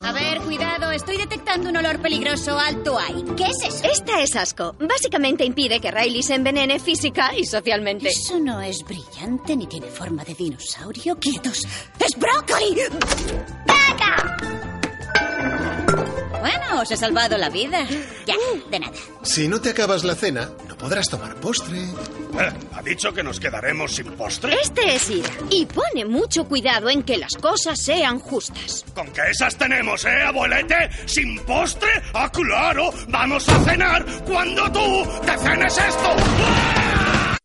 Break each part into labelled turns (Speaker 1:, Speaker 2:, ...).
Speaker 1: A ver, cuidado, estoy detectando un olor peligroso alto ahí. ¿Qué es eso?
Speaker 2: Esta es asco. Básicamente impide que Riley se envenene física y socialmente.
Speaker 1: Eso no es brillante ni tiene forma de dinosaurio. ¡Quietos! ¡Es brócoli! Bueno, os he salvado la vida. Ya, de nada.
Speaker 3: Si no te acabas la cena, no podrás tomar postre.
Speaker 4: Eh, ¿Ha dicho que nos quedaremos sin postre?
Speaker 2: Este es Ida. Y pone mucho cuidado en que las cosas sean justas.
Speaker 4: ¿Con qué esas tenemos, eh, abuelete? ¿Sin postre? ¡Ah, claro! ¡Vamos a cenar cuando tú te cenes esto! ¡Ah!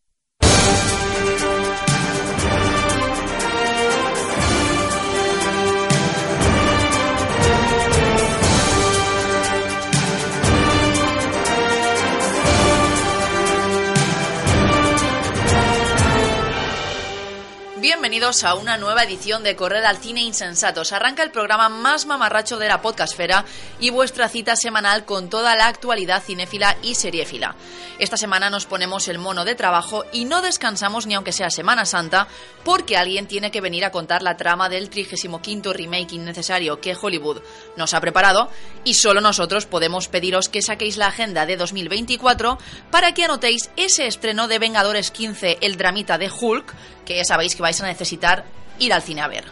Speaker 5: Bienvenidos a una nueva edición de Correr al Cine Insensatos. Arranca el programa más mamarracho de la podcastfera y vuestra cita semanal con toda la actualidad cinéfila y seriéfila. Esta semana nos ponemos el mono de trabajo y no descansamos ni aunque sea Semana Santa porque alguien tiene que venir a contar la trama del 35 remake innecesario que Hollywood nos ha preparado y solo nosotros podemos pediros que saquéis la agenda de 2024 para que anotéis ese estreno de Vengadores 15, el dramita de Hulk, que ya sabéis que vais a necesitar ir al cine a ver.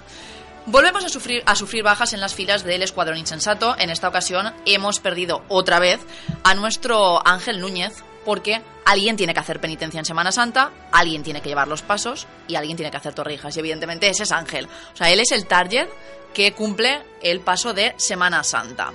Speaker 5: Volvemos a sufrir, a sufrir bajas en las filas del Escuadrón Insensato. En esta ocasión hemos perdido otra vez a nuestro Ángel Núñez porque alguien tiene que hacer penitencia en Semana Santa, alguien tiene que llevar los pasos y alguien tiene que hacer torrijas. Y evidentemente ese es Ángel. O sea, él es el target que cumple el paso de Semana Santa.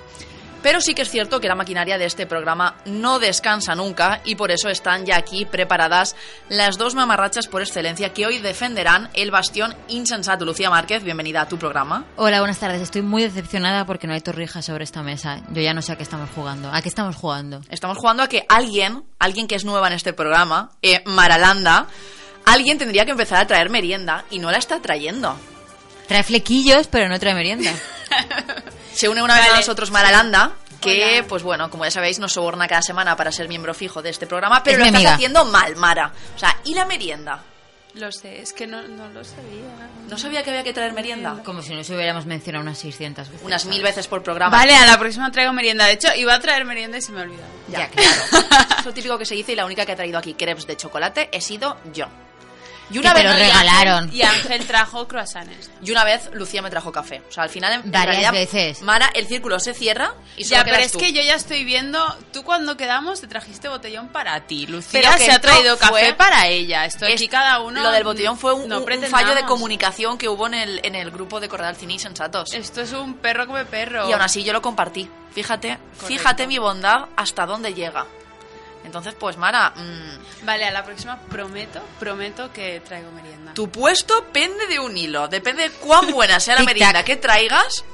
Speaker 5: Pero sí que es cierto que la maquinaria de este programa no descansa nunca y por eso están ya aquí preparadas las dos mamarrachas por excelencia que hoy defenderán el bastión insensato. Lucía Márquez, bienvenida a tu programa.
Speaker 6: Hola, buenas tardes. Estoy muy decepcionada porque no hay torrijas sobre esta mesa. Yo ya no sé a qué estamos jugando. ¿A qué estamos jugando?
Speaker 5: Estamos jugando a que alguien, alguien que es nueva en este programa, eh, Maralanda, alguien tendría que empezar a traer merienda y no la está trayendo.
Speaker 6: Trae flequillos, pero no trae merienda.
Speaker 5: Se une una vez a nosotros Maralanda, que, pues bueno, como ya sabéis, nos soborna cada semana para ser miembro fijo de este programa, pero
Speaker 6: Es
Speaker 5: lo
Speaker 6: mi
Speaker 5: estás
Speaker 6: amiga.
Speaker 5: haciendo mal, Mara. O sea, ¿y la merienda?
Speaker 7: Lo sé, es que no, no lo sabía.
Speaker 5: No sabía que había que traer merienda.
Speaker 6: Como si nos hubiéramos mencionado unas 600 veces.
Speaker 5: Unas mil
Speaker 6: ¿sabes?
Speaker 5: veces por programa.
Speaker 7: Vale, a la próxima traigo merienda. De hecho, iba a traer merienda y se me ha olvidado.
Speaker 5: Ya, claro. Eso es lo típico que se dice y la única que ha traído aquí crepes de chocolate he sido yo. Y una,
Speaker 6: Que te
Speaker 5: vez,
Speaker 6: lo regalaron.
Speaker 7: Y Ángel trajo croissants.
Speaker 5: y una vez Lucía me trajo café. O sea, al final, en- en
Speaker 6: Varias
Speaker 5: realidad,
Speaker 6: veces.
Speaker 5: Mara, el círculo se cierra y solo
Speaker 7: Ya, pero
Speaker 5: quedas
Speaker 7: es
Speaker 5: tú.
Speaker 7: que yo ya estoy viendo. Tú cuando quedamos te trajiste botellón para ti, Lucía.
Speaker 5: Pero que
Speaker 7: se ha
Speaker 5: esto
Speaker 7: traído café
Speaker 5: fue-
Speaker 7: para ella. Esto
Speaker 5: Es-
Speaker 7: aquí cada uno.
Speaker 5: Lo del botellón fue un,
Speaker 7: no
Speaker 5: un- un fallo
Speaker 7: pretendamos.
Speaker 5: de comunicación que hubo en el, en el grupo de Corredal Cine y Sensatos.
Speaker 7: Esto es un perro come perro.
Speaker 5: Y aún así yo lo compartí. Fíjate, fíjate mi bondad hasta dónde llega. Entonces, pues Mara, mm,
Speaker 7: Vale, a la próxima prometo, prometo que traigo merienda.
Speaker 5: tu puesto pende de un hilo. Depende de cuán buena sea la
Speaker 6: Tic-tac.
Speaker 5: merienda que traigas,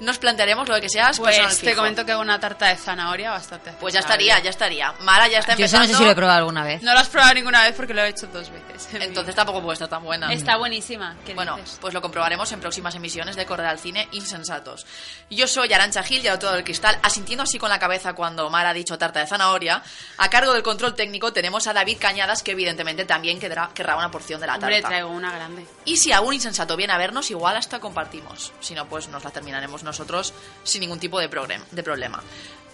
Speaker 5: nos plantearemos lo que seas personal
Speaker 7: Pues te
Speaker 5: fijo.
Speaker 7: comento que hago una tarta de zanahoria bastante.
Speaker 5: Pues ya
Speaker 7: aceptable.
Speaker 5: estaría, ya estaría. Mara ya está
Speaker 6: Yo eso no
Speaker 5: empezando.
Speaker 6: sé si lo he probado alguna vez.
Speaker 7: No lo has probado ninguna vez porque lo he hecho dos veces. en mi
Speaker 5: Entonces
Speaker 7: vida.
Speaker 5: tampoco puede estar tan buena.
Speaker 7: está buenísima. ¿qué
Speaker 5: Bueno,
Speaker 7: dices?
Speaker 5: pues lo comprobaremos en próximas emisiones de Correr al Cine Insensatos. Yo soy Arancha Gil, ya todo el cristal, asintiendo así con la cabeza cuando Mara ha dicho tarta de zanahoria. A cargo del control técnico tenemos a David Cañadas, que evidentemente también quedará- querrá una porción de la tarta.
Speaker 7: Hombre, traigo una grande.
Speaker 5: Y si algún insensato viene a vernos, igual hasta compartimos. Si no, pues nos la terminaremos nosotros sin ningún tipo de, progre- de problema.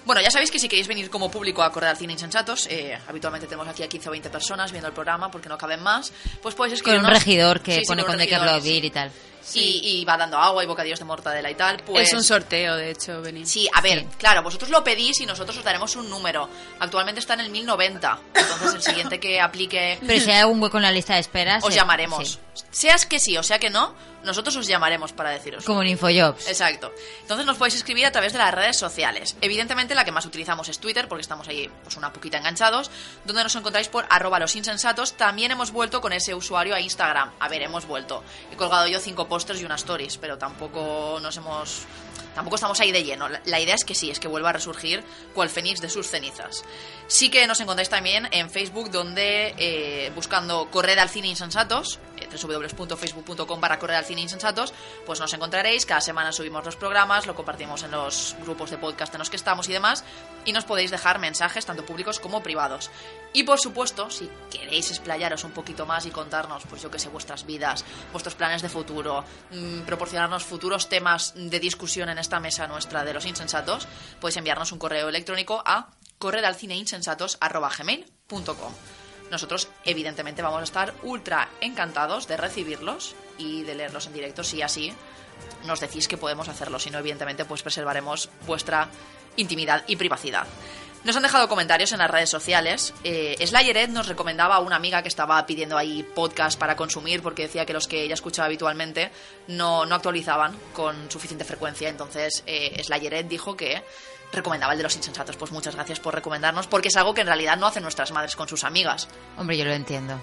Speaker 5: Bueno, ya sabéis que si queréis venir como público a correr al cine Insensatos, eh, habitualmente tenemos aquí a 15 o 20 personas viendo el programa porque no caben más, pues podéis
Speaker 6: Con
Speaker 5: escribirnos...
Speaker 6: un regidor
Speaker 5: Sí,
Speaker 6: que
Speaker 5: sí,
Speaker 6: pone
Speaker 5: un
Speaker 6: con de qué
Speaker 5: regidor,
Speaker 6: aplaudir
Speaker 5: sí.
Speaker 6: y tal.
Speaker 5: Y, y va dando agua y bocadillos de mortadela y tal. Pues,
Speaker 7: Es un sorteo, de hecho, venir.
Speaker 5: Sí, a ver,
Speaker 6: Sí.
Speaker 5: claro, vosotros lo pedís y nosotros os daremos un número. Actualmente está en el 1090, entonces el siguiente que aplique
Speaker 6: Pero si hay algún hueco en la lista de esperas...
Speaker 5: os
Speaker 6: eh,
Speaker 5: llamaremos.
Speaker 6: sí.
Speaker 5: Seas que sí o sea que no, nosotros os llamaremos para deciros.
Speaker 6: Como en Infojobs.
Speaker 5: Exacto. Entonces nos podéis escribir a través de las redes sociales. Evidentemente la que más utilizamos es Twitter, porque estamos ahí pues una poquita enganchados, donde nos encontráis por arroba los insensatos. También hemos vuelto con ese usuario a Instagram. A ver, hemos vuelto. He colgado yo cinco pósters y unas stories, pero tampoco nos hemos... Tampoco estamos ahí de lleno. La- La idea es que sí, es que vuelva a resurgir cual fénix de sus cenizas. Sí que nos encontráis también en Facebook, donde eh, buscando Correr al Cine Insensatos, eh, www.facebook.com para Correr al Cine Insensatos, pues nos encontraréis. Cada semana subimos los programas, lo compartimos en los grupos de podcast en los que estamos y demás. Y nos podéis dejar mensajes, tanto públicos como privados. Y por supuesto, si queréis explayaros un poquito más y contarnos, pues yo que sé, vuestras vidas, vuestros planes de futuro, mm, proporcionarnos futuros temas de discusión en esta mesa nuestra de los insensatos, puedes enviarnos un correo electrónico a corredalcineinsensatos.gmail.com Nosotros, evidentemente, vamos a estar ultra encantados de recibirlos y de leerlos en directo si así nos decís que podemos hacerlo. Si no, evidentemente, pues preservaremos vuestra intimidad y privacidad. Nos han dejado comentarios en las redes sociales. Eh, Slayeret nos recomendaba a una amiga que estaba pidiendo ahí podcast para consumir porque decía que los que ella escuchaba habitualmente no, no actualizaban con suficiente frecuencia. Entonces eh, Slayeret dijo que recomendaba el de los insensatos. Pues muchas gracias por recomendarnos porque es algo que en realidad no hacen nuestras madres con sus amigas.
Speaker 6: Hombre, yo lo entiendo.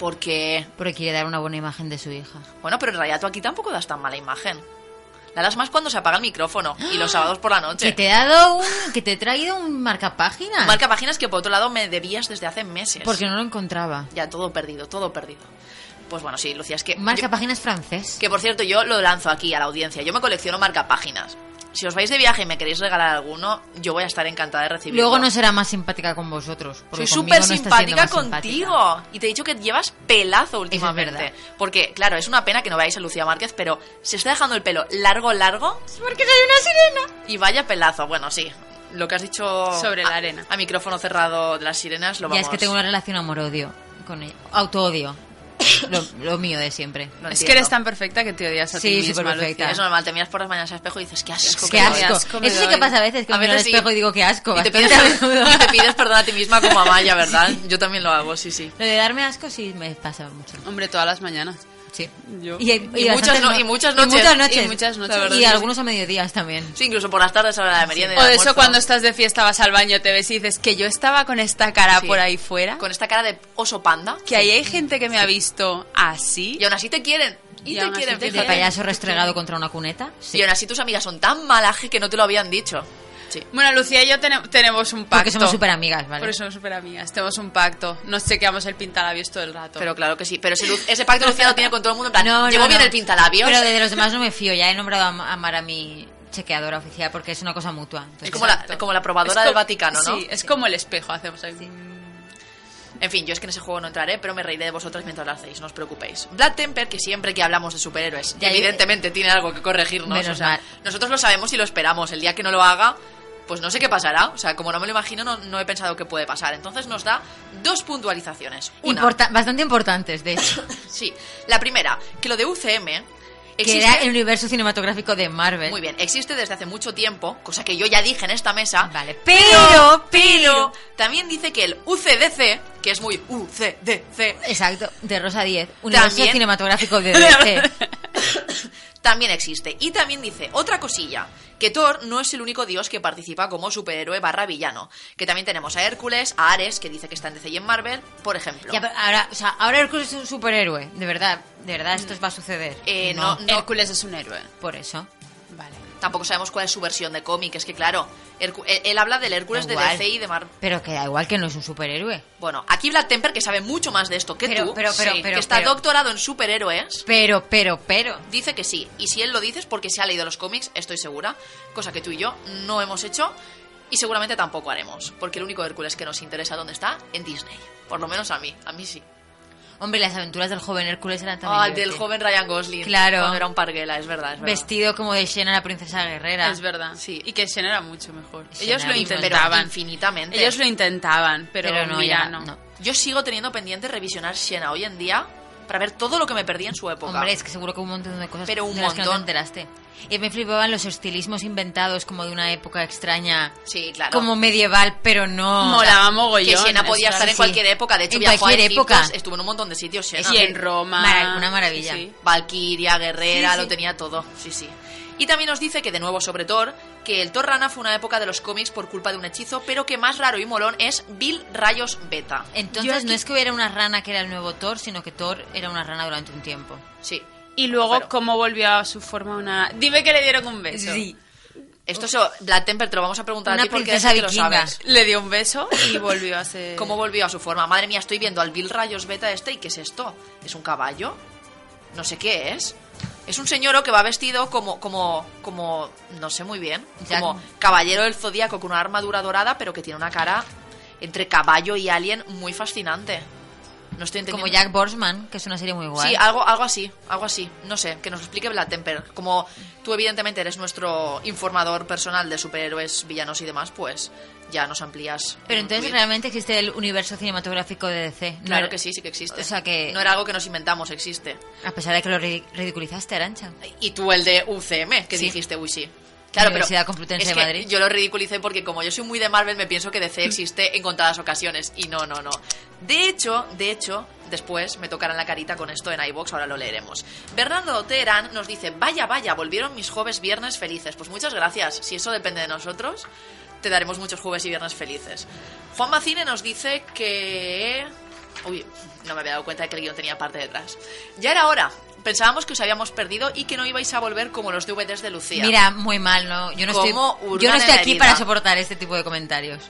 Speaker 5: Porque,
Speaker 6: Porque quiere dar una buena imagen de su hija.
Speaker 5: bueno, pero en realidad tú aquí tampoco das tan mala imagen. La das más cuando se apaga el micrófono y los sábados por la noche.
Speaker 6: Que te he dado un... Que te he traído un marcapáginas.
Speaker 5: Marca páginas que por otro lado me debías desde hace meses.
Speaker 6: Porque no lo encontraba.
Speaker 5: Ya, todo perdido, todo perdido. Pues bueno, sí, Lucía, es que...
Speaker 6: Marca
Speaker 5: yo-
Speaker 6: páginas francés.
Speaker 5: que por cierto, yo lo lanzo aquí a la audiencia. Yo me colecciono marcapáginas. Si os vais de viaje y me queréis regalar alguno, yo voy a estar encantada de recibirlo.
Speaker 6: Luego no será más simpática con vosotros. porque
Speaker 5: Soy
Speaker 6: conmigo
Speaker 5: súper
Speaker 6: no está siendo
Speaker 5: simpática
Speaker 6: más simpática.
Speaker 5: contigo. Y te he dicho que llevas pelazo últimamente.
Speaker 6: verdad.
Speaker 5: Porque, claro, es una pena que no veáis a Lucía Márquez, pero se está dejando el pelo largo, largo.
Speaker 6: Porque soy una sirena.
Speaker 5: Y vaya pelazo. Bueno, sí. Lo que has dicho.
Speaker 7: Sobre la
Speaker 5: a-
Speaker 7: arena.
Speaker 5: A micrófono cerrado de las sirenas, lo
Speaker 6: Ya
Speaker 5: vamos
Speaker 6: es que tengo una relación amor-odio con ella. Auto-odio. lo, lo mío de siempre.
Speaker 5: lo
Speaker 7: Es
Speaker 5: entiendo.
Speaker 7: que eres tan perfecta que te odias a
Speaker 6: Sí,
Speaker 7: ti misma,
Speaker 6: superperfecta.
Speaker 7: Lucía.
Speaker 5: Es normal, te miras por las mañanas al espejo y dices, qué asco.
Speaker 6: Qué
Speaker 5: que
Speaker 6: asco.
Speaker 5: soy".
Speaker 7: asco me
Speaker 6: Eso sí
Speaker 7: doy.
Speaker 6: que pasa a veces, que
Speaker 5: A
Speaker 6: me miro al
Speaker 5: veces sí.
Speaker 6: espejo y digo qué asco.
Speaker 5: Y te,
Speaker 6: bastante
Speaker 5: pides,
Speaker 6: a menudo.
Speaker 5: y te pides perdón a ti misma como Amaya, ¿verdad? Yo también lo hago, sí, sí.
Speaker 6: Lo de darme asco sí me pasa mucho.
Speaker 7: Hombre, todas las mañanas.
Speaker 6: Sí.
Speaker 7: Yo.
Speaker 6: Y,
Speaker 5: Y muchas
Speaker 6: bastantes
Speaker 5: no-
Speaker 6: no-
Speaker 5: y muchas noches.
Speaker 6: muchas noches.
Speaker 7: Y muchas noches.
Speaker 6: Y
Speaker 7: La verdad es que
Speaker 6: algunos a mediodías también.
Speaker 5: Sí, incluso por las tardes a la hora de la merienda. y
Speaker 7: O
Speaker 5: del
Speaker 7: de eso
Speaker 5: almuerzo.
Speaker 7: cuando estás de fiesta vas al baño, te ves y dices que yo estaba con esta cara
Speaker 5: Sí.
Speaker 7: por ahí fuera.
Speaker 5: Con esta cara de oso panda.
Speaker 7: Que ahí hay gente que me ha visto así.
Speaker 5: Y aún así te quieren. Y,
Speaker 7: Y
Speaker 5: te
Speaker 7: aún así
Speaker 5: quieren,
Speaker 7: te
Speaker 6: De
Speaker 5: fíjate.
Speaker 7: quieren.
Speaker 6: payaso restregado contra una cuneta. Sí.
Speaker 5: Y aún así tus amigas son tan malaje que no te lo habían dicho. Sí.
Speaker 7: Bueno, Lucía y yo tene- tenemos un pacto.
Speaker 6: Porque somos súper amigas, ¿vale?
Speaker 7: Porque somos súper amigas. Tenemos un pacto. Nos chequeamos el pintalabios todo el rato.
Speaker 5: Pero claro que sí. Pero ese, lu- ese pacto Lucía lo tiene con todo el mundo. En plan,
Speaker 6: No, no,
Speaker 5: llevo bien
Speaker 6: no.
Speaker 5: el pintalabios.
Speaker 6: Pero de los demás no me fío. Ya he nombrado a Ma- a Mara mi chequeadora oficial porque es una cosa mutua. Entonces,
Speaker 5: Es como la,
Speaker 7: Exacto.
Speaker 5: como la probadora
Speaker 7: Es co-
Speaker 5: del Vaticano, ¿no?
Speaker 7: Sí, es como el espejo. Hacemos ahí.
Speaker 5: En fin, yo es que en ese juego no entraré, pero me reiré de vosotros mientras lo hacéis, no os preocupéis. Black Temper, que siempre que hablamos de superhéroes,
Speaker 6: Ya,
Speaker 5: evidentemente tiene algo que corregirnos.
Speaker 6: Menos
Speaker 5: o sea,
Speaker 6: mal.
Speaker 5: Nosotros lo sabemos y lo esperamos. El día que no lo haga, pues no sé qué pasará. O sea, como no me lo imagino, no, no he pensado que puede pasar. Entonces nos da dos puntualizaciones. Una,
Speaker 6: Importa- bastante importantes, de hecho.
Speaker 5: sí. La primera, que lo de UCM
Speaker 6: que
Speaker 5: existe...
Speaker 6: era el universo cinematográfico de Marvel.
Speaker 5: Muy bien, existe desde hace mucho tiempo, cosa que yo ya dije en esta mesa.
Speaker 6: Vale, pero, pero,
Speaker 5: También dice que el UCDC, que es muy UCDC,
Speaker 6: Exacto, de Rosa 10. Universo
Speaker 5: También.
Speaker 6: cinematográfico de DC.
Speaker 5: también existe. Y también dice otra cosilla, que Thor no es el único dios que participa como superhéroe barra villano, que también tenemos a Hércules, a Ares, que dice que está en DC y en Marvel, por ejemplo.
Speaker 6: Ya, pero ahora, o sea, ahora Hércules es un superhéroe. De verdad, de verdad, esto os va a suceder.
Speaker 5: Eh, no, no,
Speaker 7: Hércules es un héroe.
Speaker 6: Por eso.
Speaker 7: Vale.
Speaker 5: tampoco sabemos cuál es su versión de cómic, es que claro, Hércu- él, él habla del Hércules
Speaker 6: Da
Speaker 5: de
Speaker 6: igual.
Speaker 5: DC y de Marvel.
Speaker 6: Pero que da igual que no es un superhéroe.
Speaker 5: Bueno, aquí Black Temper, que sabe mucho más de esto que
Speaker 6: Pero,
Speaker 5: tú,
Speaker 6: pero, pero,
Speaker 5: sí,
Speaker 6: pero,
Speaker 5: que está
Speaker 6: pero.
Speaker 5: doctorado en superhéroes,
Speaker 6: Pero, pero, pero.
Speaker 5: dice que sí. Y si él lo dice es porque se ha leído los cómics, estoy segura. Cosa que tú y yo no hemos hecho y seguramente tampoco haremos. Porque el único Hércules que nos interesa dónde está, en Disney. Por lo menos a mí, a mí sí.
Speaker 6: Hombre, las aventuras del joven Hércules eran también.
Speaker 5: Ah, el del
Speaker 6: divertidas.
Speaker 5: joven Ryan Gosling.
Speaker 6: Claro.
Speaker 5: Cuando era un parguela, es verdad, es verdad.
Speaker 6: Vestido como de Xena, la princesa guerrera.
Speaker 7: Es verdad.
Speaker 5: Sí.
Speaker 7: Y que Shen era mucho mejor.
Speaker 6: Shen
Speaker 7: Ellos
Speaker 6: era
Speaker 7: lo
Speaker 6: mucho mejor.
Speaker 5: Pero
Speaker 7: intentaban.
Speaker 5: infinitamente.
Speaker 7: Ellos lo intentaban, pero,
Speaker 6: Pero no,
Speaker 7: mira,
Speaker 6: ya,
Speaker 7: no.
Speaker 6: no.
Speaker 5: Yo sigo teniendo pendiente revisionar Xena hoy en día para ver todo lo que me perdí en su época.
Speaker 6: Hombre, es que seguro que un montón de cosas
Speaker 5: Pero un
Speaker 6: de las que no te
Speaker 5: montón.
Speaker 6: enteraste. Y me flipaban los estilismos inventados como de una época extraña.
Speaker 5: Sí, claro.
Speaker 6: Como medieval, pero no.
Speaker 7: Molaba mogollón.
Speaker 5: que Xena podía
Speaker 7: eso
Speaker 5: estar
Speaker 7: era
Speaker 5: en
Speaker 7: así.
Speaker 5: cualquier época. De hecho,
Speaker 6: En
Speaker 5: viajó a
Speaker 6: cualquier
Speaker 5: Egipto,
Speaker 6: época.
Speaker 5: estuvo en un montón de sitios Xena.
Speaker 7: Y en Roma.
Speaker 6: Mara- una maravilla.
Speaker 7: Sí, sí.
Speaker 5: Valkyria, Guerrera,
Speaker 7: Sí, sí.
Speaker 5: lo tenía todo. Sí, sí. Y también nos dice que, de nuevo sobre Thor, que el Thor Rana fue una época de los cómics por culpa de un hechizo, pero que más raro y molón es Bill Rayos Beta.
Speaker 6: Entonces no es que hubiera una rana que era el nuevo Thor, sino que Thor era una rana durante un tiempo.
Speaker 5: Sí.
Speaker 7: Y luego,
Speaker 5: Pero-
Speaker 7: ¿cómo volvió a su forma una...? Dime que le dieron un beso.
Speaker 5: Esto se, Black Temper te lo vamos a preguntar
Speaker 6: Una
Speaker 5: a ti porque
Speaker 6: princesa
Speaker 5: sé que lo
Speaker 6: vikinga.
Speaker 5: sabes.
Speaker 7: Le dio un beso y volvió a ser...
Speaker 5: ¿Cómo volvió a su forma? Madre mía, estoy viendo al Bill Rayos Beta este y ¿qué es esto? ¿Es un caballo? No sé qué es. Es un señor que va vestido como, como, como, no sé muy bien,
Speaker 6: Ya.
Speaker 5: como caballero del zodíaco con una armadura dorada, pero que tiene una cara entre caballo y alien muy fascinante. No estoy entendiendo.
Speaker 6: Como Jack Borsman, que es una serie muy guay.
Speaker 5: Sí, ah, algo, algo así, algo así. No sé, que nos explique Vlad Temper. Como tú evidentemente eres nuestro informador personal de superhéroes, villanos y demás, pues ya nos amplías. en
Speaker 6: Pero
Speaker 5: un
Speaker 6: entonces
Speaker 5: tuit.
Speaker 6: realmente existe el universo cinematográfico de DC. No
Speaker 5: Claro
Speaker 6: era-
Speaker 5: que sí, sí que existe.
Speaker 6: O sea que-
Speaker 5: No era algo que nos inventamos, existe.
Speaker 6: A pesar de que lo ri- ridiculizaste, Arancha.
Speaker 5: Y tú el de UCM, que
Speaker 6: Sí.
Speaker 5: dijiste, uy, sí. Claro, pero
Speaker 6: Universidad Complutense
Speaker 5: es
Speaker 6: de
Speaker 5: que
Speaker 6: Madrid.
Speaker 5: yo lo ridiculicé porque como yo soy muy de Marvel, me pienso que DC existe en contadas ocasiones. Y no, no, no. De hecho, de hecho, después me tocarán la carita con esto en iBox, ahora lo leeremos. Bernardo Teherán nos dice, vaya, vaya, volvieron mis jueves viernes felices. Pues muchas gracias. Si eso depende de nosotros, te daremos muchos jueves y viernes felices. Juan Macine nos dice que... Uy, no me había dado cuenta de que el guión tenía parte detrás. Ya era hora. Pensábamos que os habíamos perdido y que no ibais a volver como los DVDs de Lucía.
Speaker 6: Mira, muy mal, ¿no? Yo no estoy,
Speaker 5: Cómo
Speaker 6: yo
Speaker 5: hurgan
Speaker 6: no estoy
Speaker 5: en la
Speaker 6: aquí
Speaker 5: herida.
Speaker 6: para soportar este tipo de comentarios.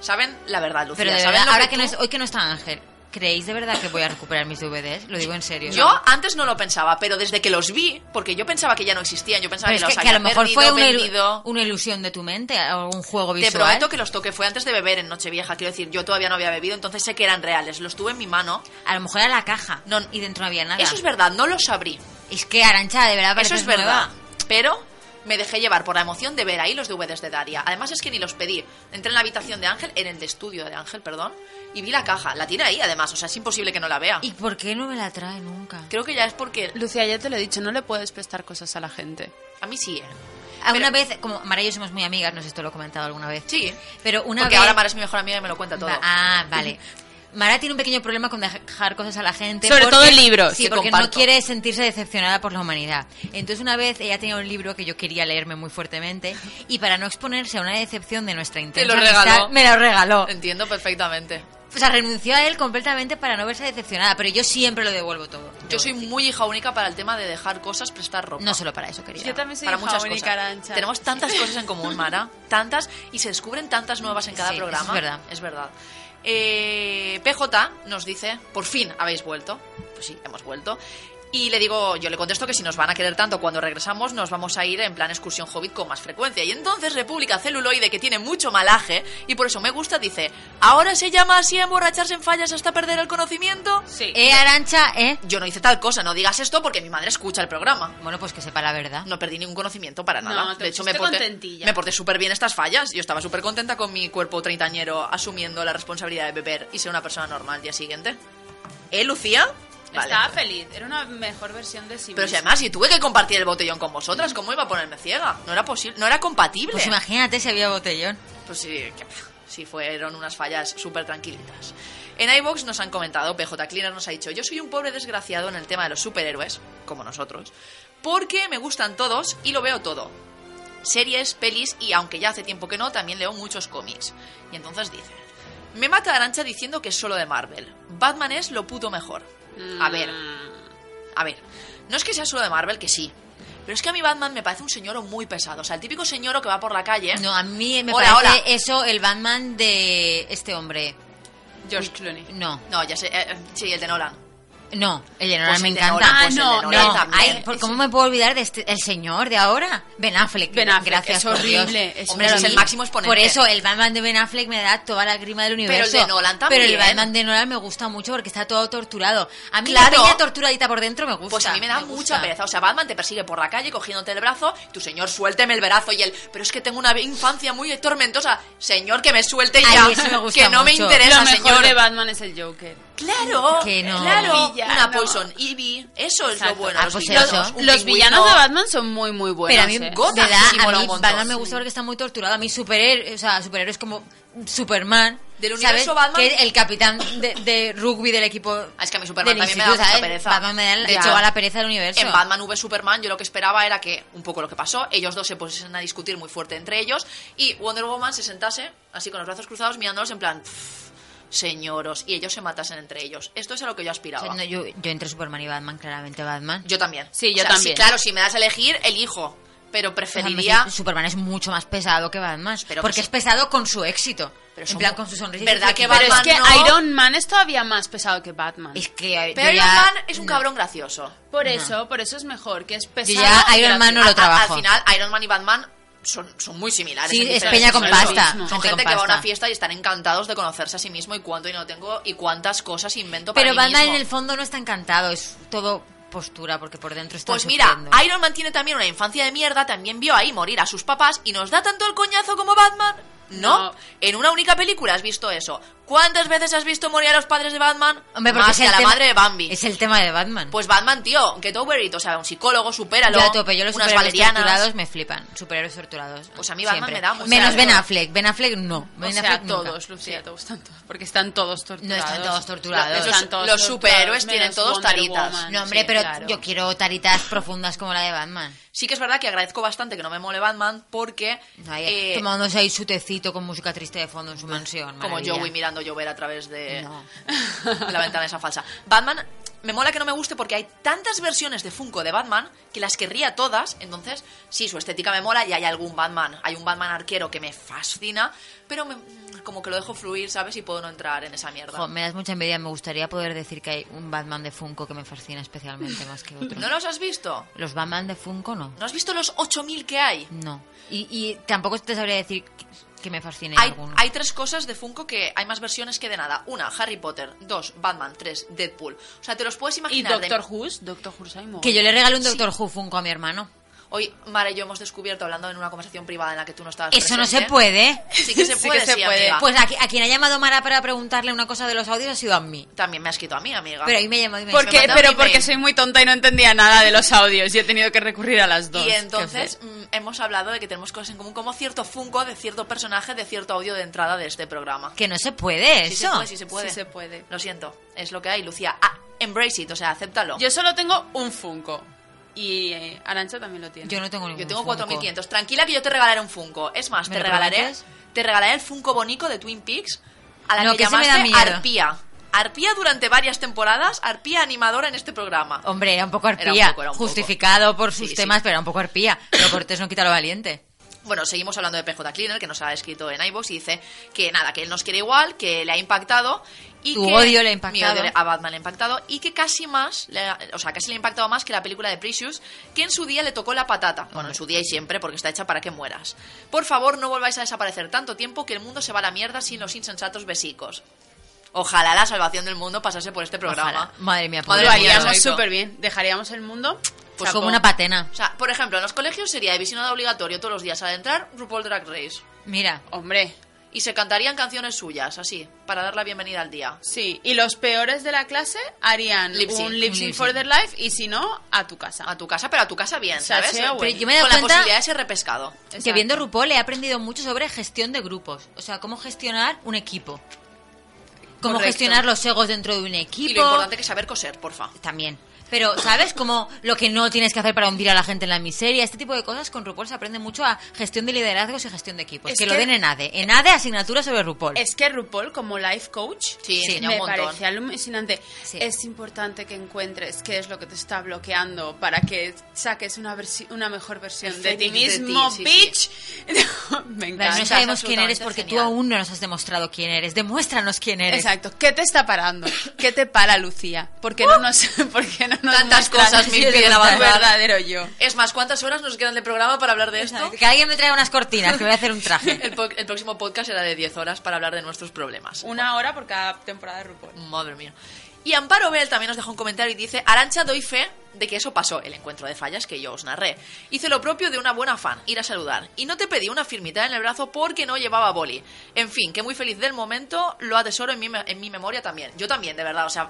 Speaker 5: ¿Saben la verdad, Lucía?
Speaker 6: Pero de
Speaker 5: ¿Saben
Speaker 6: verdad,
Speaker 5: lo
Speaker 6: ahora que,
Speaker 5: que
Speaker 6: no
Speaker 5: tú-
Speaker 6: es- hoy que no está Ángel, ¿creéis de verdad que voy a recuperar mis DVDs? Lo digo en serio.
Speaker 5: Yo
Speaker 6: ¿no?
Speaker 5: antes no lo pensaba, pero desde que los vi, porque yo pensaba que ya no existían, yo pensaba
Speaker 6: Pero
Speaker 5: que,
Speaker 6: es
Speaker 5: los
Speaker 6: que, que
Speaker 5: había
Speaker 6: a lo mejor
Speaker 5: perdido,
Speaker 6: fue una, ilu-
Speaker 5: vendido.
Speaker 6: una ilusión de tu mente o un juego
Speaker 5: Te
Speaker 6: visual.
Speaker 5: prometo que los toqué fue antes de beber en Nochevieja. Quiero decir, yo todavía no había bebido, entonces sé que eran reales. Los tuve en mi mano.
Speaker 6: A lo mejor era la caja
Speaker 5: No,
Speaker 6: y dentro no había nada.
Speaker 5: Eso es verdad, no los abrí.
Speaker 6: Es que Arancha, de verdad,
Speaker 5: Eso
Speaker 6: pareces
Speaker 5: es verdad.
Speaker 6: nueva.
Speaker 5: Pero me dejé llevar por la emoción de ver ahí los DVDs de Daria. Además es que ni los pedí. Entré en la habitación de Ángel, en el de estudio de Ángel, perdón, y vi la caja. La tiene ahí, además. O sea, es imposible que no la vea.
Speaker 6: ¿Y por qué no me la trae nunca?
Speaker 5: creo que ya es porque...
Speaker 7: Lucía, ya te lo he dicho, no le puedes prestar cosas a la gente.
Speaker 5: A mí sí, ¿eh?
Speaker 6: Alguna vez, como Mara y yo somos muy amigas, no sé si esto lo he comentado alguna vez.
Speaker 5: Sí.
Speaker 6: Pero una
Speaker 5: Porque
Speaker 6: vez...
Speaker 5: ahora Mara es mi mejor amiga y me lo cuenta todo.
Speaker 6: Va- Ah, vale. Mara tiene un pequeño problema con dejar cosas a la gente.
Speaker 7: Sobre todo en libros,
Speaker 6: Sí,
Speaker 5: que
Speaker 6: porque no
Speaker 5: comparto.
Speaker 6: quiere sentirse decepcionada por la humanidad. Entonces, una vez ella tenía un libro que yo quería leerme muy fuertemente y para no exponerse a una decepción de nuestra intensa
Speaker 5: lo
Speaker 6: amistad,
Speaker 5: regaló.
Speaker 6: me lo regaló.
Speaker 5: Entiendo perfectamente.
Speaker 6: O sea, renunció a él completamente para no verse decepcionada, pero yo siempre lo devuelvo todo.
Speaker 5: Yo soy muy hija única para el tema de dejar cosas, prestar ropa.
Speaker 6: No solo para eso, querida.
Speaker 7: Yo también soy
Speaker 5: para
Speaker 7: hija
Speaker 5: muchas
Speaker 7: única,
Speaker 5: cosas.
Speaker 7: Arantxa.
Speaker 5: Tenemos tantas cosas en común, Mara. Tantas. Y se descubren tantas nuevas en cada
Speaker 6: Sí, eso
Speaker 5: programa.
Speaker 6: es verdad.
Speaker 5: Es verdad. Eh, PJ nos dice, por fin habéis vuelto. Pues sí, hemos vuelto. Y le digo, yo le contesto que si nos van a querer tanto cuando regresamos, nos vamos a ir en plan excursión hobbit con más frecuencia. Y entonces República Celuloide, que tiene mucho malaje, y por eso me gusta, dice, ¿ahora se llama así emborracharse en fallas hasta perder el conocimiento?
Speaker 7: Sí.
Speaker 6: Eh, Arancha, eh.
Speaker 5: Yo no hice tal cosa, no digas esto porque mi madre escucha el programa.
Speaker 6: Bueno, pues que sepa la verdad.
Speaker 5: No perdí ningún conocimiento para
Speaker 7: No,
Speaker 5: nada.
Speaker 7: te
Speaker 5: de hecho, me
Speaker 7: pusiste
Speaker 5: porté,
Speaker 7: contentilla.
Speaker 5: me porté súper bien estas fallas. Yo estaba súper contenta con mi cuerpo treintañero asumiendo la responsabilidad de beber y ser una persona normal al día siguiente. ¿Eh, Lucía? Vale.
Speaker 7: Estaba feliz, era una mejor versión de sí
Speaker 5: Pero si
Speaker 7: misma.
Speaker 5: además, si tuve que compartir el botellón con vosotras, ¿cómo iba a ponerme ciega? No era posible, no era compatible.
Speaker 6: Pues imagínate si había botellón.
Speaker 5: Pues sí, que, pf, sí fueron unas fallas súper tranquilitas. En iVox nos han comentado, PJ Cleaner nos ha dicho, yo soy un pobre desgraciado en el tema de los superhéroes, como nosotros, porque me gustan todos y lo veo todo. Series, pelis y, aunque ya hace tiempo que no, también leo muchos cómics. Y entonces dice, me mata Arancha diciendo que es solo de Marvel. Batman es lo puto mejor. A ver, a ver, no es que sea solo de Marvel, que sí. Pero es que a mí Batman me parece un señoro muy pesado. O sea, el típico señoro que va por la calle.
Speaker 6: No, a mí me
Speaker 5: Hola,
Speaker 6: parece
Speaker 5: hola.
Speaker 6: eso el Batman de este hombre.
Speaker 7: George Clooney.
Speaker 6: No,
Speaker 5: No, ya sé. eh, eh, sí, el de Nolan.
Speaker 6: no, el de Nolan
Speaker 5: Pues
Speaker 6: me
Speaker 5: el de
Speaker 6: encanta.
Speaker 5: Nolan,
Speaker 7: Ah,
Speaker 5: pues el de
Speaker 7: no,
Speaker 5: Nolan
Speaker 6: No,
Speaker 5: también.
Speaker 6: ay, ¿por ¿cómo me puedo olvidar de este, el señor de ahora? Ben Affleck.
Speaker 7: Ben Affleck,
Speaker 6: gracias
Speaker 7: es
Speaker 6: por Dios.
Speaker 7: horrible, es
Speaker 5: Hombre, es horrible. el máximo exponente.
Speaker 6: Por eso, el Batman de Ben Affleck me da toda la grima del
Speaker 5: el de
Speaker 6: universo.
Speaker 5: Nolan
Speaker 6: Pero
Speaker 5: también.
Speaker 6: el Batman de Nolan me gusta mucho porque está todo torturado. A mí
Speaker 5: Claro.
Speaker 6: la peña torturadita por dentro me gusta.
Speaker 5: Pues a mí me da
Speaker 6: gusta.
Speaker 5: mucha pereza. O sea, Batman te persigue por la calle cogiéndote el brazo. y Tu señor, suélteme el brazo. Y él, pero es que tengo una infancia muy tormentosa. Señor, que me suelte
Speaker 6: Ay,
Speaker 5: ya.
Speaker 6: eso me gusta
Speaker 5: que no me
Speaker 6: mucho.
Speaker 5: interesa,
Speaker 7: Lo mejor
Speaker 5: señor.
Speaker 7: de Batman es el Joker.
Speaker 5: Claro,
Speaker 6: Que no.
Speaker 5: claro.
Speaker 7: Un villano.
Speaker 5: Una Poison Ivy. Eso es lo
Speaker 7: Exacto.
Speaker 5: bueno.
Speaker 6: Ah,
Speaker 5: los
Speaker 6: pues
Speaker 5: villanos,
Speaker 6: eso.
Speaker 5: un
Speaker 7: Los
Speaker 5: pingüino.
Speaker 7: villanos de Batman son muy, muy buenos.
Speaker 6: Pero a mí,
Speaker 7: ¿eh?
Speaker 5: Gotham
Speaker 6: de verdad,
Speaker 5: sí
Speaker 6: a
Speaker 5: mola
Speaker 6: mí
Speaker 5: un montón.
Speaker 6: Batman me gusta porque está muy torturado. A mí superhéroe, o sea, superhéroes como Superman.
Speaker 5: Del
Speaker 6: ¿sabes?
Speaker 5: universo Batman.
Speaker 6: Que es el capitán de, de rugby del equipo.
Speaker 5: Ah, es que a mí Superman
Speaker 6: del
Speaker 5: también me
Speaker 6: instituto,
Speaker 5: da mucha
Speaker 6: ¿sabes?
Speaker 5: pereza.
Speaker 6: Batman me da el-
Speaker 5: De
Speaker 6: de
Speaker 5: hecho,
Speaker 6: toda la pereza del universo.
Speaker 5: En Batman V Superman yo lo que esperaba era que, un poco lo que pasó, ellos dos se pusiesen a discutir muy fuerte entre ellos y Wonder Woman se sentase así con los brazos cruzados mirándolos en plan, "Pff, señoros, y ellos se matasen entre ellos. Esto es a lo que yo
Speaker 6: O
Speaker 5: aspiraba.
Speaker 6: sea, no, yo, yo entre Superman y Batman, claramente Batman.
Speaker 5: Yo también.
Speaker 7: Sí,
Speaker 5: O
Speaker 7: yo
Speaker 5: sea,
Speaker 7: también.
Speaker 5: claro, si me das a elegir, elijo, pero
Speaker 6: O sea, me-
Speaker 5: preferiría...
Speaker 6: Superman es mucho más pesado que Batman.
Speaker 5: Pero
Speaker 6: porque
Speaker 5: que
Speaker 6: es pesado con su éxito.
Speaker 5: Pero
Speaker 6: en
Speaker 5: son-
Speaker 6: plan, con su sonrisa. y su
Speaker 5: ¿Verdad que
Speaker 6: flexibilidad.
Speaker 7: Pero es que
Speaker 5: Batman no.
Speaker 7: Iron Man es todavía más pesado que Batman.
Speaker 6: Es que.
Speaker 5: Pero
Speaker 6: yo
Speaker 5: Iron
Speaker 6: ya-
Speaker 5: Man es un
Speaker 6: no.
Speaker 5: cabrón gracioso.
Speaker 7: Por eso, por eso es mejor, que es pesado.
Speaker 6: ya
Speaker 7: y
Speaker 6: Iron Man no
Speaker 7: gracioso.
Speaker 6: lo
Speaker 5: A- a-
Speaker 6: trabajo.
Speaker 5: Al final, Iron Man y Batman son, son muy similares.
Speaker 6: Sí,
Speaker 5: en
Speaker 6: es
Speaker 5: diferentes
Speaker 6: peña con
Speaker 5: aspectos.
Speaker 6: pasta,
Speaker 5: Son
Speaker 6: gente
Speaker 5: gente,
Speaker 6: con
Speaker 5: que va a una
Speaker 6: pasta.
Speaker 5: fiesta y están encantados de conocerse a sí mismo y cuánto dinero tengo y cuántas cosas invento para
Speaker 6: Pero
Speaker 5: mí
Speaker 6: Batman en
Speaker 5: mismo.
Speaker 6: el fondo no está encantado, es todo postura, porque por dentro está
Speaker 5: Pues mira,
Speaker 6: sufriendo.
Speaker 5: Iron Man tiene también una infancia de mierda, también vio ahí morir a sus papás y nos da tanto el coñazo como Batman. ¿No?
Speaker 7: No.
Speaker 5: En una única película has visto eso. ¿Cuántas veces has visto morir a los padres de Batman?
Speaker 6: Hombre, porque
Speaker 5: Más
Speaker 6: es
Speaker 5: que
Speaker 6: el
Speaker 5: a la
Speaker 6: tema-
Speaker 5: madre de Bambi.
Speaker 6: Es el tema de Batman.
Speaker 5: Pues Batman, tío, get over it. O sea, un psicólogo, supéralo.
Speaker 6: yo a tope, yo los
Speaker 5: unas
Speaker 6: superhéroes
Speaker 5: valerianas.
Speaker 6: torturados me flipan. Superhéroes torturados.
Speaker 5: Pues a mí Batman
Speaker 6: siempre.
Speaker 5: me da mucho
Speaker 6: Menos
Speaker 5: asco.
Speaker 6: Ben Affleck. Ben Affleck no. Ben
Speaker 7: Ah, O sea,
Speaker 6: Affleck nunca.
Speaker 7: todos, Lucía, te gustan todos. Porque están todos torturados.
Speaker 6: No están todos torturados.
Speaker 5: Los- los superhéroes tienen
Speaker 7: menos
Speaker 5: todos
Speaker 7: Wonder
Speaker 5: taritas.
Speaker 7: Woman,
Speaker 6: No, hombre,
Speaker 7: sí,
Speaker 6: pero
Speaker 7: claro.
Speaker 6: yo quiero taritas profundas como la de Batman.
Speaker 5: Sí que es verdad que agradezco bastante que no me mole Batman porque...
Speaker 6: Ahí,
Speaker 5: eh,
Speaker 6: tomándose ahí su tecito con música triste de fondo en su mansión.
Speaker 5: como
Speaker 6: maravilla.
Speaker 5: Joey mirando llover a través de
Speaker 6: No.
Speaker 5: la ventana esa falsa. Batman, me mola que no me guste porque hay tantas versiones de Funko de Batman que las querría todas. Entonces, sí, su estética me mola y hay algún Batman. Hay un Batman arquero que me fascina, pero me- como que lo dejo fluir, ¿sabes? Y puedo no entrar en esa mierda.
Speaker 6: Jo, me das mucha envidia. Me gustaría poder decir que hay un Batman de Funko que me fascina especialmente más que otro.
Speaker 5: ¿No los has visto?
Speaker 6: Los Batman de Funko no.
Speaker 5: ¿No has visto los 8.000 que hay?
Speaker 6: No. Y, y tampoco te sabría decir que- que me fascine
Speaker 5: Hay,
Speaker 6: alguno.
Speaker 5: hay tres cosas de Funko que hay más versiones que de nada. Una, Harry Potter. Dos, Batman. Tres, Deadpool. O sea, te los puedes
Speaker 7: Y
Speaker 5: imaginar. de-
Speaker 7: Doctor Who, Doctor Who hay mogollón.
Speaker 6: Que yo le regalé un Doctor Who Funko a mi hermano.
Speaker 5: Hoy, Mara y yo hemos descubierto, hablando en una conversación privada en la que tú no estabas
Speaker 6: Eso no se
Speaker 5: presente-
Speaker 6: puede.
Speaker 5: Sí que se
Speaker 7: Sí que
Speaker 5: puede, sí,
Speaker 7: se puede.
Speaker 5: amiga.
Speaker 6: Pues a, qui- a quien ha llamado Mara para preguntarle una cosa de los audios ha sido a mí.
Speaker 5: También me has escrito a mí, amiga.
Speaker 6: Pero ahí me ha llamado y me ha
Speaker 7: ¿Por
Speaker 6: dicho,
Speaker 7: qué?
Speaker 5: mandaron
Speaker 7: Pero
Speaker 5: un
Speaker 7: porque
Speaker 5: email.
Speaker 7: soy muy tonta y no entendía nada de los audios y he tenido que recurrir a las dos.
Speaker 5: y
Speaker 7: Qué
Speaker 5: entonces
Speaker 7: feo.
Speaker 5: mm, hemos hablado de que tenemos cosas en común, como cierto Funko de cierto personaje de cierto audio de entrada de este programa.
Speaker 6: Que no se puede
Speaker 5: Sí se
Speaker 6: eso.
Speaker 5: puede, sí se puede.
Speaker 7: Sí se puede.
Speaker 5: Lo siento, es lo que hay, Lucía. Ah, embrace it, o sea, acéptalo.
Speaker 7: Yo solo tengo un Funko. Y Arancha también lo tiene.
Speaker 6: Yo no tengo ningún
Speaker 5: Yo tengo
Speaker 6: Funko.
Speaker 5: 4.500. Tranquila que yo te regalaré un Funko. Es más,
Speaker 6: ¿Me
Speaker 5: te
Speaker 6: lo
Speaker 5: regalaré
Speaker 6: prometes?
Speaker 5: te regalaré el Funko Bonico de Twin Peaks a la
Speaker 6: No,
Speaker 5: que,
Speaker 6: que ese me
Speaker 5: llamaste
Speaker 6: da miedo.
Speaker 5: Arpía. Arpía durante varias temporadas, Arpía animadora en este programa.
Speaker 6: Hombre, era un poco
Speaker 5: Era un
Speaker 6: arpía.
Speaker 5: poco, era un poco.
Speaker 6: Justificado por sus
Speaker 5: Sí, sí.
Speaker 6: temas, pero era un poco arpía. Pero Cortés no quita lo valiente.
Speaker 5: Bueno, seguimos hablando de PJ Cleaner, que nos ha escrito en iVoox y dice que nada, que él nos quiere igual, que le ha impactado. Y
Speaker 6: Tu
Speaker 5: que
Speaker 6: odio le ha
Speaker 5: mi
Speaker 6: impactado.
Speaker 5: odio le- a Batman le ha impactado y que casi más, le ha- o sea, casi le ha impactado más que la película de Precious, que en su día le tocó la patata. Bueno, en su día y siempre, porque está hecha para que mueras. Por favor, no volváis a desaparecer tanto tiempo que el mundo se va a la mierda sin los insensatos besicos. Ojalá la salvación del mundo pasase por este programa.
Speaker 6: Ojalá. Madre mía,
Speaker 5: Madre
Speaker 6: pobre
Speaker 5: mía, lo
Speaker 6: mundo.
Speaker 7: Lo
Speaker 5: he
Speaker 7: haríamos
Speaker 5: dicho.
Speaker 7: súper bien. Dejaríamos el mundo.
Speaker 6: Pues
Speaker 5: Chapo.
Speaker 6: como una patena.
Speaker 5: O sea, por ejemplo, en los colegios sería de visionado obligatorio todos los días al entrar RuPaul Drag Race.
Speaker 6: Mira,
Speaker 7: Hombre,
Speaker 5: Y se cantarían canciones suyas, así, para dar la bienvenida al día.
Speaker 7: sí. Y los peores de la clase harían
Speaker 5: Lip sync.
Speaker 7: un lip
Speaker 6: Un lip
Speaker 7: sync for their life y si no, a tu casa.
Speaker 5: A tu casa, pero a tu casa bien,
Speaker 7: Saseo,
Speaker 5: ¿sabes?
Speaker 7: Pero
Speaker 5: Con
Speaker 7: yo
Speaker 6: me he dado
Speaker 5: la
Speaker 6: cuenta-
Speaker 5: posibilidad de ser repescado.
Speaker 6: que
Speaker 7: Exacto.
Speaker 6: viendo RuPaul he aprendido mucho sobre gestión de grupos. O sea, cómo gestionar un equipo. Cómo
Speaker 7: Correcto.
Speaker 6: gestionar los egos dentro de un
Speaker 5: Y
Speaker 6: equipo.
Speaker 5: lo importante que es saber coser, porfa.
Speaker 6: También. Pero, ¿sabes? Como lo que no tienes que hacer para hundir a la gente en la miseria. Este tipo de cosas con RuPaul se aprende mucho a gestión de liderazgos y gestión de equipos.
Speaker 7: Es
Speaker 6: que, lo
Speaker 7: que-
Speaker 6: den en ADE. En ADE, asignatura sobre RuPaul.
Speaker 7: Es que RuPaul, como life coach,
Speaker 5: Sí,
Speaker 6: Sí,
Speaker 5: enseña
Speaker 7: me
Speaker 5: un montón.
Speaker 7: parece alucinante.
Speaker 6: Sí.
Speaker 7: Es importante que encuentres qué es lo que te está bloqueando para que saques una, versi- una mejor versión
Speaker 5: El
Speaker 7: de ti
Speaker 5: fénix de ti,
Speaker 7: mismo,
Speaker 5: sí, sí.
Speaker 7: bitch. me
Speaker 6: Pero
Speaker 7: encanta.
Speaker 6: no sabemos
Speaker 5: absolutamente
Speaker 6: quién eres porque tú
Speaker 5: genial.
Speaker 6: aún no nos has demostrado quién eres. Demuéstranos quién eres.
Speaker 7: Exacto. ¿Qué te está parando? ¿Qué te para, Lucía? ¿Por qué no nos, por qué no nos
Speaker 5: ¡Oh! Tantas
Speaker 7: muestras
Speaker 5: cosas me
Speaker 7: quién es
Speaker 5: impiden
Speaker 7: tu
Speaker 5: avanzar.
Speaker 7: verdadero yo?
Speaker 5: Es más, ¿cuántas horas nos quedan de programa para hablar de esto?
Speaker 6: Que alguien me traiga unas cortinas, que voy a hacer un traje.
Speaker 5: El, po- el próximo podcast será de 10 horas para hablar de nuestros problemas.
Speaker 7: Una hora por cada temporada de RuPaul.
Speaker 5: Madre mía. Y Amparo Bell también nos dejó un comentario y dice, Arancha, doy fe de que eso pasó, el encuentro de fallas que yo os narré. Hice lo propio de una buena fan, ir a saludar. Y no te pedí una firmita en el brazo porque no llevaba boli. En fin, que muy feliz del momento, lo atesoro en mi, me- en mi memoria también. Yo también, de verdad, o sea,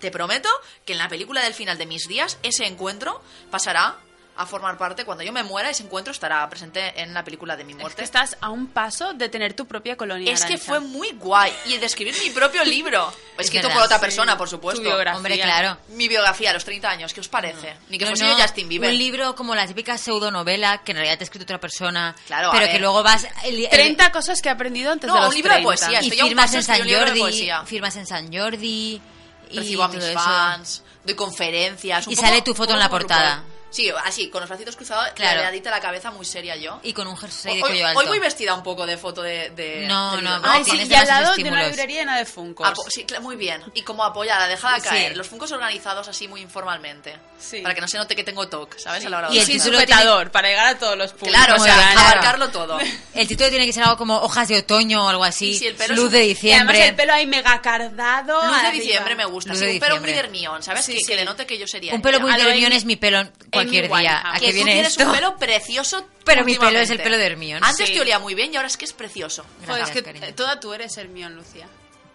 Speaker 5: te prometo que en la película del final de mis días, ese encuentro pasará a formar parte, cuando yo me muera, ese encuentro estará presente en la película de mi
Speaker 7: Es
Speaker 5: muerte.
Speaker 7: que estás a un paso de tener tu propia colonia.
Speaker 5: Es que
Speaker 7: Arantxa.
Speaker 5: fue muy guay. Y de escribir mi propio libro. Escrito
Speaker 6: verdad,
Speaker 5: por otra
Speaker 6: sí.
Speaker 5: persona, por supuesto.
Speaker 7: Tu biografía.
Speaker 6: Hombre, claro.
Speaker 5: Mi biografía a los 30 años, ¿qué os parece? Ni que
Speaker 6: No,
Speaker 5: fuese
Speaker 6: no,
Speaker 5: yo Justin Bieber.
Speaker 6: Un libro como la típica pseudonovela que en realidad te ha escrito otra persona,
Speaker 5: Claro, a
Speaker 6: pero
Speaker 5: ver.
Speaker 6: que luego vas... el- el-
Speaker 7: 30 cosas que he aprendido antes
Speaker 5: No,
Speaker 7: de los
Speaker 5: un libro de
Speaker 7: 30.
Speaker 5: poesía.
Speaker 6: y
Speaker 5: Estoy a un
Speaker 6: firmas
Speaker 5: paso de
Speaker 6: en San
Speaker 5: escribir un libro de
Speaker 6: Jordi,
Speaker 5: poesía.
Speaker 6: firmas en San Jordi y
Speaker 5: Recibo a mis
Speaker 6: todo eso.
Speaker 5: fans, doy conferencias. un
Speaker 6: Y
Speaker 5: poco-
Speaker 6: sale tu foto
Speaker 5: un
Speaker 6: en la
Speaker 5: poco
Speaker 6: portada.
Speaker 5: RuPaul. Sí, así, con los bracitos cruzados,
Speaker 6: Claro.
Speaker 5: ladeadita la cabeza, muy seria yo.
Speaker 6: Y con un jersey de
Speaker 5: Hoy-
Speaker 6: cuello
Speaker 5: hoy,
Speaker 6: alto.
Speaker 5: voy vestida un poco de foto de... de-
Speaker 6: No,
Speaker 5: de
Speaker 6: no,
Speaker 5: libro.
Speaker 6: va,
Speaker 7: Ay,
Speaker 5: Ah,
Speaker 7: sí,
Speaker 6: tienes
Speaker 7: y al
Speaker 6: demasiados
Speaker 7: lado de una
Speaker 6: estímulos.
Speaker 7: librería llena de Funkos.
Speaker 5: Apo- pues sí, cla- muy bien. Y como apoyada, déjala
Speaker 6: Sí.
Speaker 5: caer. Los funcos organizados así muy informalmente.
Speaker 7: Sí.
Speaker 5: Para que no se note que tengo TOC, ¿sabes? A la hora de
Speaker 7: Y
Speaker 6: el
Speaker 5: cocinar.
Speaker 7: sin
Speaker 6: título tiene-
Speaker 7: sujetador, para llegar a todos los públicos.
Speaker 5: Claro, o sea,
Speaker 6: Claro.
Speaker 5: abarcarlo todo.
Speaker 6: El título tiene que ser algo como hojas de otoño o algo así.
Speaker 5: Y si el pelo
Speaker 6: luz
Speaker 5: es un-
Speaker 6: de
Speaker 7: Y además
Speaker 6: diciembre.
Speaker 7: el pelo ahí mega cardado.
Speaker 5: Luz de
Speaker 7: arriba.
Speaker 5: diciembre me gusta.
Speaker 6: Luz
Speaker 5: Sí,
Speaker 6: de
Speaker 5: un pelo muy
Speaker 6: diciembre.
Speaker 5: de ermión, ¿sabes?
Speaker 7: Sí,
Speaker 5: que,
Speaker 7: sí.
Speaker 5: que denote que yo sería.
Speaker 6: un pelo muy
Speaker 7: a
Speaker 6: de
Speaker 7: lo
Speaker 6: Hermione
Speaker 7: Amy-
Speaker 6: es mi pelo cualquier
Speaker 7: Amy
Speaker 6: día.
Speaker 7: Winehouse.
Speaker 6: ¿A
Speaker 5: Que
Speaker 6: qué
Speaker 5: tú
Speaker 6: viene
Speaker 5: tienes
Speaker 6: esto?
Speaker 5: un pelo precioso.
Speaker 6: Pero mi pelo es el
Speaker 5: últimamente.
Speaker 6: pelo de Hermione.
Speaker 5: Antes
Speaker 7: Sí.
Speaker 5: te olía muy bien y ahora es que es precioso.
Speaker 7: Joder, es
Speaker 6: Gracias,
Speaker 7: que
Speaker 6: cariño.
Speaker 7: eh, toda tú eres Hermión, Lucía.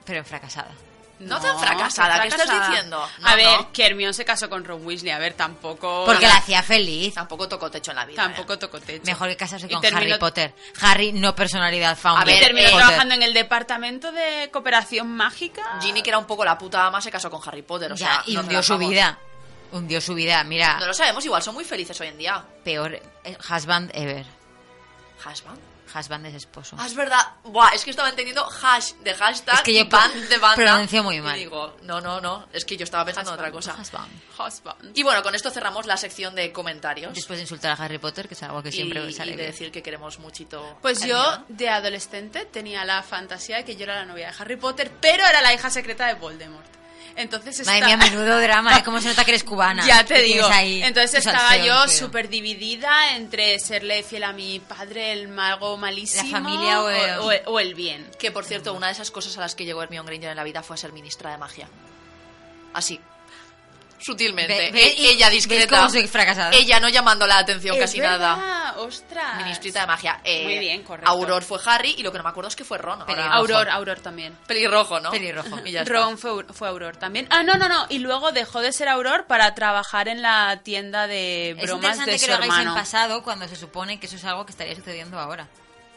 Speaker 6: Pero fracasada.
Speaker 5: No, tan fracasada, ¿qué estás diciendo? No,
Speaker 7: a ver,
Speaker 5: no.
Speaker 7: que Hermión se casó con Ron Weasley, a ver, tampoco...
Speaker 6: Porque la hacía feliz.
Speaker 5: Tampoco tocó techo en la vida.
Speaker 7: Tampoco
Speaker 5: ¿eh?
Speaker 7: tocó techo.
Speaker 6: Mejor que casarse
Speaker 7: Y
Speaker 6: con
Speaker 7: terminó-
Speaker 6: Harry Potter. Harry, no personalidad founder.
Speaker 5: A ver,
Speaker 7: Y terminó
Speaker 5: eh,
Speaker 6: Potter.
Speaker 7: trabajando en el departamento de cooperación mágica.
Speaker 5: ¿eh? Ginny, que era un poco la puta ama, se casó con Harry Potter. O sea,
Speaker 6: Ya, y
Speaker 5: nos
Speaker 6: hundió su
Speaker 5: relajamos.
Speaker 6: vida. Hundió su vida. Mira,
Speaker 5: No lo sabemos, igual son muy felices hoy en día.
Speaker 6: peor eh, husband ever.
Speaker 5: Hashband.
Speaker 6: Husband es esposo.
Speaker 5: Ah, es verdad. Buah, es que estaba entendiendo hash de hashtag
Speaker 6: Es que yo
Speaker 5: y band de banda.
Speaker 6: pronuncio muy mal.
Speaker 5: Y digo, no, no, no. Es que yo estaba pensando en otra cosa.
Speaker 6: Husband.
Speaker 7: Husband.
Speaker 5: Y bueno, con esto cerramos la sección de comentarios.
Speaker 6: Después de insultar a Harry Potter, que es algo que siempre me
Speaker 5: y,
Speaker 6: sale
Speaker 5: y de
Speaker 6: bien.
Speaker 5: decir que queremos muchito.
Speaker 7: Pues
Speaker 5: a
Speaker 7: yo,
Speaker 5: Hermione.
Speaker 7: de adolescente, tenía la fantasía de que yo era la novia de Harry Potter, pero era la hija secreta de Voldemort. Entonces
Speaker 6: Madre
Speaker 7: esta-
Speaker 6: mía, menudo drama, ¿eh? Cómo se nota que eres cubana.
Speaker 7: Ya te
Speaker 6: Que tienes
Speaker 7: digo.
Speaker 6: ahí
Speaker 7: Entonces
Speaker 6: tu
Speaker 7: estaba
Speaker 6: salseo
Speaker 7: yo
Speaker 6: incluido.
Speaker 7: súper dividida entre serle fiel a mi padre, el mago malísimo,
Speaker 6: La familia o el-
Speaker 7: o, o- o el bien.
Speaker 5: Que por cierto, una de esas cosas a las que llegó Hermione Granger en la vida fue a ser ministra de magia. Así. Sutilmente.
Speaker 6: Ve- ve-
Speaker 5: E- ella
Speaker 6: ¿ves
Speaker 5: discreta.
Speaker 6: cómo soy fracasada?
Speaker 5: Ella no llamando la atención
Speaker 7: Es
Speaker 5: casi
Speaker 7: verdad,
Speaker 5: nada.
Speaker 7: ostras.
Speaker 5: Ministrita de magia. Eh,
Speaker 7: Muy bien, correcto.
Speaker 5: Auror fue Harry y lo que no me acuerdo es que fue Ron. ahora.
Speaker 6: Pelirrojo.
Speaker 7: Auror, Auror también.
Speaker 5: Pelirrojo, ¿no?
Speaker 6: Pelirrojo.
Speaker 5: Y ya está.
Speaker 7: Ron fue, fue Auror también. Ah, no, no, no. Y luego dejó de ser Auror para trabajar en la tienda de
Speaker 6: Es
Speaker 7: bromas
Speaker 6: interesante
Speaker 7: de
Speaker 6: que
Speaker 7: su
Speaker 6: lo hagáis
Speaker 7: hermano.
Speaker 6: en pasado cuando se supone que eso es algo que estaría sucediendo ahora.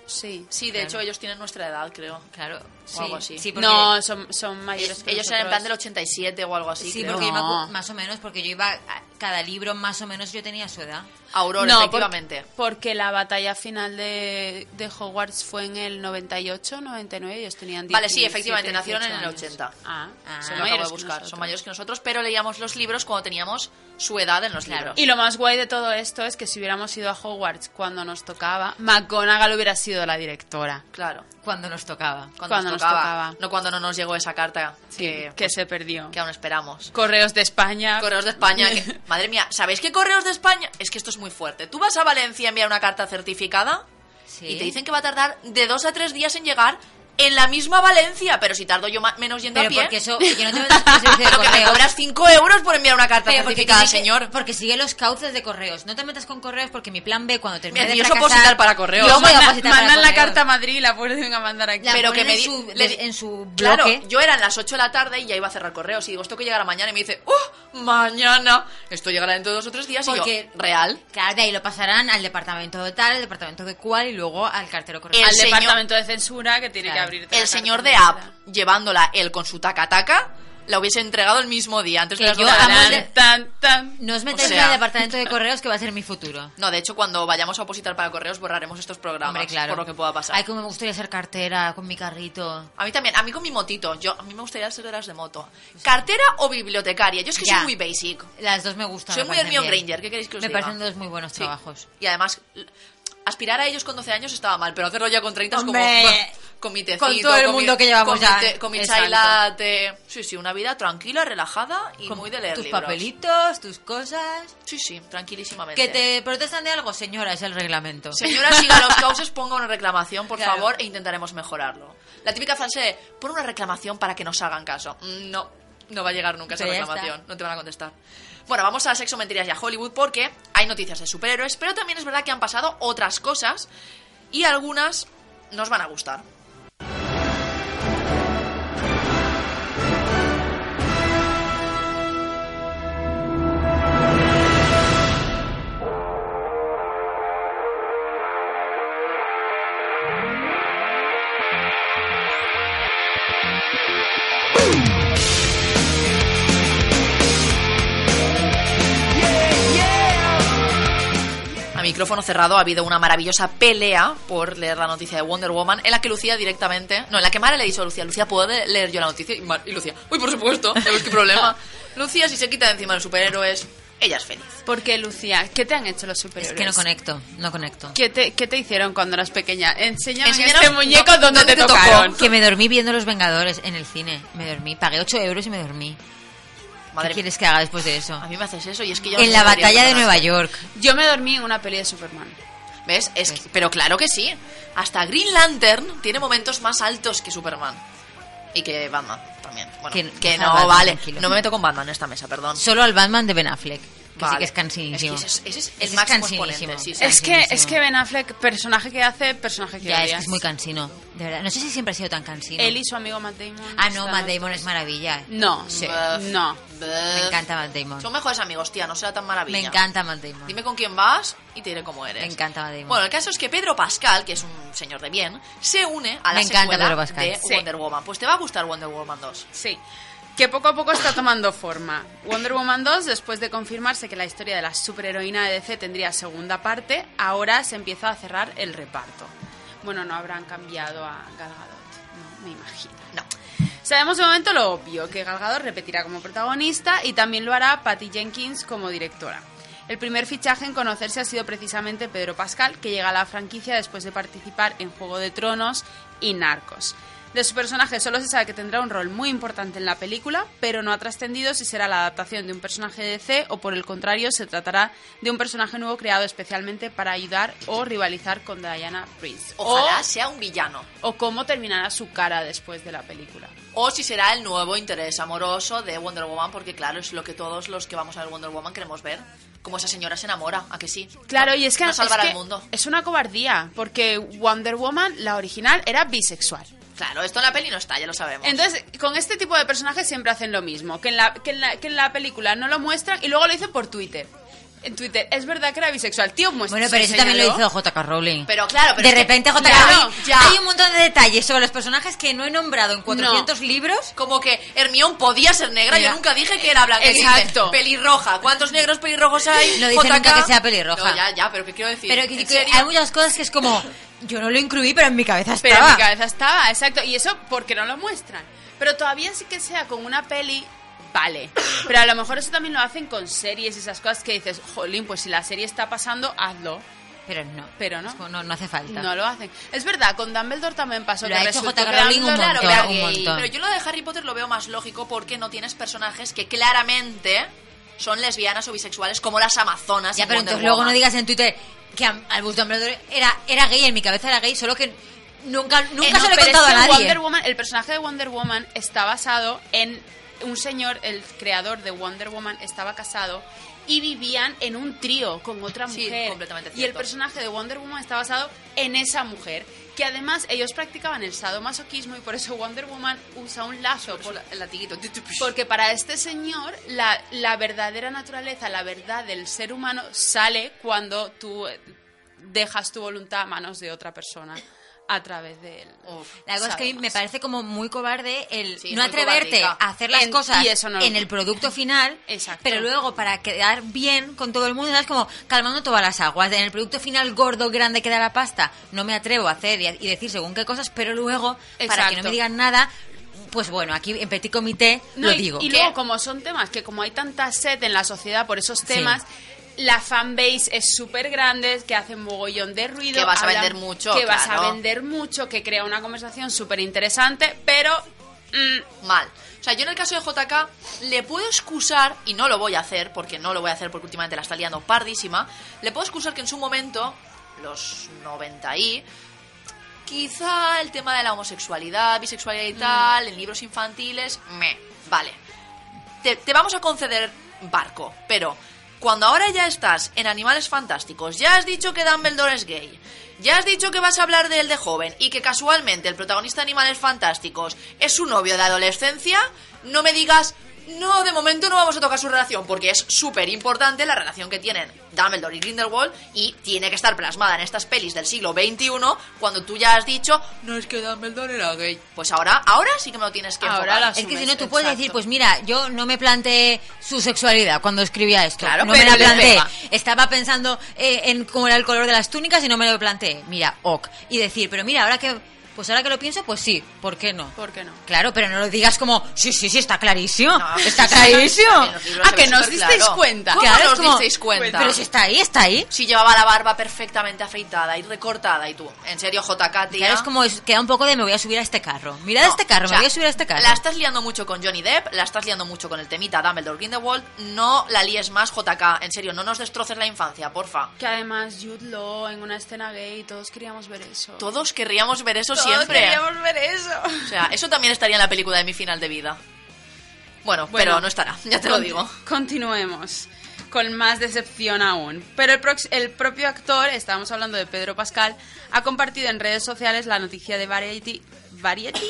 Speaker 7: Sí.
Speaker 5: Sí, de hecho ellos tienen nuestra edad, creo.
Speaker 6: Claro.
Speaker 5: O algo así.
Speaker 6: Sí, porque-
Speaker 7: No, son, son mayores.
Speaker 5: Ellos,
Speaker 7: que
Speaker 5: ellos eran en plan
Speaker 7: nosotros.
Speaker 5: del 87 o algo así.
Speaker 6: Sí,
Speaker 5: creo.
Speaker 6: porque yo me acu-
Speaker 7: No.
Speaker 6: más o menos, porque yo iba a cada libro, más o menos yo tenía su edad.
Speaker 5: Aurora,
Speaker 7: No, por-
Speaker 5: efectivamente.
Speaker 7: Porque, la batalla final de, de Hogwarts fue en el 98, 99, ellos tenían 10.
Speaker 5: Vale, sí, efectivamente, nacieron en el 80.
Speaker 7: Ah,
Speaker 6: Ah,
Speaker 5: Se
Speaker 7: son
Speaker 5: lo acabo
Speaker 7: mayores
Speaker 5: de
Speaker 7: que
Speaker 5: buscar. Son
Speaker 7: nosotros.
Speaker 5: mayores que nosotros, pero leíamos los libros cuando teníamos su edad en los libros.
Speaker 7: Y lo más guay de todo esto es que si hubiéramos ido a Hogwarts cuando nos tocaba, McGonagall hubiera sido la directora.
Speaker 5: Claro.
Speaker 6: Cuando nos tocaba.
Speaker 5: Cuando, nos, tocaba, No cuando no nos llegó esa carta que,
Speaker 7: que, se perdió.
Speaker 5: pues, que aún esperamos.
Speaker 7: Correos de España.
Speaker 5: Correos de España. que- madre mía, ¿sabéis qué correos de España? Es que esto es muy fuerte. Tú vas a Valencia a enviar una carta certificada
Speaker 6: Sí.
Speaker 5: y te dicen que va a tardar de dos a tres días en llegar en la misma Valencia, pero si tardo yo ma- menos yendo a
Speaker 6: Pero
Speaker 5: pie.
Speaker 6: porque eso, yo no tengo el servicio de
Speaker 5: Pero que me
Speaker 6: correos.
Speaker 5: cobras 5 euros por enviar una carta
Speaker 6: Pero porque,
Speaker 5: certificada,
Speaker 6: tiene que-
Speaker 5: señor.
Speaker 6: porque sigue los cauces de correos. No te metas con correos porque mi plan B cuando termine
Speaker 5: Mira,
Speaker 6: de
Speaker 5: yo soy
Speaker 6: fracasar...
Speaker 5: opositar para correos.
Speaker 6: Yo
Speaker 5: Yo
Speaker 6: soy
Speaker 5: manda-
Speaker 6: opositar para
Speaker 7: Mandan la
Speaker 6: correos.
Speaker 7: carta a Madrid y la pueden a mandar aquí.
Speaker 6: La
Speaker 5: pero que
Speaker 6: ponen
Speaker 5: me
Speaker 6: en
Speaker 5: di-
Speaker 6: su,
Speaker 5: le di-
Speaker 6: en su bloque.
Speaker 5: Claro, yo eran las 8 de la tarde y ya iba a cerrar correos. Y digo, esto que llegará mañana. Y me dice, ¡uh! Mañana. Esto llegará dentro de dos o tres días.
Speaker 6: Porque-
Speaker 5: Y yo, ¿real?
Speaker 6: Claro, de ahí lo pasarán al departamento de tal, al departamento de cual y luego al cartero correo.
Speaker 5: El
Speaker 7: al
Speaker 5: señor-
Speaker 7: departamento de censura que tiene
Speaker 6: Claro.
Speaker 7: que abrir.
Speaker 5: El señor de App, llevándola él con su taca-taca, la hubiese entregado el mismo día. Antes de
Speaker 6: Que
Speaker 5: las
Speaker 6: yo
Speaker 5: doce de la
Speaker 6: amo el
Speaker 5: tarde.
Speaker 6: de-
Speaker 7: Tan, tan.
Speaker 6: No os metáis
Speaker 5: Eh, O sea-
Speaker 6: en el departamento de correos que va a ser mi futuro.
Speaker 5: No, de hecho, cuando vayamos a opositar para correos, borraremos estos programas.
Speaker 6: Hombre, claro.
Speaker 5: Por lo que pueda pasar.
Speaker 6: Ay, como me gustaría ser cartera con mi carrito.
Speaker 5: A mí también, a mí con mi motito. Yo, a mí me gustaría ser de las de moto. ¿Cartera o bibliotecaria? Yo es que
Speaker 6: Ya.
Speaker 5: soy muy basic.
Speaker 6: Las dos me gustan.
Speaker 5: Soy
Speaker 6: me
Speaker 5: muy
Speaker 6: parecen
Speaker 5: Hermione
Speaker 6: bien.
Speaker 5: Granger, ¿qué queréis que os
Speaker 6: Me
Speaker 5: diga?
Speaker 6: parecen dos muy buenos
Speaker 5: Sí.
Speaker 6: trabajos.
Speaker 5: Y además, l- aspirar a ellos con 12 años estaba mal, pero hacerlo ya con 30 es como...
Speaker 6: Hombre.
Speaker 5: bah, Con mi tecito,
Speaker 6: Con todo el
Speaker 5: mi-
Speaker 6: mundo que llevamos
Speaker 5: con
Speaker 6: ya,
Speaker 5: Mi te- con mi
Speaker 6: es
Speaker 5: chai
Speaker 6: alto.
Speaker 5: latte. Sí, sí, una vida tranquila, relajada y
Speaker 6: Con
Speaker 5: muy de leer
Speaker 6: tus
Speaker 5: libros.
Speaker 6: papelitos, tus cosas.
Speaker 5: Sí, sí, tranquilísimamente.
Speaker 6: Que te protestan de algo, señora, es el reglamento.
Speaker 5: Señora, siga los cauces, ponga una reclamación, por
Speaker 6: Claro.
Speaker 5: favor, e intentaremos mejorarlo. La típica frase de, pon una reclamación para que nos hagan caso. Mm, No, no va a llegar nunca esa
Speaker 6: Pero Pues ya
Speaker 5: reclamación, no te van a contestar. Bueno, vamos a Sexo, Mentiras y a Hollywood porque hay noticias de superhéroes, pero también es verdad que han pasado otras cosas y algunas nos van a gustar. A micrófono cerrado ha habido una maravillosa pelea por leer la noticia de Wonder Woman en la que Lucía directamente, no, en la que Mara le ha dicho a Lucía, Lucía, ¿puedo de- leer yo la noticia? Y, Mar- y Lucía, uy, por supuesto, ¿sabes qué problema? Lucía, si se quita de encima los superhéroes, ella es feliz.
Speaker 7: Porque, Lucía, ¿qué te han hecho los superhéroes?
Speaker 6: Es que no conecto, no conecto.
Speaker 7: ¿Qué te, qué te hicieron cuando eras pequeña? Enséñame
Speaker 5: Enséñanos
Speaker 7: este muñeco
Speaker 5: dó-
Speaker 7: donde
Speaker 5: dónde
Speaker 7: te,
Speaker 5: te tocó.
Speaker 7: tocaron.
Speaker 6: Que me dormí viendo Los Vengadores en el cine. Me dormí. Pagué 8 euros y me dormí. ¿Qué
Speaker 5: Madre mía,
Speaker 6: quieres que haga después de eso?
Speaker 5: a mí me haces eso y es que yo no
Speaker 6: En
Speaker 5: soy
Speaker 6: la
Speaker 5: María
Speaker 6: batalla de
Speaker 5: Fernanda.
Speaker 6: Nueva York.
Speaker 7: Yo me dormí en una peli de Superman.
Speaker 5: ¿Ves? Es
Speaker 6: Pues
Speaker 5: que- pero claro que sí. Hasta Green Lantern tiene momentos más altos que Superman. Y que Batman también. Bueno,
Speaker 6: Que-
Speaker 5: que,
Speaker 6: deja a
Speaker 5: no,
Speaker 6: Batman
Speaker 5: vale.
Speaker 6: tranquilo.
Speaker 5: No me meto con Batman en esta mesa, perdón.
Speaker 6: Solo al Batman de Ben Affleck. Que sí
Speaker 5: Vale.
Speaker 6: que es cansinísimo.
Speaker 5: Es que ese es- ese es el
Speaker 6: Ese
Speaker 5: máximo
Speaker 6: cansinísimo.
Speaker 5: exponente, sí, sí.
Speaker 7: Es que,
Speaker 6: Cansinísimo.
Speaker 7: es que Ben Affleck, personaje que hace, personaje que
Speaker 6: Ya, es que
Speaker 7: odias.
Speaker 6: es muy cansino. De verdad. No sé si siempre ha sido tan cansino.
Speaker 7: Él y su amigo Matt Damon.
Speaker 6: Ah, no,
Speaker 7: están-
Speaker 6: Matt Damon es maravilla.
Speaker 7: No, uh,
Speaker 6: Sí.
Speaker 5: Buff.
Speaker 7: no.
Speaker 6: Me encanta Matt Damon.
Speaker 5: Son mejores amigos, tía, no sea tan maravilla.
Speaker 6: Me encanta Matt Damon.
Speaker 5: Dime con quién vas y te diré cómo eres.
Speaker 6: Me encanta Matt Damon.
Speaker 5: Bueno, el caso es que Pedro Pascal, que es un señor de bien, se une a la
Speaker 6: Me encanta
Speaker 5: secuela
Speaker 6: Pedro Pascal.
Speaker 5: de
Speaker 6: Sí.
Speaker 5: Wonder Woman. Pues te va a gustar Wonder Woman 2.
Speaker 7: Sí. Que poco a poco está tomando forma. Wonder Woman 2, después de confirmarse que la historia de la superheroína de DC tendría segunda parte, ahora se empieza a cerrar el reparto. Bueno, no habrán cambiado a Gal Gadot, no, me imagino.
Speaker 5: No.
Speaker 7: Sabemos de momento lo obvio, que Gal Gadot repetirá como protagonista y también lo hará Patty Jenkins como directora. El primer fichaje en conocerse ha sido precisamente Pedro Pascal, que llega a la franquicia después de participar en Juego de Tronos y Narcos. De su personaje solo se sabe que tendrá un rol muy importante en la película, pero no ha trascendido si será la adaptación de un personaje de DC o por el contrario se tratará de un personaje nuevo creado especialmente para ayudar o rivalizar con Diana Prince.
Speaker 5: Ojalá sea un villano.
Speaker 7: O, o cómo terminará su cara después de la película.
Speaker 5: O si será el nuevo interés amoroso de Wonder Woman, porque claro, es lo que todos los que vamos a ver Wonder Woman queremos ver. Como esa señora se enamora, ¿a que sí?
Speaker 7: Claro, y es que,
Speaker 5: No salvará
Speaker 7: es que
Speaker 5: el mundo.
Speaker 7: es una cobardía, porque Wonder Woman, la original, era bisexual.
Speaker 5: Claro, esto en la peli no está, ya lo sabemos.
Speaker 7: Entonces, con este tipo de personajes siempre hacen lo mismo, que en la, que en la, que en la película no lo muestran y luego lo dicen por Twitter. En Twitter, es verdad que era bisexual, tío, muestra.
Speaker 6: Bueno, pero eso también lo
Speaker 7: enséñalo.
Speaker 6: hizo J.K. Rowling.
Speaker 5: Pero claro, pero
Speaker 6: de
Speaker 5: es que-
Speaker 6: repente J.K.
Speaker 5: Claro,
Speaker 6: Rowling.
Speaker 5: ya.
Speaker 6: Hay un montón de detalles sobre los personajes que no he nombrado en 400 libros.
Speaker 5: Como que Hermión podía ser negra,
Speaker 6: Mira.
Speaker 5: yo nunca dije que era blanca.
Speaker 7: Exacto.
Speaker 5: Dice, Pelirroja. ¿Cuántos negros pelirrojos hay?
Speaker 6: No dice
Speaker 5: JK.
Speaker 6: nunca que sea pelirroja.
Speaker 5: No, ya, ya, pero ¿qué quiero decir?
Speaker 6: Pero que,
Speaker 5: ¿En
Speaker 6: que
Speaker 5: serio?
Speaker 6: hay muchas cosas que es como. Yo no lo incluí, pero en mi cabeza
Speaker 7: Pero
Speaker 6: estaba.
Speaker 7: en mi cabeza estaba, exacto. Y eso porque no lo muestran. Pero todavía sí que sea con una peli, vale. Pero a lo mejor eso también lo hacen con series y esas cosas que dices, jolín, pues si la serie está pasando, hazlo.
Speaker 6: Pero no.
Speaker 7: Pero no.
Speaker 6: Es como, no, no hace falta.
Speaker 7: No lo hacen. Es verdad, con Dumbledore también pasó
Speaker 6: Lo
Speaker 7: que
Speaker 6: ha hecho
Speaker 7: resultó
Speaker 6: J.K.
Speaker 7: que
Speaker 6: Rowling un
Speaker 7: Dumbledore
Speaker 5: Claro,
Speaker 6: montón,
Speaker 5: era
Speaker 7: era
Speaker 6: un
Speaker 5: gay,
Speaker 6: montón.
Speaker 5: Pero yo lo de Harry Potter lo veo más lógico porque no tienes personajes que claramente son lesbianas o bisexuales como las amazonas.
Speaker 6: Ya,
Speaker 5: en
Speaker 6: pero
Speaker 5: Wonder
Speaker 6: entonces luego
Speaker 5: Woman.
Speaker 6: no digas en Twitter que a- Albus Dumbledore era, era gay, en mi cabeza era gay, solo que nunca, nunca
Speaker 7: Eh, no,
Speaker 6: se lo he
Speaker 7: pero es
Speaker 6: contado a
Speaker 7: que
Speaker 6: nadie.
Speaker 7: Wonder Woman- el personaje de Wonder Woman está basado en un señor, el creador de Wonder Woman, estaba casado y vivían en un trío con otra
Speaker 5: Sí,
Speaker 7: mujer.
Speaker 5: completamente
Speaker 7: y el
Speaker 5: cierto.
Speaker 7: personaje de Wonder Woman está basado en esa mujer. Que además ellos practicaban el sadomasoquismo y por eso Wonder Woman usa un lazo. por-
Speaker 5: El latiguito.
Speaker 7: porque para este señor la, la verdadera naturaleza, la verdad del ser humano sale cuando tú eh, dejas tu voluntad a manos de otra persona a través de él.
Speaker 6: La cosa es que a mí me parece como muy cobarde el
Speaker 5: Sí, es
Speaker 6: no
Speaker 5: muy
Speaker 6: atreverte
Speaker 5: cobardica.
Speaker 6: a hacer las
Speaker 7: En-
Speaker 6: cosas
Speaker 7: y eso no lo-
Speaker 6: en el producto final,
Speaker 7: Exacto.
Speaker 6: pero luego para quedar bien con todo el mundo, es como calmando todas las aguas. En el producto final gordo, grande que da la pasta, no me atrevo a hacer y, a- y decir según qué cosas, pero luego, para que no
Speaker 7: Exacto.
Speaker 6: me digan nada, pues bueno, aquí en Petit Comité
Speaker 7: No,
Speaker 6: lo
Speaker 7: y-
Speaker 6: digo.
Speaker 7: Y,
Speaker 5: ¿Qué?
Speaker 7: luego, como son temas que como hay tanta sed en la sociedad por esos temas, la fanbase es súper grande, que hace mogollón de ruido.
Speaker 5: Que vas a
Speaker 7: hablan-
Speaker 5: vender mucho,
Speaker 7: Que vas a
Speaker 5: claro.
Speaker 7: vender mucho, que crea una conversación súper interesante, pero... mm,
Speaker 5: mal. O sea, yo en el caso de JK le puedo excusar, y no lo voy a hacer, porque no lo voy a hacer porque últimamente la está liando pardísima, le puedo excusar que en su momento, los 90 y, quizá el tema de la homosexualidad, bisexualidad y tal, en libros infantiles, me, vale. Te, te vamos a conceder barco, pero cuando ahora ya estás en Animales Fantásticos, ya has dicho que Dumbledore es gay, ya has dicho que vas a hablar de él de joven y que casualmente el protagonista de Animales Fantásticos es su novio de adolescencia, no me digas, no, de momento no vamos a tocar su relación, porque es súper importante la relación que tienen Dumbledore y Grindelwald y tiene que estar plasmada en estas pelis del siglo XXI cuando tú ya has dicho, no es que Dumbledore era gay. Pues ahora, ahora sí que me lo tienes que
Speaker 7: Ahora
Speaker 5: enfocar.
Speaker 7: la
Speaker 6: Es que si
Speaker 7: asumes,
Speaker 6: no, tú puedes
Speaker 7: exacto.
Speaker 6: decir, pues mira, yo no me planteé su sexualidad cuando escribía esto.
Speaker 5: Claro,
Speaker 6: no
Speaker 5: pero
Speaker 6: me la
Speaker 5: le
Speaker 6: planteé.
Speaker 5: pega.
Speaker 6: Estaba pensando eh, en cómo era el color de las túnicas y no me lo planteé. Mira, ok. Y decir, pero mira, ahora que Pues ahora que lo pienso, pues sí, ¿por qué no?
Speaker 7: ¿Por qué no?
Speaker 6: Claro, pero no lo digas como, sí, sí, sí, está clarísimo.
Speaker 5: No,
Speaker 6: está
Speaker 5: sí, sí, sí,
Speaker 6: clarísimo.
Speaker 5: en los libros
Speaker 7: Ah,
Speaker 5: se
Speaker 7: que
Speaker 5: ve
Speaker 7: no os
Speaker 5: superclaro.
Speaker 7: disteis cuenta.
Speaker 5: ¿Cómo
Speaker 6: Claro,
Speaker 5: no
Speaker 6: es
Speaker 5: os
Speaker 6: como,
Speaker 5: disteis cuenta?
Speaker 6: Pero si está ahí, está ahí.
Speaker 5: Si llevaba la barba perfectamente afeitada y recortada y tú, en serio, JK, tía.
Speaker 6: Claro, es como, es- queda un poco de me voy a subir a este carro. Mira
Speaker 5: No,
Speaker 6: este carro,
Speaker 5: o sea,
Speaker 6: me voy a subir a este carro.
Speaker 5: La estás liando mucho con Johnny Depp, la estás liando mucho con el temita Dumbledore Grindelwald. No la líes más, JK. En serio, no nos destroces la infancia, porfa.
Speaker 7: Que además Jude Law en una escena gay, todos queríamos ver eso.
Speaker 5: Todos querríamos ver eso
Speaker 7: Todos
Speaker 5: siempre.
Speaker 7: queríamos ver eso.
Speaker 5: O sea, eso también estaría en la película de mi final de vida. Bueno,
Speaker 7: Bueno,
Speaker 5: pero no estará, ya te lo
Speaker 7: Con-
Speaker 5: digo.
Speaker 7: Continuemos con más decepción aún. Pero el, prox- el propio actor, estábamos hablando de Pedro Pascal, ha compartido en redes sociales la noticia de Variety. Variety,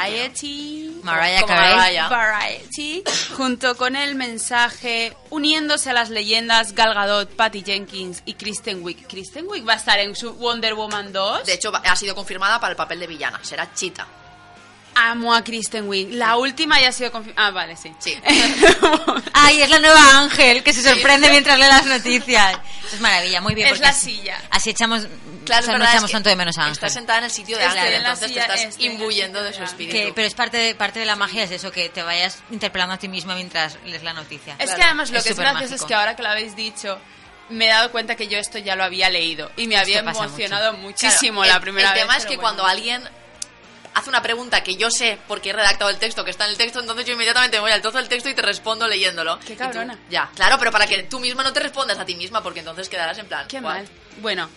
Speaker 7: Variety,
Speaker 6: Mariah
Speaker 5: Como
Speaker 6: Carey.
Speaker 5: Mariah.
Speaker 7: Variety, junto con el mensaje uniéndose a las leyendas Gal Gadot, Patty Jenkins y Kristen Wiig. Kristen Wiig va a estar en su Wonder Woman 2.
Speaker 5: De hecho, va- ha sido confirmada para el papel de villana. Será Chita.
Speaker 7: Amo a Kristen Wiig. La última ya ha sido confirmada. Ah, vale, sí.
Speaker 5: Sí.
Speaker 6: Ay, es la nueva Ángel que se sorprende mientras lee las noticias. Eso es maravilla, muy bien.
Speaker 7: Es
Speaker 6: porque
Speaker 7: la
Speaker 6: así-
Speaker 7: silla.
Speaker 6: Así echamos,
Speaker 5: Claro,
Speaker 6: o sea,
Speaker 5: es
Speaker 6: no
Speaker 5: verdad, es
Speaker 6: echamos
Speaker 5: que
Speaker 6: tanto de menos a Ángel.
Speaker 5: Estás sentada en el sitio de
Speaker 7: Estoy
Speaker 5: Ángel,
Speaker 7: en la
Speaker 5: entonces te
Speaker 7: silla,
Speaker 5: estás
Speaker 7: estoy en la
Speaker 5: imbuyendo
Speaker 7: silla
Speaker 5: de su
Speaker 7: de Ángel.
Speaker 5: espíritu.
Speaker 6: Que- pero es parte de, parte de la magia es eso, que te vayas interpelando a ti misma mientras lees la noticia.
Speaker 7: Es que
Speaker 5: Claro,
Speaker 7: además lo
Speaker 6: es
Speaker 7: que es
Speaker 6: supermágico.
Speaker 7: gracioso es que ahora que lo habéis dicho, me he dado cuenta que yo esto ya lo había leído y me había
Speaker 6: pasa
Speaker 7: emocionado
Speaker 5: Claro,
Speaker 7: muchísimo
Speaker 5: el-
Speaker 7: la primera
Speaker 5: el
Speaker 7: vez.
Speaker 5: tema es
Speaker 7: pero
Speaker 5: que
Speaker 7: bueno.
Speaker 5: cuando alguien hace una pregunta que yo sé porque he redactado el texto, que está en el texto, entonces yo inmediatamente me voy al trozo del texto y te respondo leyéndolo.
Speaker 7: Qué
Speaker 5: Y tú-
Speaker 7: cabrona.
Speaker 5: ya, claro, pero para que tú misma no te respondas a ti misma porque entonces quedarás en plan.
Speaker 7: Qué
Speaker 5: "Guau".
Speaker 7: mal. Bueno,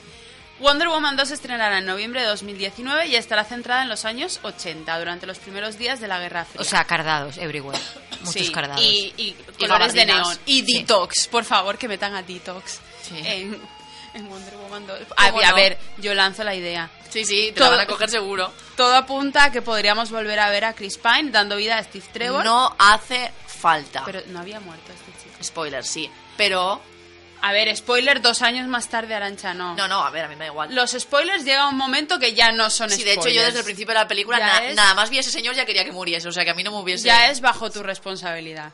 Speaker 7: Wonder Woman 2 se estrenará en noviembre de 2019 y estará centrada en los años 80, durante los primeros días de la Guerra Fría.
Speaker 6: O sea, cardados, everywhere. Muchos
Speaker 7: Sí,
Speaker 6: cardados.
Speaker 7: Y, y colores de
Speaker 5: gabardinas.
Speaker 7: neón. Y
Speaker 6: Sí.
Speaker 7: detox, por favor, que metan a detox.
Speaker 5: Sí.
Speaker 7: En, en Wonder Woman 2. A,
Speaker 5: ¿Cómo
Speaker 7: a
Speaker 5: no?
Speaker 7: ver, yo lanzo la idea.
Speaker 5: Sí, sí, te la
Speaker 7: Todo-
Speaker 5: van a coger seguro.
Speaker 7: Todo apunta a que podríamos volver a ver a Chris Pine dando vida a Steve Trevor.
Speaker 5: No hace falta.
Speaker 7: Pero no había muerto este chico.
Speaker 5: Spoiler, sí. Pero.
Speaker 7: A ver, spoiler, dos años más tarde Arancha no.
Speaker 5: No, no, a ver, a mí me da igual.
Speaker 7: Los spoilers llega un momento que ya no son
Speaker 5: sí, de
Speaker 7: spoilers.
Speaker 5: hecho, yo desde el principio de la película
Speaker 7: Ya
Speaker 5: na-
Speaker 7: es-
Speaker 5: nada más vi a ese señor ya quería que muriese. O sea, que a mí no me hubiese.
Speaker 7: Ya es bajo tu responsabilidad.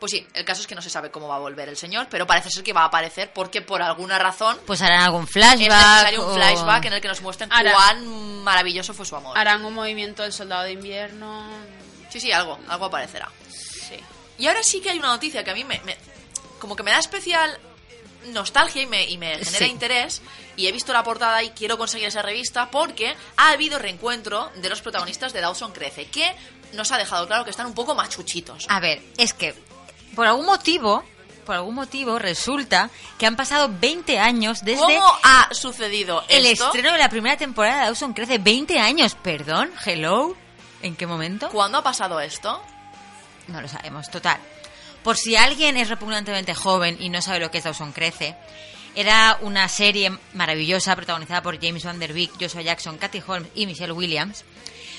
Speaker 5: Pues sí, el caso es que no se sabe cómo va a volver el señor, pero parece ser que va a aparecer porque por alguna razón
Speaker 6: Pues harán algún flashback.
Speaker 5: es necesario
Speaker 6: o-
Speaker 5: un flashback en el que nos muestren
Speaker 7: Ahora-
Speaker 5: cuán maravilloso fue su amor.
Speaker 7: Harán un movimiento del soldado de invierno.
Speaker 5: Sí, sí, algo, algo aparecerá.
Speaker 7: Sí.
Speaker 5: Y ahora sí que hay una noticia que a mí me, me- como que me da especial nostalgia y me, y me genera
Speaker 6: Sí.
Speaker 5: interés. Y he visto la portada y quiero conseguir esa revista porque ha habido reencuentro de los protagonistas de Dawson Crece, que nos ha dejado claro que están un poco machuchitos.
Speaker 6: A ver, es que por algún motivo, por algún motivo resulta que han pasado 20 años desde
Speaker 5: ¿Cómo ha sucedido
Speaker 6: el
Speaker 5: esto?
Speaker 6: estreno de la primera temporada de Dawson Crece. 20 años, perdón, hello. ¿En qué momento?
Speaker 5: ¿Cuándo ha pasado esto?
Speaker 6: No lo sabemos, total. Por si alguien es repugnantemente joven y no sabe lo que es Dawson Crece, era una serie maravillosa protagonizada por James Van Der Beek, Joshua Jackson, Kathy Holmes y Michelle Williams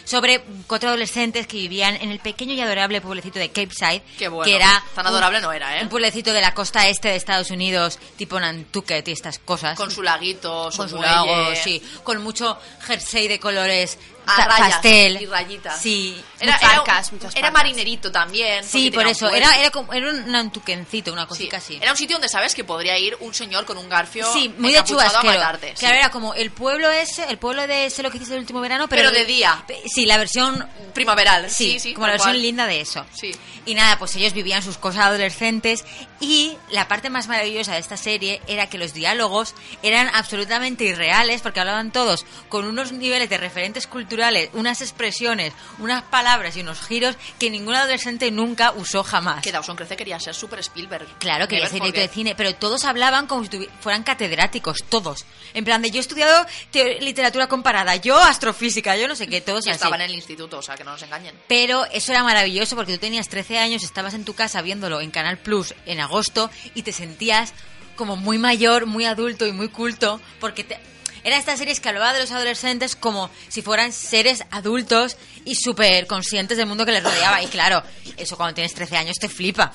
Speaker 6: sobre cuatro adolescentes que vivían en el pequeño y adorable pueblecito de Cape Side,
Speaker 5: Qué bueno,
Speaker 6: que era
Speaker 5: tan adorable no era, ¿eh?
Speaker 6: un pueblecito de la costa este de Estados Unidos, tipo Nantucket y estas cosas,
Speaker 5: Con su laguito, su
Speaker 6: pues, con su
Speaker 5: muelle.
Speaker 6: lago, sí, con mucho jersey de colores
Speaker 5: A
Speaker 6: ta-
Speaker 5: rayas
Speaker 6: pastel
Speaker 5: y rayitas.
Speaker 6: sí,
Speaker 5: Era,
Speaker 7: Muchas
Speaker 5: era-
Speaker 7: arcas, muchas
Speaker 5: era
Speaker 7: arcas.
Speaker 5: marinerito también.
Speaker 6: Sí,
Speaker 5: porque tenía
Speaker 6: por eso.
Speaker 5: un
Speaker 6: Era,
Speaker 5: puerto.
Speaker 6: era como era un nantuquencito, una
Speaker 5: Sí,
Speaker 6: cosita así.
Speaker 5: Era un sitio donde sabes que podría ir un señor con un garfio.
Speaker 6: sí, muy de
Speaker 5: encapuchado
Speaker 6: chubasquero.
Speaker 5: A matarte,
Speaker 6: Claro,
Speaker 5: sí.
Speaker 6: era como el pueblo ese, el pueblo de ese lo que hiciste el último verano, pero,
Speaker 5: Pero de día.
Speaker 6: pe- Sí, la versión
Speaker 5: primaveral.
Speaker 6: Sí,
Speaker 5: Sí, sí.
Speaker 6: como
Speaker 5: tal
Speaker 6: la versión
Speaker 5: cual.
Speaker 6: linda de eso.
Speaker 5: Sí.
Speaker 6: Y nada, pues ellos vivían sus cosas adolescentes y la parte más maravillosa de esta serie era que los diálogos eran absolutamente irreales porque hablaban todos con unos niveles de referentes culturales, unas expresiones, unas palabras y unos giros que ningún adolescente nunca usó jamás.
Speaker 5: Que Dawson Crece quería ser Super Spielberg.
Speaker 6: Claro, quería
Speaker 5: Never
Speaker 6: ser director de
Speaker 5: forget.
Speaker 6: cine, pero todos hablaban como si tuvi- fueran catedráticos, todos. En plan de, yo he estudiado teo- literatura comparada, yo astrofísica, yo no sé qué, todos
Speaker 5: Y
Speaker 6: así.
Speaker 5: estaba en el instituto, o sea, que no nos engañen.
Speaker 6: Pero eso era maravilloso porque tú tenías 13 años, estabas en tu casa viéndolo en Canal Plus en agosto y te sentías como muy mayor, muy adulto y muy culto porque te... Era estas series que hablaba de los adolescentes como si fueran seres adultos y súper conscientes del mundo que les rodeaba. Y claro, eso cuando tienes 13 años te flipa,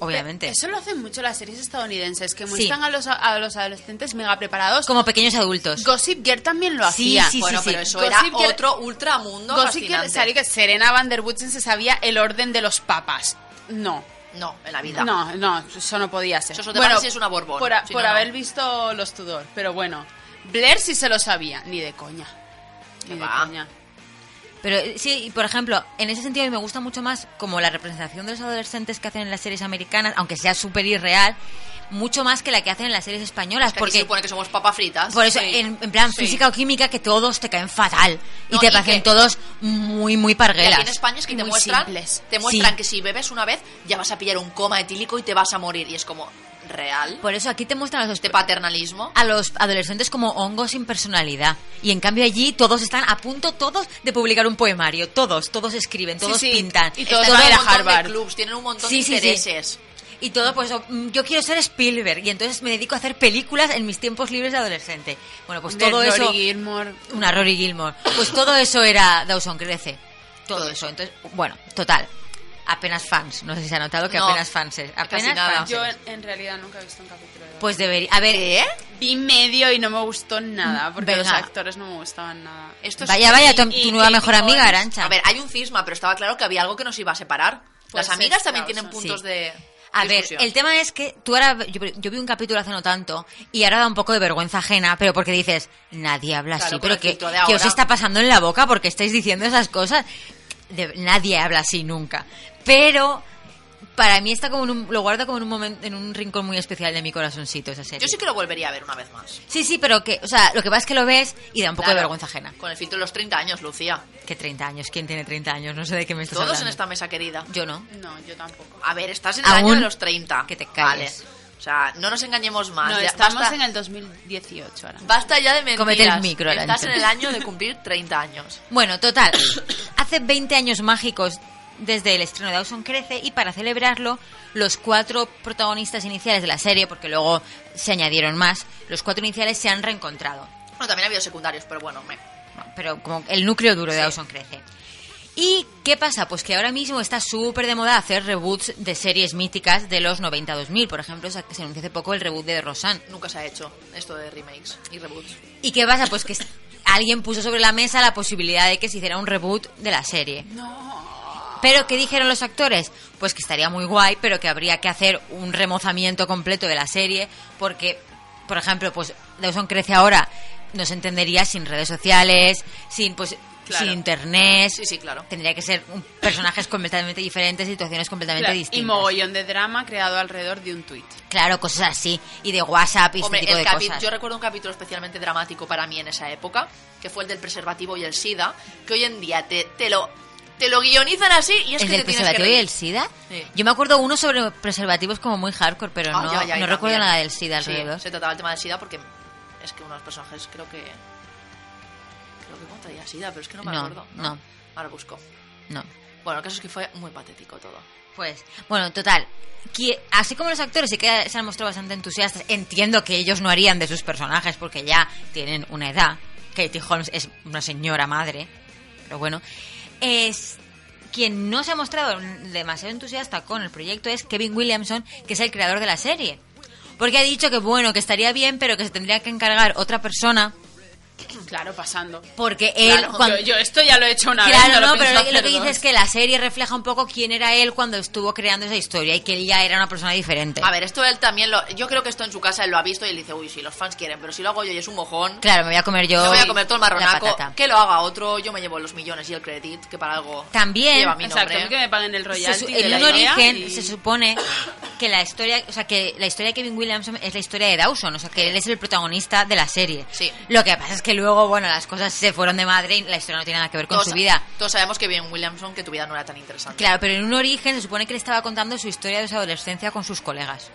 Speaker 6: obviamente.
Speaker 7: Eso lo hacen mucho las series estadounidenses, que
Speaker 6: Sí.
Speaker 7: muestran a, los, a los adolescentes mega preparados.
Speaker 6: Como pequeños adultos.
Speaker 7: Gossip Girl también lo
Speaker 6: Sí,
Speaker 7: hacía.
Speaker 6: sí, sí,
Speaker 5: bueno,
Speaker 6: sí.
Speaker 5: pero eso
Speaker 7: Gossip
Speaker 5: era
Speaker 7: Girl-
Speaker 5: otro ultramundo
Speaker 7: Gossip Girl,
Speaker 5: fascinante.
Speaker 7: sabía que Serena Van der Woodsen se sabía el orden de los papas. No.
Speaker 5: No, en la vida.
Speaker 7: No, no, eso no podía ser.
Speaker 5: Eso solo te pasa si es una Borbón,
Speaker 7: Por, a-
Speaker 5: si
Speaker 7: por
Speaker 5: no, no.
Speaker 7: haber visto los Tudor, pero bueno. Blair sí se lo sabía, ni de coña. Ni de
Speaker 5: Va.
Speaker 7: coña.
Speaker 6: Pero eh, sí, y, por ejemplo, en ese sentido a mí me gusta mucho más como la representación de los adolescentes que hacen en las series americanas, aunque sea súper irreal, mucho más que la que hacen en las series españolas.
Speaker 5: Es que aquí se
Speaker 6: porque
Speaker 5: supone que somos papas fritas.
Speaker 6: por eso,
Speaker 5: Sí.
Speaker 6: en, en plan
Speaker 5: Sí.
Speaker 6: física o química, que todos te caen fatal y
Speaker 5: No,
Speaker 6: te
Speaker 5: y
Speaker 6: parecen
Speaker 5: que-
Speaker 6: todos muy, muy
Speaker 5: Y
Speaker 6: parguelas.
Speaker 5: aquí en España es que
Speaker 7: Y
Speaker 5: te
Speaker 7: muy
Speaker 5: muestran,
Speaker 7: simples.
Speaker 5: te muestran
Speaker 6: Sí.
Speaker 5: que si bebes una vez ya vas a pillar un coma etílico y te vas a morir. Y es como, ¿real?
Speaker 6: Por eso Pues aquí te muestran a los,
Speaker 5: Este paternalismo.
Speaker 6: a los adolescentes como hongos sin personalidad. Y en cambio allí todos están a punto, todos, de publicar un poemario. Todos, todos escriben,
Speaker 7: Sí,
Speaker 6: todos
Speaker 7: sí.
Speaker 6: pintan.
Speaker 7: Y
Speaker 5: Están
Speaker 7: todos
Speaker 5: en
Speaker 7: van a
Speaker 5: un
Speaker 7: ir a
Speaker 5: montón de
Speaker 7: Harvard.
Speaker 5: clubs, tienen un montón
Speaker 6: Sí,
Speaker 5: de
Speaker 6: sí, sí.
Speaker 5: intereses.
Speaker 6: Y todo, pues, eso, mm, yo quiero ser Spielberg y entonces me dedico a hacer películas en mis tiempos libres de adolescente. Bueno, pues todo
Speaker 7: De Rory
Speaker 6: eso.
Speaker 7: Gilmore.
Speaker 6: Una Rory Gilmore. Pues todo eso era Dawson Crece. Todo,
Speaker 5: Todo
Speaker 6: eso. Entonces, bueno, total. Apenas fans. No sé si se ha notado que
Speaker 5: No,
Speaker 6: apenas fans es.
Speaker 5: casi
Speaker 6: Apenas
Speaker 5: nada.
Speaker 6: fans.
Speaker 7: Yo en, en realidad nunca he visto un capítulo de
Speaker 6: Pues debería. A ver,
Speaker 7: Vi medio y no me gustó nada, porque
Speaker 6: Venga.
Speaker 7: los actores no me gustaban nada.
Speaker 5: Esto es-
Speaker 6: vaya, vaya, tu,
Speaker 7: y-
Speaker 6: tu
Speaker 7: y
Speaker 6: nueva
Speaker 7: Katie
Speaker 6: mejor amiga,
Speaker 7: Holmes.
Speaker 6: Arancha.
Speaker 5: A ver, hay un cisma, pero estaba claro que había algo que nos iba a separar.
Speaker 7: Pues
Speaker 5: Las amigas
Speaker 7: es
Speaker 5: también
Speaker 7: causa.
Speaker 5: tienen puntos
Speaker 6: Sí.
Speaker 5: de.
Speaker 6: A ver,
Speaker 5: discusión.
Speaker 6: el tema es que tú ahora, yo, yo vi un capítulo hace no tanto y ahora da un poco de vergüenza ajena, pero porque dices, nadie habla
Speaker 5: Claro,
Speaker 6: así,
Speaker 5: con
Speaker 6: pero
Speaker 5: el
Speaker 6: que,
Speaker 5: filtro de
Speaker 6: que os
Speaker 5: ahora.
Speaker 6: está pasando en la boca porque estáis diciendo esas cosas. De- nadie habla así nunca. Pero para mí está como en un, lo guardo como en un momento, en un rincón muy especial de mi corazoncito esa serie.
Speaker 5: Yo sí que lo volvería a ver una vez más.
Speaker 6: Sí, sí, pero que, o sea, lo que pasa es que lo ves y da un poco
Speaker 5: Claro.
Speaker 6: de vergüenza ajena.
Speaker 5: Con el filtro de los 30 años, Lucía.
Speaker 6: Que 30 años, ¿quién tiene 30 años? No sé de qué me estás
Speaker 5: Todos en
Speaker 6: hablando.
Speaker 5: esta mesa, querida.
Speaker 6: Yo no.
Speaker 7: No, yo tampoco.
Speaker 5: A ver, estás en el
Speaker 6: Aún
Speaker 5: año de los 30.
Speaker 6: que te calles.
Speaker 5: Vale. O sea, no nos engañemos más.
Speaker 7: No,
Speaker 5: Ah, Ya-
Speaker 7: estamos
Speaker 5: basta,
Speaker 7: en el 2018 ahora.
Speaker 5: basta ya de mentiras.
Speaker 6: Cómete el micro,
Speaker 5: Estás
Speaker 6: Arantxa.
Speaker 5: en el año de cumplir 30 años.
Speaker 6: Bueno, total. Hace 20 años mágicos desde el estreno de Dawson Crece y para celebrarlo, los cuatro protagonistas iniciales de la serie, porque luego se añadieron más, los cuatro iniciales se han reencontrado.
Speaker 5: Bueno, también ha habido secundarios, pero bueno, me-
Speaker 6: Pero como el núcleo duro de Dawson Crece. ¿Y qué pasa? Pues que ahora mismo está súper de moda hacer reboots de series míticas de los 90-2000. Por ejemplo, se se anunció hace poco el reboot de Rosanne.
Speaker 5: nunca se ha hecho esto de remakes y reboots.
Speaker 6: ¿Y qué pasa? Pues que s- alguien puso sobre la mesa la posibilidad de que se hiciera un reboot de la serie. ¿Pero qué dijeron los actores? Pues que estaría muy guay, pero que habría que hacer un remozamiento completo de la serie, porque, por ejemplo, pues Dawson crece ahora, no se entendería sin redes sociales, sin pues
Speaker 5: Claro.
Speaker 6: sin internet.
Speaker 5: Sí, sí, claro.
Speaker 6: Tendría que ser un- personajes completamente diferentes, situaciones completamente
Speaker 7: Claro,
Speaker 6: distintas.
Speaker 7: y mogollón de drama creado alrededor de un tuit.
Speaker 6: Claro, cosas así, y de WhatsApp y
Speaker 5: Hombre,
Speaker 6: este tipo
Speaker 5: el
Speaker 6: de
Speaker 5: capi-
Speaker 6: cosas.
Speaker 5: yo recuerdo un capítulo especialmente dramático para mí en esa época, que fue el del preservativo y el SIDA, que hoy en día te, te lo te lo guionizan así y es
Speaker 6: el
Speaker 5: que te tienes que
Speaker 6: del preservativo y
Speaker 5: reír.
Speaker 6: el SIDA.
Speaker 5: Sí.
Speaker 6: Yo me acuerdo uno sobre preservativos como muy hardcore, pero
Speaker 5: Ah,
Speaker 6: no,
Speaker 5: ya, ya,
Speaker 6: no
Speaker 5: y
Speaker 6: recuerdo
Speaker 5: también.
Speaker 6: nada del SIDA
Speaker 5: Sí,
Speaker 6: alrededor.
Speaker 5: se trataba el tema del SIDA porque es que uno de los personajes creo que creo que contraía SIDA, pero es que no me
Speaker 6: No,
Speaker 5: acuerdo.
Speaker 6: no.
Speaker 5: Ahora busco.
Speaker 6: No.
Speaker 5: Bueno, el caso es que fue muy patético todo.
Speaker 6: Pues, bueno, total. que- así como los actores sí que se han mostrado bastante entusiastas, entiendo que ellos no harían de sus personajes porque ya tienen una edad. Katie Holmes es una señora madre, pero bueno. Es quien no se ha mostrado demasiado entusiasta con el proyecto es Kevin Williamson, que es el creador de la serie. Porque ha dicho que bueno, que estaría bien, pero que se tendría que encargar otra persona
Speaker 7: Claro, pasando.
Speaker 6: porque él
Speaker 5: Claro,
Speaker 6: cuando
Speaker 7: Yo, yo esto ya lo he hecho una
Speaker 6: Claro, no,
Speaker 7: vez. lo
Speaker 6: pero
Speaker 7: pienso
Speaker 6: lo, que- lo que
Speaker 7: hacer
Speaker 6: dice
Speaker 7: dos.
Speaker 6: es que la serie refleja un poco quién era él cuando estuvo creando esa historia y que él ya era una persona diferente.
Speaker 5: A ver, esto él también lo yo creo que esto en su casa él lo ha visto y él dice, "Uy, sí, los fans quieren, pero si lo hago yo y es un mojón."
Speaker 6: claro, me voy a comer yo
Speaker 5: Me voy a comer todo el
Speaker 6: la
Speaker 5: marronaco.
Speaker 6: patata.
Speaker 5: Que lo haga otro, yo me llevo los millones y el credit, que para algo
Speaker 6: También,
Speaker 5: lleva mi
Speaker 7: Exacto, a mí que
Speaker 5: nombre.
Speaker 7: me paguen el
Speaker 6: Se su-
Speaker 7: royalty de
Speaker 6: en
Speaker 7: la
Speaker 6: un
Speaker 7: idea
Speaker 6: origen
Speaker 7: y-
Speaker 6: se supone que la historia, o sea, que la historia de Kevin Williamson es la historia de Dawson, o sea, que él es el protagonista de la serie.
Speaker 5: Sí.
Speaker 6: Lo que pasa es que luego, bueno, las cosas se fueron de madre y la historia no tiene nada que ver con
Speaker 5: Todos-
Speaker 6: su vida.
Speaker 5: Todos sabemos que bien Williamson, que tu vida no era tan interesante.
Speaker 6: Claro, pero en un origen se supone que le estaba contando su historia de su adolescencia con sus colegas.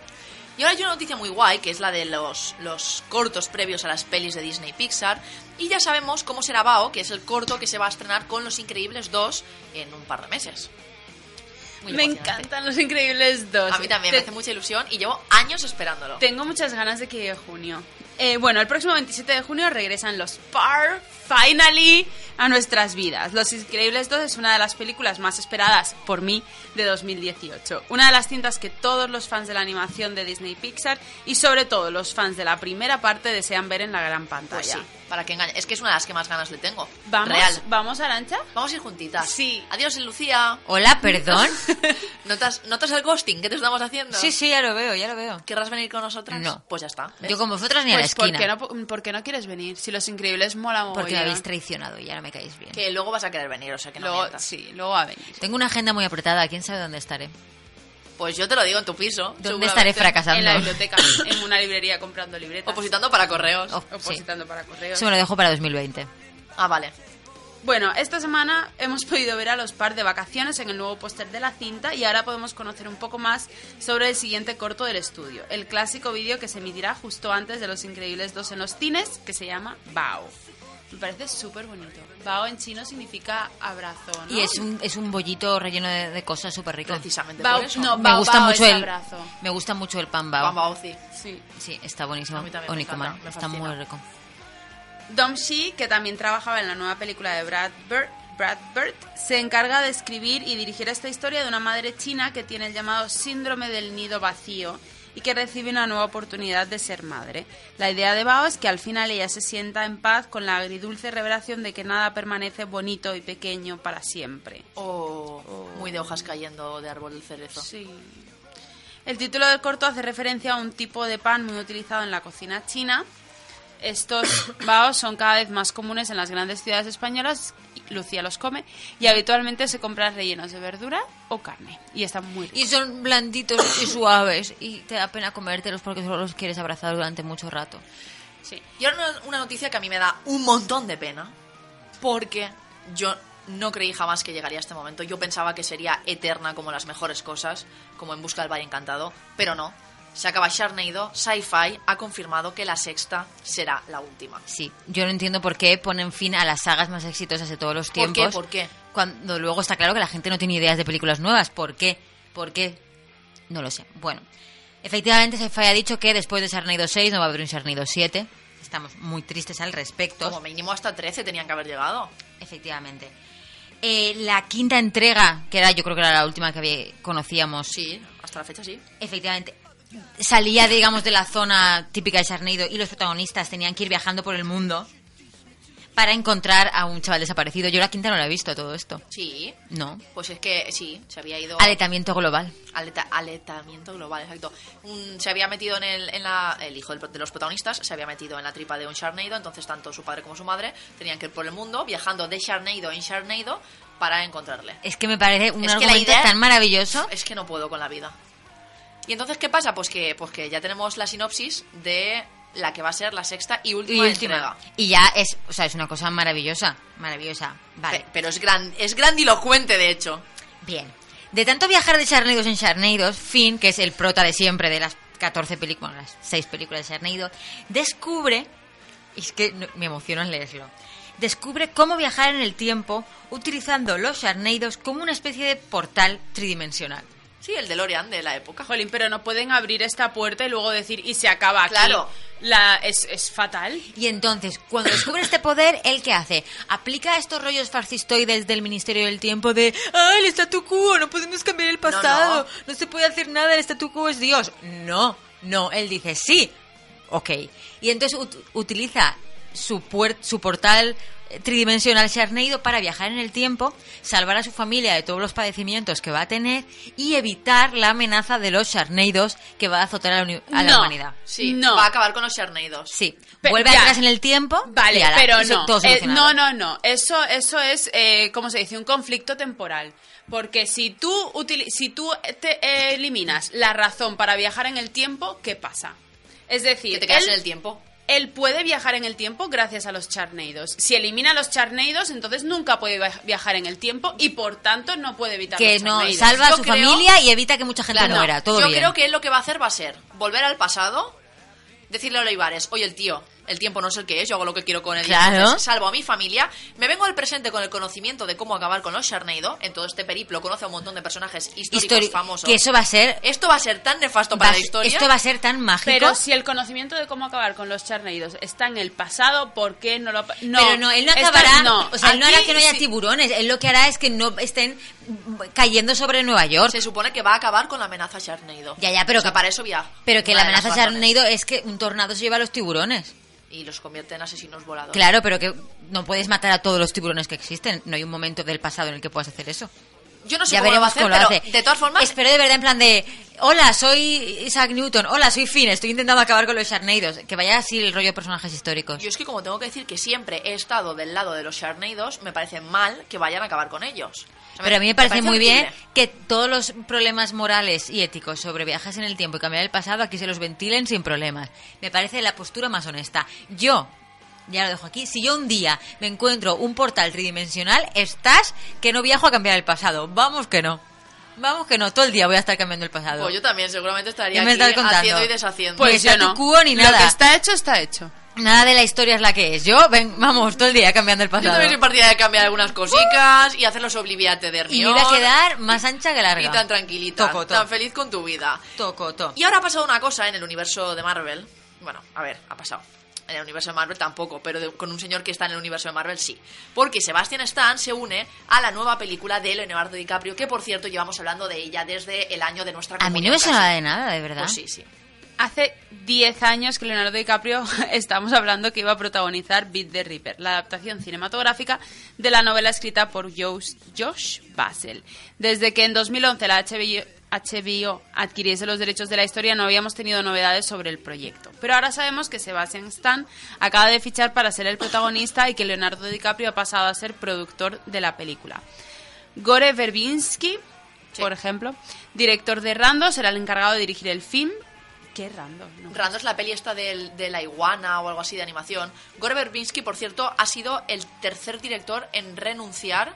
Speaker 5: Y ahora hay una noticia muy guay, que es la de los, los cortos previos a las pelis de Disney y Pixar. Y ya sabemos cómo será Bao, que es el corto que se va a estrenar con Los Increíbles 2 en un par de meses. Muy
Speaker 7: Me
Speaker 5: emocionante.
Speaker 7: encantan los increíbles dos.
Speaker 5: A mí también
Speaker 7: Te-
Speaker 5: me hace mucha ilusión y llevo años esperándolo.
Speaker 7: Tengo muchas ganas de que llegue junio. Eh, bueno, el próximo 27 de junio regresan los Par, finally, a nuestras vidas. Los Increíbles 2 es una de las películas más esperadas por mí de 2018. Una de las cintas que todos los fans de la animación de Disney y Pixar y sobre todo los fans de la primera parte desean ver en la gran pantalla.
Speaker 5: Pues sí. Para que engañe. Es que es una de las que más ganas le tengo.
Speaker 7: ¿Vamos,
Speaker 5: Real.
Speaker 7: ¿Vamos, Arancha?
Speaker 5: Vamos a ir juntitas.
Speaker 7: Sí.
Speaker 5: Adiós, Lucía.
Speaker 6: Hola, perdón.
Speaker 5: ¿Notas, ¿Notas el ghosting que te estamos haciendo?
Speaker 6: Sí, sí, ya lo veo, ya lo veo.
Speaker 5: ¿Querrás venir con nosotras?
Speaker 6: No.
Speaker 5: Pues ya está. ¿ves?
Speaker 6: Yo con vosotras ni a la
Speaker 7: Pues, ¿por
Speaker 6: esquina.
Speaker 7: qué, no, por qué no quieres venir? Si Los Increíbles mola
Speaker 6: Porque me
Speaker 7: mogollón.
Speaker 6: habéis traicionado y ahora me caéis bien.
Speaker 5: Que luego vas a querer venir, o sea que no
Speaker 7: Luego,
Speaker 5: mientas.
Speaker 7: sí, luego va a venir.
Speaker 6: Tengo una agenda muy apretada, quién sabe dónde estaré.
Speaker 5: Pues yo te lo digo en tu piso.
Speaker 6: ¿Dónde estaré
Speaker 5: seguramente.
Speaker 6: fracasando?
Speaker 7: En la biblioteca, en una librería comprando libretas.
Speaker 5: Opositando para correos.
Speaker 6: Oh, sí.
Speaker 7: Opositando para correos.
Speaker 6: Eso me lo dejo para 2020.
Speaker 5: Ah, vale.
Speaker 7: Bueno, esta semana hemos podido ver a los par de vacaciones en el nuevo póster de la cinta y ahora podemos conocer un poco más sobre el siguiente corto del estudio, el clásico vídeo que se emitirá justo antes de Los Increíbles 2 en los cines, que se llama Bao. Me parece súper bonito. Bao en chino significa abrazo, ¿no?
Speaker 5: Ah.
Speaker 6: Y es un, es un bollito relleno de, de cosas súper rico.
Speaker 5: Precisamente
Speaker 7: Bao-
Speaker 5: por eso.
Speaker 7: no,
Speaker 6: me
Speaker 7: bao,
Speaker 6: gusta
Speaker 7: bao
Speaker 6: mucho
Speaker 7: es
Speaker 6: el
Speaker 7: abrazo.
Speaker 6: me gusta mucho el pan bao.
Speaker 5: Vamos a Ozi.
Speaker 7: Sí.
Speaker 6: Sí, está buenísimo.
Speaker 5: A mí también me
Speaker 6: Onikoman,
Speaker 5: encanta, me
Speaker 6: está muy
Speaker 5: fascina.
Speaker 6: rico.
Speaker 7: Dom Shi, que también trabajaba en la nueva película de Brad Bird, Brad Bird, se encarga de escribir y dirigir esta historia de una madre china que tiene el llamado síndrome del nido vacío y que recibe una nueva oportunidad de ser madre. La idea de Bao es que al final ella se sienta en paz con la agridulce revelación de que nada permanece bonito y pequeño para siempre.
Speaker 6: Oh.
Speaker 5: O Oh, muy de hojas cayendo de árbol del cerezo.
Speaker 7: Sí. El título del corto hace referencia a un tipo de pan muy utilizado en la cocina china. Estos baos son cada vez más comunes en las grandes ciudades españolas. Lucía los come y habitualmente se compran rellenos de verdura o carne. Y están muy ricos.
Speaker 6: Y son blanditos y suaves y te da pena comértelos porque solo los quieres abrazar durante mucho rato.
Speaker 7: Sí.
Speaker 5: Y ahora una- una noticia que a mí me da un montón de pena. Porque yo no creí jamás que llegaría a este momento. Yo pensaba que sería eterna como las mejores cosas, como en Busca del Valle Encantado, pero no. Se acaba Sharnado, Sci-Fi ha confirmado que la sexta será la última.
Speaker 6: Sí, yo no entiendo por qué ponen fin a las sagas más exitosas de todos los
Speaker 5: ¿Por qué?
Speaker 6: tiempos.
Speaker 5: ¿Por qué?
Speaker 6: Cuando luego está claro que la gente no tiene ideas de películas nuevas. ¿Por qué? ¿Por qué? No lo sé. Bueno, efectivamente Sci-Fi ha dicho que después de Sharknado 6 no va a haber un Sharknado 7. Estamos muy tristes al respecto.
Speaker 5: Como mínimo hasta 13 tenían que haber llegado.
Speaker 6: Efectivamente. Eh, la quinta entrega, que era yo creo que era la última que había- conocíamos.
Speaker 5: Sí, hasta la fecha sí.
Speaker 6: Efectivamente. Salía, digamos, de la zona típica de Sarneido y los protagonistas tenían que ir viajando por el mundo para encontrar a un chaval desaparecido. Yo la quinta no la he visto todo esto.
Speaker 5: Sí.
Speaker 6: No.
Speaker 5: Pues es que sí, se había ido...
Speaker 6: Aletamiento global.
Speaker 5: Aleta- aletamiento global, exacto. Un- se había metido en el, en la, el hijo del pro- de los protagonistas, se había metido en la tripa de un Sharnado, entonces tanto su padre como su madre tenían que ir por el mundo viajando de Sharnado en Sharnado para encontrarle.
Speaker 6: Es que me parece un
Speaker 5: Es que la
Speaker 6: argumento
Speaker 5: idea-
Speaker 6: tan maravilloso.
Speaker 5: Es que no puedo con la vida. ¿Y entonces qué pasa? Pues que, pues que ya tenemos la sinopsis de la que va a ser la sexta y
Speaker 6: Y
Speaker 5: última
Speaker 6: última.
Speaker 5: entrega.
Speaker 6: Y ya es, o sea, es una cosa maravillosa. Maravillosa. Vale.
Speaker 5: Pe- Pero es, gran, es grandilocuente, de hecho.
Speaker 6: Bien. De tanto viajar de Charneidos en Charneidos, Finn, que es el prota de siempre de las 14 películas, bueno, las 6 películas de Charneido, descubre, y es que no- me emociona leerlo, descubre cómo viajar en el tiempo utilizando los Charneidos como una especie de portal tridimensional.
Speaker 5: Sí, el DeLorean de la época.
Speaker 7: Jolín, pero no pueden abrir esta puerta y luego decir y se acaba aquí.
Speaker 5: Claro.
Speaker 7: La, es, es fatal.
Speaker 6: Y entonces, cuando descubre este poder, ¿él qué hace? Aplica estos rollos farcistoides del Ministerio del Tiempo de ¡Ah, el statu quo! No podemos cambiar el pasado. No,
Speaker 5: no.
Speaker 6: se puede hacer nada, el statu quo es Dios. No, no. Él dice sí. Ok. Y entonces ut- utiliza su, puer- su portal eh, tridimensional Sharneido para viajar en el tiempo, salvar a su familia de todos los padecimientos que va a tener y evitar la amenaza de los Sharneidos que va a azotar a la, uni- a la
Speaker 7: No.
Speaker 6: humanidad.
Speaker 5: Sí,
Speaker 7: No.
Speaker 5: va a acabar con los Sharnados.
Speaker 6: Sí.
Speaker 7: Pe-
Speaker 6: Vuelve
Speaker 7: ya.
Speaker 6: atrás en el tiempo.
Speaker 7: Vale,
Speaker 6: y ala,
Speaker 7: pero
Speaker 6: y se-
Speaker 7: no.
Speaker 6: todo
Speaker 7: eh,
Speaker 6: solucionado.
Speaker 7: no, no, no. Eso, eso es, eh, ¿cómo se dice? Un conflicto temporal. Porque si tú, utili- si tú te eh, eliminas la razón para viajar en el tiempo, ¿qué pasa? Es decir,
Speaker 5: Que te quedas
Speaker 7: él,
Speaker 5: en el tiempo.
Speaker 7: él puede viajar en el tiempo gracias a los charneidos. Si elimina a los charneidos, entonces nunca puede va- viajar en el tiempo y por tanto no puede evitar
Speaker 6: Que
Speaker 7: los
Speaker 6: no,
Speaker 7: Charneidos.
Speaker 6: salva a
Speaker 5: Yo
Speaker 6: su
Speaker 5: creo-
Speaker 6: familia y evita que mucha gente
Speaker 5: Claro,
Speaker 6: muera. Todo
Speaker 5: Pues yo
Speaker 6: bien.
Speaker 5: creo que él lo que va a hacer va a ser volver al pasado, decirle a Olivares, oye, el tío, el tiempo no es el que es, yo hago lo que quiero con él.
Speaker 6: Claro.
Speaker 5: salvo a mi familia, me vengo al presente con el conocimiento de cómo acabar con los Sharnado, en todo este periplo conoce a un montón de personajes históricos
Speaker 6: Histori-
Speaker 5: famosos.
Speaker 6: Que eso va a ser.
Speaker 5: Esto va a ser tan nefasto
Speaker 6: va
Speaker 5: para
Speaker 6: a
Speaker 5: la
Speaker 6: ser-
Speaker 5: historia.
Speaker 6: Esto va a ser tan mágico.
Speaker 7: Pero si el conocimiento de cómo acabar con los charneidos está en el pasado, ¿por qué no lo ap- no?
Speaker 6: Pero no, él no
Speaker 7: Esta-
Speaker 6: acabará. o sea, él no hará
Speaker 7: Aquí
Speaker 6: que no haya
Speaker 7: sí-
Speaker 6: tiburones. Él lo que hará es que no estén cayendo sobre Nueva York.
Speaker 5: Se supone que va a acabar con la amenaza Sharnado.
Speaker 6: Ya, ya, pero
Speaker 5: O sea,
Speaker 6: que-
Speaker 5: para eso viaja.
Speaker 6: Pero que
Speaker 5: Una
Speaker 6: la
Speaker 5: de
Speaker 6: amenaza
Speaker 5: las
Speaker 6: de
Speaker 5: razones.
Speaker 6: Sharknado es que un tornado se lleva a los tiburones.
Speaker 5: y los convierte en asesinos voladores.
Speaker 6: Claro, pero que no puedes matar a todos los tiburones que existen. No hay un momento del pasado en el que puedas hacer eso.
Speaker 5: Yo no sé
Speaker 6: ya
Speaker 5: cómo lo va a
Speaker 6: veremos
Speaker 5: hacer,
Speaker 6: cómo lo
Speaker 5: pero
Speaker 6: hace.
Speaker 5: de todas formas,
Speaker 6: Espero de verdad en plan de... Hola, soy Isaac Newton. Hola, soy Finn. Estoy intentando acabar con los Sharnados. Que vaya así el rollo de personajes históricos.
Speaker 5: yo es que como tengo que decir que siempre he estado del lado de los Sharnados, me parece mal que vayan a acabar con ellos. O sea,
Speaker 6: Pero a mí me parece, muy bien
Speaker 5: horrible.
Speaker 6: que todos los problemas morales y éticos sobre viajes en el tiempo y cambiar el pasado aquí se los ventilen sin problemas. Me parece la postura más honesta. Yo, ya lo dejo aquí, si yo un día me encuentro un portal tridimensional, estás que no viajo a cambiar el pasado. Vamos que no. Vamos que no, todo el día voy a estar cambiando el pasado.
Speaker 5: Pues yo también seguramente estaría
Speaker 6: ¿Qué me
Speaker 5: aquí
Speaker 6: estás contando?
Speaker 5: haciendo y deshaciendo.
Speaker 6: Pues-
Speaker 7: Pues
Speaker 6: Ni
Speaker 7: yo
Speaker 6: statu
Speaker 7: no.
Speaker 6: quo ni
Speaker 7: Lo
Speaker 6: nada.
Speaker 7: que está hecho, está hecho.
Speaker 6: Nada de la historia es la que es. Yo, ven, vamos, todo el día cambiando
Speaker 5: yo
Speaker 6: el pasado.
Speaker 5: también soy partida de cambiar algunas cositas y hacer los obliviate de
Speaker 6: Y
Speaker 5: Hermione.
Speaker 6: me iba a quedar más ancha que larga.
Speaker 5: Y tan tranquilita,
Speaker 6: Toco,
Speaker 5: tan
Speaker 6: toco.
Speaker 5: feliz con tu vida.
Speaker 6: Toco, toco.
Speaker 5: Y ahora ha pasado una cosa en el universo de Marvel. Bueno, a ver, ha pasado. En el universo de Marvel tampoco, pero de- con un señor que está en el universo de Marvel sí. Porque Sebastian Stan se une a la nueva película de Leonardo DiCaprio, que por cierto llevamos hablando de ella desde el año de nuestra
Speaker 6: A mí no
Speaker 5: comunión
Speaker 6: me
Speaker 5: casi.
Speaker 6: sonaba de nada, de verdad.
Speaker 5: Pues sí, sí.
Speaker 7: Hace 10 años que Leonardo DiCaprio estamos hablando que iba a protagonizar Beat the Reaper, la adaptación cinematográfica de la novela escrita por Josh, Josh Basel. Desde que en 2011 la HBO, HBO adquiriese los derechos de la historia no habíamos tenido novedades sobre el proyecto. Pero ahora sabemos que Sebastian Stan acaba de fichar para ser el protagonista y que Leonardo DiCaprio ha pasado a ser productor de la película. Gore Verbinski, por ejemplo, director de Rando, será el encargado de dirigir el film. ¿Qué Rando? No.
Speaker 5: Rando es la peli esta del- de la iguana o algo así de animación. Gore Verbinski, por cierto, ha sido el tercer director en renunciar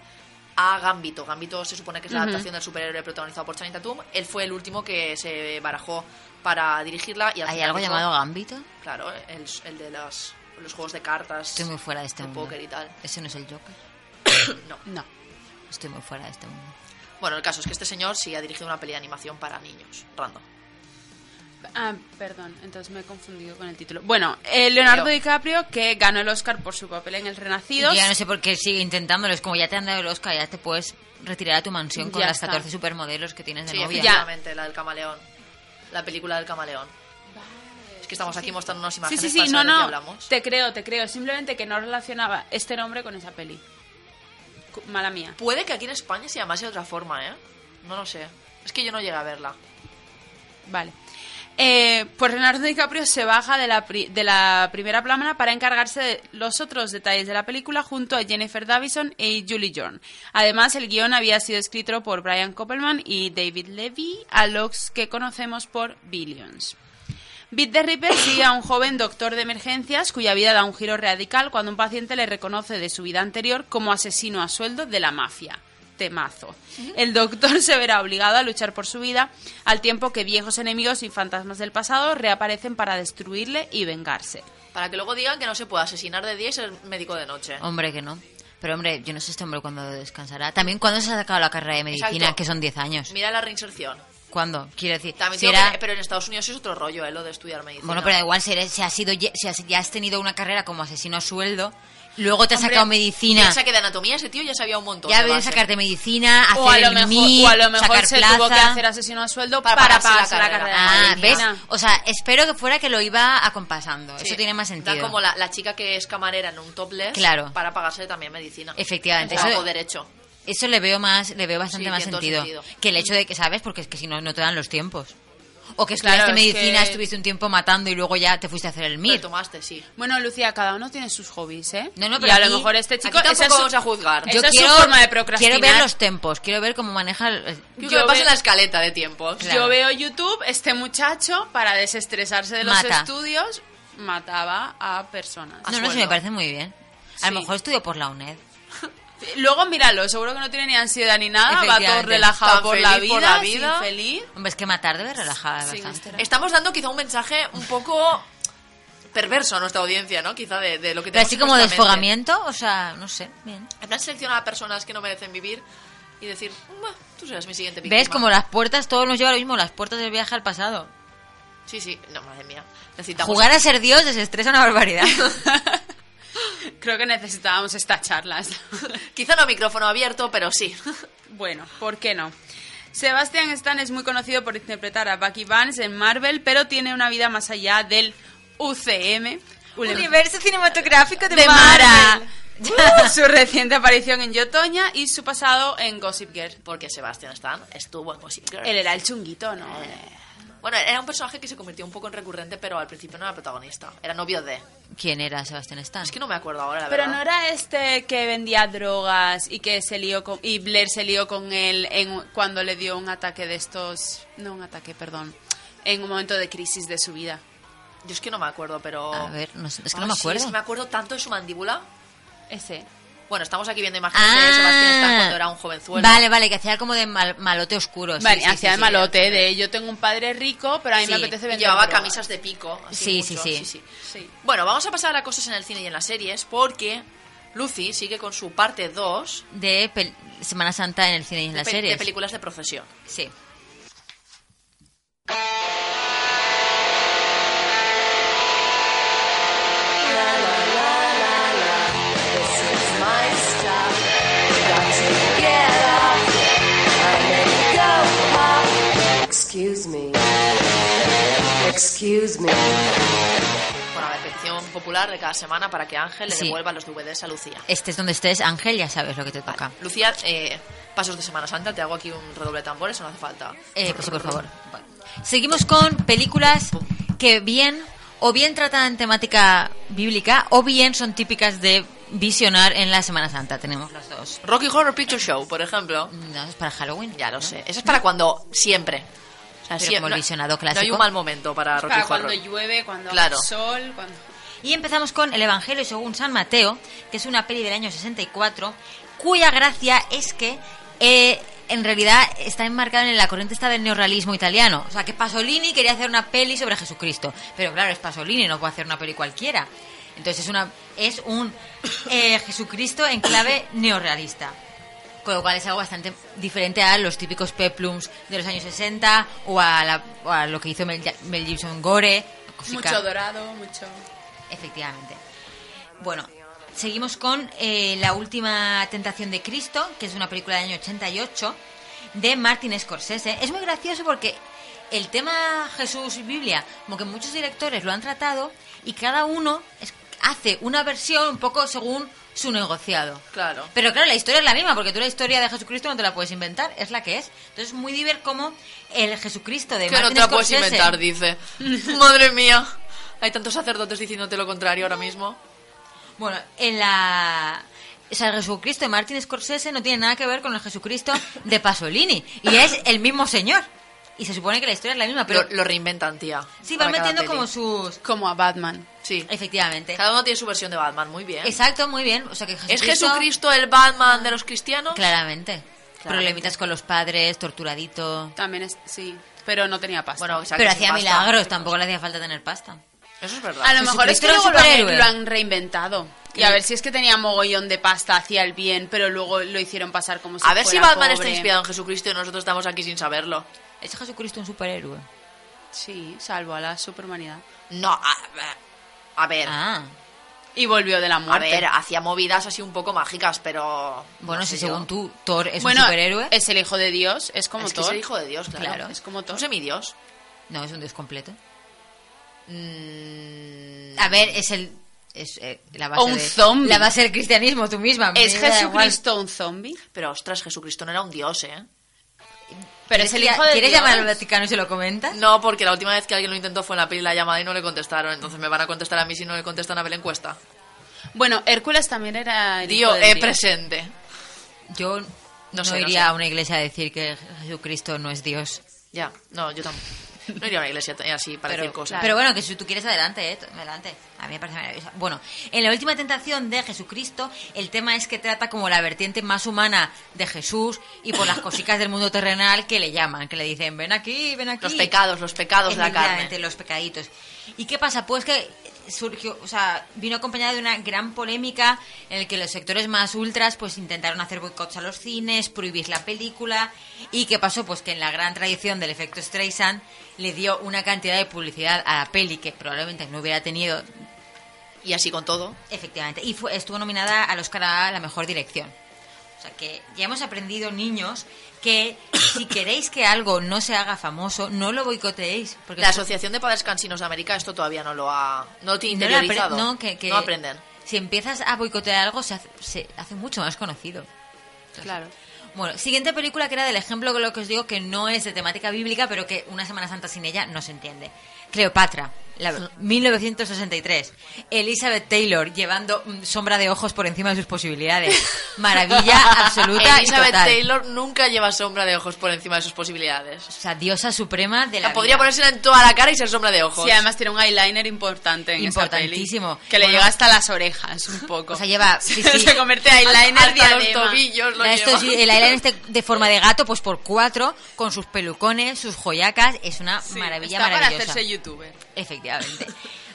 Speaker 5: a Gambito. Gambito se supone que es la adaptación del superhéroe protagonizado por Channing Tatum. Él fue el último que se barajó para dirigirla. Y al
Speaker 6: ¿Hay
Speaker 5: final
Speaker 6: algo
Speaker 5: dijo-
Speaker 6: llamado Gambito?
Speaker 5: Claro, el, el de las- los juegos de cartas.
Speaker 6: Estoy muy fuera de este
Speaker 5: de
Speaker 6: mundo.
Speaker 5: póker y tal.
Speaker 6: Ese no es el Joker.
Speaker 5: No.
Speaker 7: No.
Speaker 6: Estoy muy fuera de este mundo.
Speaker 5: Bueno, el caso es que este señor sí ha dirigido una peli de animación para niños. Rando.
Speaker 7: Ah, perdón, entonces me he confundido con el título. Bueno, eh, Leonardo
Speaker 5: Pero-
Speaker 7: DiCaprio, que ganó el Oscar por su papel en El Renacido.
Speaker 6: Yo ya no sé por qué sigue intentándolo. Es como ya te han dado el Oscar, ya te puedes retirar a tu mansión con
Speaker 7: Ya
Speaker 6: las
Speaker 7: está.
Speaker 6: 14 supermodelos que tienes de
Speaker 5: Sí,
Speaker 6: novia.
Speaker 5: efectivamente, la del camaleón. La película del camaleón. Es que estamos aquí mostrando unas
Speaker 7: Sí,
Speaker 5: imágenes
Speaker 7: sí, sí,
Speaker 5: para
Speaker 7: no,
Speaker 5: saber de qué
Speaker 7: no.
Speaker 5: hablamos.
Speaker 7: Te creo, te creo. Simplemente que no relacionaba este nombre con esa peli. Cu- Mala mía.
Speaker 5: Puede que aquí en España se llamase de otra forma, ¿eh? No lo sé. Es que yo no llegué a verla.
Speaker 7: Vale. Eh, pues Leonardo DiCaprio se baja de la, pri- de la primera plana para encargarse de los otros detalles de la película junto a Jennifer Davison y Julie Jorn. Además, el guión había sido escrito por Brian Koppelman y David Levy, a los que conocemos por Billions. Beat the Ripper sigue a un joven doctor de emergencias cuya vida da un giro radical cuando un paciente le reconoce de su vida anterior como asesino a sueldo de la mafia. Temazo. El doctor se verá obligado a luchar por su vida al tiempo que viejos enemigos y fantasmas del pasado reaparecen para destruirle y vengarse.
Speaker 5: Para que luego digan que no se puede asesinar de día y ser médico de noche.
Speaker 6: Hombre, que no. Pero hombre, yo no sé este hombre cuándo descansará. También cuándo se ha sacado la carrera de medicina,
Speaker 5: Exacto.
Speaker 6: que son 10 años.
Speaker 5: Mira la reinserción.
Speaker 6: ¿Cuándo? Quiero decir,
Speaker 5: También
Speaker 6: si
Speaker 5: tengo
Speaker 6: era-
Speaker 5: que- pero en Estados Unidos es otro rollo, ¿eh? Lo de estudiar medicina.
Speaker 6: Bueno, pero da igual si, eres- si has sido, ye- si has, ya has tenido una carrera como asesino a sueldo, luego te has sacado medicina.
Speaker 5: Piensa que de anatomía ese tío ya sabía un montón.
Speaker 6: Ya
Speaker 5: de
Speaker 6: ves
Speaker 5: base.
Speaker 6: sacarte medicina, hacer
Speaker 7: O a lo
Speaker 6: el
Speaker 7: mejor,
Speaker 6: MIT,
Speaker 7: o a lo mejor
Speaker 6: sacar
Speaker 7: se
Speaker 6: plaza.
Speaker 7: tuvo que hacer asesino a sueldo
Speaker 5: Para
Speaker 7: para,
Speaker 5: pagarse
Speaker 7: pagarse
Speaker 5: la
Speaker 7: la
Speaker 5: carrera.
Speaker 7: carrera.
Speaker 6: Ah,
Speaker 7: de
Speaker 6: ¿ves?
Speaker 7: medicina.
Speaker 6: O sea, espero que fuera que lo iba acompasando.
Speaker 5: Sí.
Speaker 6: Eso tiene más sentido.
Speaker 5: Da como la, la chica que es camarera en un topless
Speaker 6: Claro.
Speaker 5: para pagarse también medicina.
Speaker 6: Efectivamente,
Speaker 5: O
Speaker 6: eso-
Speaker 5: algo derecho.
Speaker 6: Eso le veo más, le veo bastante
Speaker 5: Sí,
Speaker 6: más
Speaker 5: tiene todo
Speaker 6: sentido,
Speaker 5: sentido.
Speaker 6: que el hecho de que sabes, porque es que si no no te dan los tiempos. O que estudiaste
Speaker 7: Claro, es
Speaker 6: medicina,
Speaker 7: que-
Speaker 6: estuviste un tiempo matando y luego ya te fuiste a hacer el
Speaker 5: Pero
Speaker 6: MIR.
Speaker 5: tomaste, sí.
Speaker 7: Bueno, Lucía, cada uno tiene sus hobbies, ¿eh?
Speaker 6: No, no,
Speaker 7: y
Speaker 6: pero
Speaker 7: a
Speaker 6: aquí-
Speaker 7: lo mejor este chico...
Speaker 5: Aquí
Speaker 7: esa es
Speaker 5: tampoco
Speaker 7: su-
Speaker 5: vamos a juzgar.
Speaker 7: Esa es su forma de procrastinar.
Speaker 6: quiero ver los tiempos, quiero ver cómo maneja el-
Speaker 5: Yo
Speaker 7: yo
Speaker 5: que me paso
Speaker 7: ve-
Speaker 5: la escaleta de tiempos.
Speaker 6: Claro.
Speaker 7: Yo veo YouTube, este muchacho, para desestresarse de los
Speaker 6: Mata.
Speaker 7: estudios, mataba a personas.
Speaker 6: No, no,
Speaker 5: sueldo.
Speaker 6: se me parece muy bien. A
Speaker 7: Sí.
Speaker 6: lo mejor estudio por la UNED.
Speaker 7: Luego míralo, seguro que no tiene ni ansiedad ni nada, va todo
Speaker 6: Efectivamente.
Speaker 7: relajado
Speaker 5: Tan
Speaker 7: por
Speaker 5: feliz
Speaker 7: la,
Speaker 5: por
Speaker 7: vida,
Speaker 5: la vida.
Speaker 7: sin feliz.
Speaker 6: Hombre, es que matar debe relajar
Speaker 7: Sin
Speaker 6: bastante.
Speaker 7: estrés.
Speaker 5: Estamos dando quizá un mensaje un poco perverso a nuestra audiencia, ¿no? Quizá de, de lo que tenemos
Speaker 6: Pero así
Speaker 5: en
Speaker 6: como
Speaker 5: nuestra mente.
Speaker 6: desfogamiento, o sea, no sé, bien.
Speaker 5: En plan, seleccionar a personas que no merecen vivir y decir, "Buah, tú serás mi siguiente víctima.
Speaker 6: ¿Ves? Como las puertas, todo nos lleva a lo mismo, las puertas del viaje al pasado.
Speaker 5: Sí, sí. No, madre mía. Necesitamos...
Speaker 6: Jugar a ser Dios desestresa una barbaridad.
Speaker 7: Creo que necesitábamos esta charla. esta-
Speaker 5: Quizá no a micrófono abierto, pero sí.
Speaker 7: Bueno, ¿por qué no? Sebastian Stan es muy conocido por interpretar a Bucky Vance en Marvel, pero tiene una vida más allá del UCM,
Speaker 6: Universo cinematográfico de,
Speaker 7: de
Speaker 6: Mara.
Speaker 7: Marvel. su reciente aparición en Yo Toña y su pasado en Gossip Girl.
Speaker 5: Porque Sebastian Stan estuvo en Gossip Girl.
Speaker 7: Él era el chunguito, ¿no?
Speaker 5: Bueno, era un personaje que se convirtió un poco en recurrente, pero al principio no era protagonista. Era novio de.
Speaker 6: ¿Quién era Sebastián Stan?
Speaker 5: Es que no me acuerdo ahora, la
Speaker 7: Pero no
Speaker 5: verdad.
Speaker 7: era este que vendía drogas y que se lió con, y Blair se lió con él en, cuando le dio un ataque de estos, no un ataque, perdón, en un momento de crisis de su vida.
Speaker 5: Yo es que no me acuerdo, pero.
Speaker 6: A ver, no sé, es que no
Speaker 5: Ay,
Speaker 6: me
Speaker 5: sí,
Speaker 6: acuerdo.
Speaker 5: es que me acuerdo tanto de su mandíbula.
Speaker 7: Ese.
Speaker 5: Bueno, estamos aquí viendo imágenes de Sebastián Stan cuando era un jovenzuelo.
Speaker 6: Ah. Vale, vale, que hacía como de mal- malote oscuro. sí,
Speaker 7: vale,
Speaker 6: sí,
Speaker 7: hacía
Speaker 6: sí,
Speaker 7: de
Speaker 6: sí,
Speaker 7: malote de yo tengo un padre rico, pero a mí
Speaker 6: Sí,
Speaker 7: me apetece
Speaker 5: Y
Speaker 7: vender
Speaker 5: llevaba
Speaker 7: drogas".
Speaker 5: camisas de pico. así
Speaker 6: Sí, sí,
Speaker 5: mucho,
Speaker 6: sí.
Speaker 7: Sí.
Speaker 5: Bueno, vamos a pasar a cosas en el cine y en las series porque Lucy sigue con su parte 2
Speaker 6: De pel- Semana Santa en el cine y en
Speaker 5: de,
Speaker 6: las
Speaker 5: pe- de
Speaker 6: series.
Speaker 5: películas de procesión.
Speaker 6: Sí.
Speaker 8: Excuse me. Excuse me.
Speaker 5: Bueno, la petición popular de cada semana para que Ángel le
Speaker 6: Sí.
Speaker 5: devuelva los DVDs a Lucía.
Speaker 6: Estés donde estés, Ángel, ya sabes lo que te toca.
Speaker 5: Lucía, eh, pasos de Semana Santa, te hago aquí un redoble de tambores, no hace falta.
Speaker 6: Eh, pues sí, por favor. Seguimos con películas que bien o bien tratan temática bíblica o bien son típicas de visionar en la Semana Santa. Tenemos las dos.
Speaker 5: Rocky Horror Picture Show, por ejemplo.
Speaker 6: No, es para Halloween.
Speaker 5: Ya lo sé. Eso es para cuando siempre. O sea,
Speaker 6: Pero como el
Speaker 5: no-
Speaker 6: visionado
Speaker 5: No hay
Speaker 6: clásico.
Speaker 5: un mal momento para Rocky
Speaker 7: Para
Speaker 5: Horror.
Speaker 7: cuando llueve, cuando
Speaker 5: Claro.
Speaker 7: hace sol, cuando...
Speaker 6: Y empezamos con El Evangelio según San Mateo, que es una peli del año 64, cuya gracia es que eh, en realidad está enmarcada en la corriente esta del neorrealismo italiano. O sea, que Pasolini quería hacer una peli sobre Jesucristo. Pero claro, es Pasolini, no puede hacer una peli cualquiera. Entonces es, una, es un eh, Jesucristo en clave neorrealista. Con lo cual es algo bastante diferente a los típicos peplums de los años 60 o a, la- o a lo que hizo Mel, Mel Gibson Gore. cosica.
Speaker 7: Mucho dorado, mucho...
Speaker 6: Efectivamente. Bueno, seguimos con eh, La última tentación de Cristo, que es una película del año 88 de Martin Scorsese. Es muy gracioso porque el tema Jesús y Biblia, como que muchos directores lo han tratado y cada uno es- hace una versión un poco según su negociado.
Speaker 5: Claro.
Speaker 6: Pero claro, la historia es la misma, porque tú la historia de Jesucristo no te la puedes inventar, es la que es. Entonces es muy divertido cómo el Jesucristo de
Speaker 5: Que no
Speaker 6: Martin
Speaker 5: te la puedes
Speaker 6: Scorsese-
Speaker 5: inventar, dice. Madre mía. Hay tantos sacerdotes diciéndote lo contrario ahora mismo.
Speaker 6: Bueno, en la. O sea, el Jesucristo de Martin Scorsese no tiene nada que ver con el Jesucristo de Pasolini. Y es el mismo señor. Y se supone que la historia es la misma, pero.
Speaker 5: Pero lo reinventan, tía.
Speaker 6: sí,
Speaker 5: para
Speaker 6: van
Speaker 5: cada
Speaker 6: metiendo
Speaker 5: peli.
Speaker 6: como Eh, sus.
Speaker 7: Como a Batman.
Speaker 5: Sí.
Speaker 6: Efectivamente.
Speaker 5: Cada uno tiene su versión de Batman, muy bien.
Speaker 6: Exacto, muy bien. O sea, que
Speaker 5: ¿Es Jesucristo el Batman de los cristianos?
Speaker 6: Claramente. Problemitas con los padres, torturadito.
Speaker 7: También es... Sí. Pero no tenía pasta.
Speaker 5: Bueno, o sea, que
Speaker 6: Pero
Speaker 5: sin
Speaker 6: hacía
Speaker 5: pasta.
Speaker 6: milagros, tampoco le hacía falta tener pasta.
Speaker 5: Eso es verdad.
Speaker 7: A lo mejor es que
Speaker 6: Jesucristo era
Speaker 7: luego
Speaker 6: un
Speaker 7: lo han,
Speaker 6: superhéroe.
Speaker 7: lo han reinventado. Y a ver si es que tenía mogollón de pasta, hacía el bien, pero luego lo hicieron pasar como si
Speaker 5: A ver si
Speaker 7: fuera
Speaker 5: Batman
Speaker 7: pobre.
Speaker 5: está inspirado en Jesucristo y nosotros estamos aquí sin saberlo.
Speaker 6: ¿Es Jesucristo un superhéroe?
Speaker 7: Sí, salvo a la superhumanidad.
Speaker 5: No, a, a ver.
Speaker 6: Ah.
Speaker 7: Y volvió de la
Speaker 5: a
Speaker 7: muerte.
Speaker 5: ver, hacía movidas así un poco mágicas, pero.
Speaker 6: Bueno,
Speaker 5: no
Speaker 6: si
Speaker 5: sé yo.
Speaker 6: según tú Thor es
Speaker 7: bueno,
Speaker 6: un superhéroe.
Speaker 7: es el hijo de Dios, es como
Speaker 5: Es que
Speaker 7: todo.
Speaker 5: es el hijo de Dios, claro.
Speaker 6: Claro.
Speaker 5: Es como todo. Un semidios.
Speaker 6: No, es un dios completo. Mm, A ver, es el. Es, eh, la base
Speaker 7: O un
Speaker 6: de-
Speaker 7: zombi.
Speaker 6: La base del cristianismo, tú misma.
Speaker 7: ¿Es
Speaker 6: me da igual.
Speaker 7: Jesucristo un zombie?
Speaker 5: Pero ostras, Jesucristo no era un dios, ¿eh?
Speaker 7: Pero es el
Speaker 6: ¿Quieres
Speaker 7: hijo de
Speaker 6: ¿Quieres
Speaker 7: Dios.
Speaker 6: llamar al Vaticano y se lo comentas?
Speaker 5: No, porque la última vez que alguien lo intentó fue en la peli La llamada y no le contestaron. Entonces me van a contestar a mí si no le contestan a Belén Cuesta.
Speaker 7: Bueno, Hércules también era el
Speaker 5: Dios,
Speaker 7: hijo de
Speaker 5: eh,
Speaker 7: Dios.
Speaker 5: presente.
Speaker 6: Yo no,
Speaker 5: sé, no
Speaker 6: iría
Speaker 5: sé.
Speaker 6: a una iglesia a decir que Jesucristo no es Dios.
Speaker 5: Ya, no, yo tampoco. No iría a una iglesia t- así para
Speaker 6: Pero,
Speaker 5: decir cosas.
Speaker 6: pero bueno, que si tú quieres, adelante, eh, t- adelante. A mí me parece maravillosa. Bueno, en la última tentación de Jesucristo, el tema es que trata como la vertiente más humana de Jesús y por las cositas del mundo terrenal que le llaman, que le dicen, ven aquí, ven aquí.
Speaker 5: los pecados, los pecados de la
Speaker 6: Efectivamente,
Speaker 5: carne.
Speaker 6: los pecaditos. ¿Y qué pasa? Pues que surgió, o sea, vino acompañada de una gran polémica en el que los sectores más ultras pues intentaron hacer boicots a los cines, prohibir la película y qué pasó pues que en la gran tradición del efecto Streisand le dio una cantidad de publicidad a la peli que probablemente no hubiera tenido
Speaker 5: Y así con todo.
Speaker 6: efectivamente y fue, estuvo nominada al Oscar a la mejor dirección. O sea, que ya hemos aprendido, niños, que si queréis que algo no se haga famoso, no lo boicoteéis. Porque
Speaker 5: La Asociación de Padres Cansinos de América esto todavía no lo ha no lo tiene
Speaker 6: no lo apre-
Speaker 5: interiorizado.
Speaker 6: no, que- que
Speaker 5: No aprenden.
Speaker 6: Si empiezas a boicotear algo, se hace, se hace mucho más conocido.
Speaker 7: Claro.
Speaker 6: Bueno, siguiente película que era del ejemplo con lo que os digo que no es de temática bíblica, pero que una Semana Santa sin ella no se entiende. Cleopatra, la- 1963. Elizabeth Taylor llevando mm, sombra de ojos por encima de sus posibilidades. Maravilla absoluta
Speaker 5: Elizabeth
Speaker 6: y total.
Speaker 5: Taylor nunca lleva sombra de ojos por encima de sus posibilidades.
Speaker 6: O sea, diosa suprema de la
Speaker 5: La podría
Speaker 6: vida.
Speaker 5: ponérsela en toda la cara y ser sombra de ojos.
Speaker 7: Sí, además tiene un eyeliner importante en esa peli,
Speaker 6: Importantísimo.
Speaker 7: que le
Speaker 6: Bueno.
Speaker 7: llega hasta las orejas un poco.
Speaker 6: O sea, lleva- sí, sí.
Speaker 7: Se convierte en eyeliner
Speaker 5: Hasta los
Speaker 7: diadema.
Speaker 5: tobillos lo
Speaker 6: La- esto
Speaker 5: lleva.
Speaker 6: sí, el eyeliner este de forma de gato, pues por cuatro, con sus pelucones, sus joyacas, es una
Speaker 7: Sí,
Speaker 6: maravilla
Speaker 7: está para
Speaker 6: maravillosa.
Speaker 7: hacerse youtuber.
Speaker 6: Efectivamente.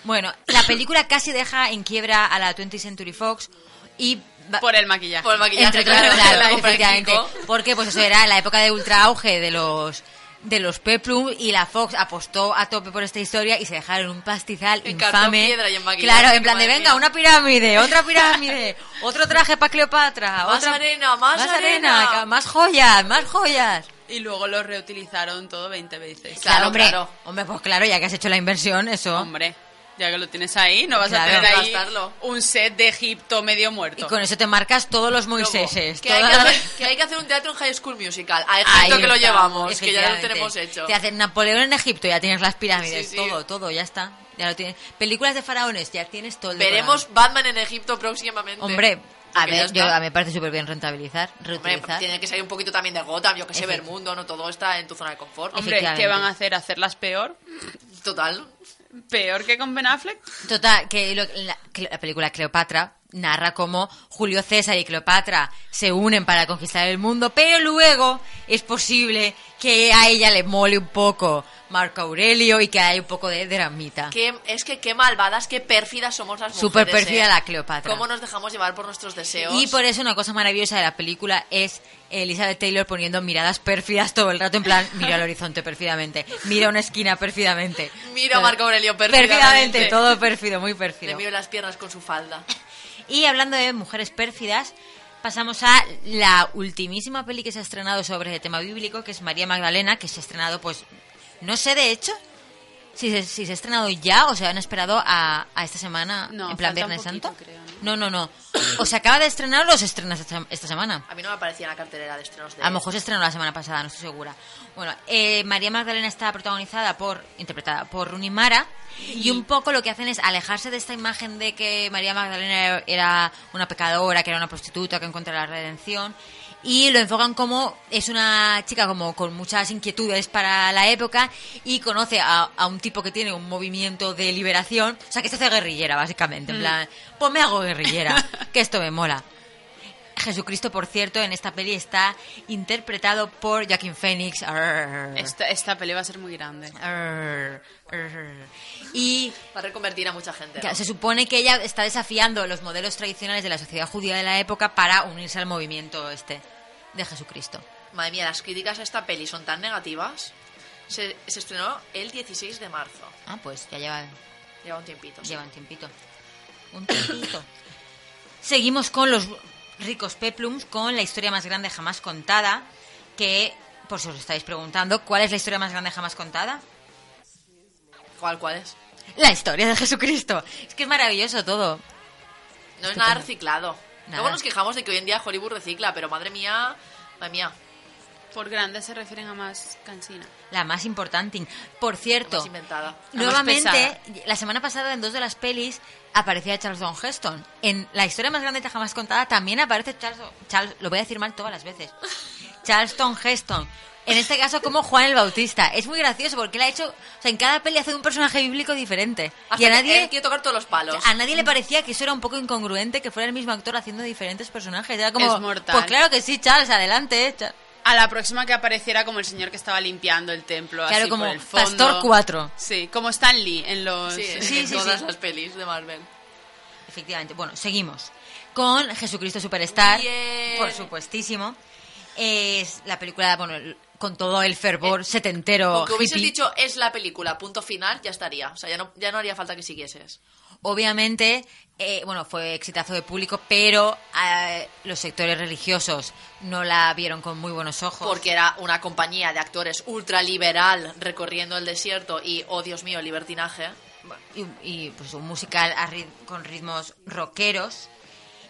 Speaker 6: Bueno, la película casi deja en quiebra a la 20th Century Fox y... va-
Speaker 7: Por el maquillaje.
Speaker 5: Por el maquillaje,
Speaker 6: entre otras
Speaker 5: claro,
Speaker 6: cosas,
Speaker 5: la compra en
Speaker 6: efectivamente,
Speaker 5: Kiko.
Speaker 6: porque pues eso era la época de ultra auge de los de los peplum y la Fox apostó a tope por esta historia y se dejaron un pastizal
Speaker 5: En
Speaker 6: infame.
Speaker 5: cartón piedra y en maquillaje,
Speaker 6: claro, en plan de
Speaker 5: madre
Speaker 6: venga,
Speaker 5: mía".
Speaker 6: una pirámide, otra pirámide, otro traje para Cleopatra,
Speaker 5: Más
Speaker 6: otra
Speaker 5: arena, más arena.
Speaker 6: ca- más joyas, más joyas.
Speaker 7: Y luego lo reutilizaron todo 20 veces.
Speaker 5: Claro,
Speaker 6: hombre,
Speaker 5: claro.
Speaker 6: hombre, pues claro, ya que has hecho la inversión, eso.
Speaker 7: Hombre, ya que lo tienes ahí, no vas
Speaker 6: Claro.
Speaker 7: a tener ahí
Speaker 5: Gastarlo.
Speaker 7: un set de Egipto medio muerto.
Speaker 6: Y con eso te marcas todos los
Speaker 5: Loco,
Speaker 6: Moiséses.
Speaker 5: que, hay que,
Speaker 6: todas las-
Speaker 5: hacer, que hay que hacer un teatro en High School Musical. A
Speaker 6: Ahí
Speaker 5: Egipto que lo
Speaker 6: está,
Speaker 5: llevamos, que ya lo
Speaker 6: efectivamente.
Speaker 5: tenemos hecho.
Speaker 6: Te hacen Napoleón en Egipto, ya tienes las pirámides,
Speaker 5: Sí, sí.
Speaker 6: todo, todo, ya está. Ya lo tienes. Películas de faraones, ya tienes todo el
Speaker 5: Veremos
Speaker 6: decorado.
Speaker 5: Batman en Egipto próximamente.
Speaker 6: Hombre, a
Speaker 5: Porque ya
Speaker 6: ver,
Speaker 5: está.
Speaker 6: yo, a mí me parece súper bien rentabilizar,
Speaker 5: Hombre,
Speaker 6: reutilizar.
Speaker 5: tiene que salir un poquito también de Gotham, yo que sé,
Speaker 6: Efecti-
Speaker 5: ver mundo, no todo está en tu zona de confort.
Speaker 6: Efecti-
Speaker 7: Hombre, ¿qué
Speaker 6: efectivamente.
Speaker 7: van a hacer? ¿Hacerlas peor?
Speaker 5: Total.
Speaker 7: ¿Peor que con Ben Affleck?
Speaker 6: Total, que lo- la, que la película Cleopatra narra cómo Julio César y Cleopatra se unen para conquistar el mundo, pero luego es posible que a ella le mole un poco Marco Aurelio y que haya un poco de dramita.
Speaker 5: Qué- es que qué malvadas, qué pérfidas somos las mujeres.
Speaker 6: Súper pérfida
Speaker 5: ¿eh?
Speaker 6: la Cleopatra.
Speaker 5: Cómo nos dejamos llevar por nuestros deseos.
Speaker 6: Y por eso una cosa maravillosa de la película es Elizabeth Taylor poniendo miradas pérfidas todo el rato, en plan, mira al horizonte pérfidamente, mira una esquina pérfidamente.
Speaker 5: Mira a Marco Aurelio pérfidamente.
Speaker 6: Pérfidamente, todo pérfido, muy
Speaker 5: Le
Speaker 6: pérfido.
Speaker 5: miro las piernas con su falda.
Speaker 6: Y hablando de mujeres pérfidas, pasamos a la ultimísima peli que se ha estrenado sobre el tema bíblico, que es María Magdalena, que se ha estrenado, pues, no sé de hecho si se, si se ha estrenado ya o se han esperado a, a esta semana,
Speaker 7: No,
Speaker 6: en plan
Speaker 7: falta un
Speaker 6: Viernes
Speaker 7: poquito,
Speaker 6: Santo.
Speaker 7: creo,
Speaker 6: ¿no? no, no, O se acaba de estrenar o se estrena esta- esta semana.
Speaker 5: A mí no me aparecía en la cartelera de estrenos de...
Speaker 6: A lo mejor se estrenó la semana pasada, no estoy segura. Bueno, eh, María Magdalena está protagonizada por, interpretada por Rooney Mara, y un poco lo que hacen es alejarse de esta imagen de que María Magdalena era una pecadora, que era una prostituta, que encuentra la redención, y lo enfocan como es una chica como con muchas inquietudes para la época y conoce a, a un tipo que tiene un movimiento de liberación, o sea que se hace guerrillera básicamente, en plan, pues me hago guerrillera, que esto me mola. Jesucristo, por cierto, en esta peli está interpretado por Joaquin Phoenix. Arr,
Speaker 7: Esta, esta peli va a ser muy grande.
Speaker 6: arr, arr. Y
Speaker 5: Va a reconvertir a mucha gente. ¿no?
Speaker 6: claro, se supone que ella está desafiando los modelos tradicionales de la sociedad judía de la época para unirse al movimiento este de Jesucristo.
Speaker 5: Madre mía, las críticas a esta peli son tan negativas. Se, se estrenó el 16 de marzo.
Speaker 6: Ah, pues ya lleva,
Speaker 5: Lleva un tiempito. sí.
Speaker 6: lleva un tiempito. Un tiempito. Seguimos con los ricos peplums, con la historia más grande jamás contada, que, por si os estáis preguntando, ¿cuál es la historia más grande jamás contada?
Speaker 5: ¿Cuál, cuál es?
Speaker 6: La historia de Jesucristo. Es que es maravilloso todo.
Speaker 5: No es nada reciclado.
Speaker 6: Nada.
Speaker 5: Luego nos quejamos de que hoy en día Hollywood recicla, pero madre mía, madre mía.
Speaker 7: Por grande se refieren a más cansina.
Speaker 6: La más importante. Por cierto,
Speaker 5: Más inventada.
Speaker 7: La más
Speaker 6: nuevamente,
Speaker 7: pesada.
Speaker 6: la semana pasada en dos de las pelis aparecía Charles Don Heston. En la historia más grande jamás contada también aparece Charles, Charles lo voy a decir mal todas las veces. Charles Don Heston. En este caso como Juan el Bautista. Es muy gracioso porque él ha hecho, o sea, en cada peli hace un personaje bíblico diferente.
Speaker 5: Hasta
Speaker 6: y a
Speaker 5: que
Speaker 6: nadie Ah,
Speaker 5: él quiere tocar todos los palos.
Speaker 6: A nadie le parecía que eso era un poco incongruente que fuera el mismo actor haciendo diferentes personajes. Era como,
Speaker 7: Es mortal.
Speaker 6: pues claro que sí, Charles, adelante. Char-
Speaker 7: A la próxima que apareciera como el señor que estaba limpiando el templo,
Speaker 6: Claro,
Speaker 7: así
Speaker 6: como
Speaker 7: por el fondo.
Speaker 6: Pastor 4.
Speaker 7: Sí, como Stan Lee en los...
Speaker 5: Sí, en
Speaker 6: sí, sí,
Speaker 5: todas
Speaker 6: sí.
Speaker 5: las pelis de Marvel.
Speaker 6: Efectivamente. Bueno, seguimos con Jesucristo Superstar,
Speaker 5: Bien.
Speaker 6: por supuestísimo. Es la película, bueno, el- con todo el fervor
Speaker 5: Eh,
Speaker 6: setentero
Speaker 5: Aunque hubieses
Speaker 6: Oh, hippie.
Speaker 5: dicho es la película, punto final, ya estaría. O sea, ya no, ya no haría falta que siguieses.
Speaker 6: Obviamente, eh, bueno, fue exitazo de público, pero eh, los sectores religiosos no la vieron con muy buenos ojos.
Speaker 5: Porque era una compañía de actores ultraliberal recorriendo el desierto y, oh Dios mío, libertinaje.
Speaker 6: y, y, pues un musical a rit- con ritmos rockeros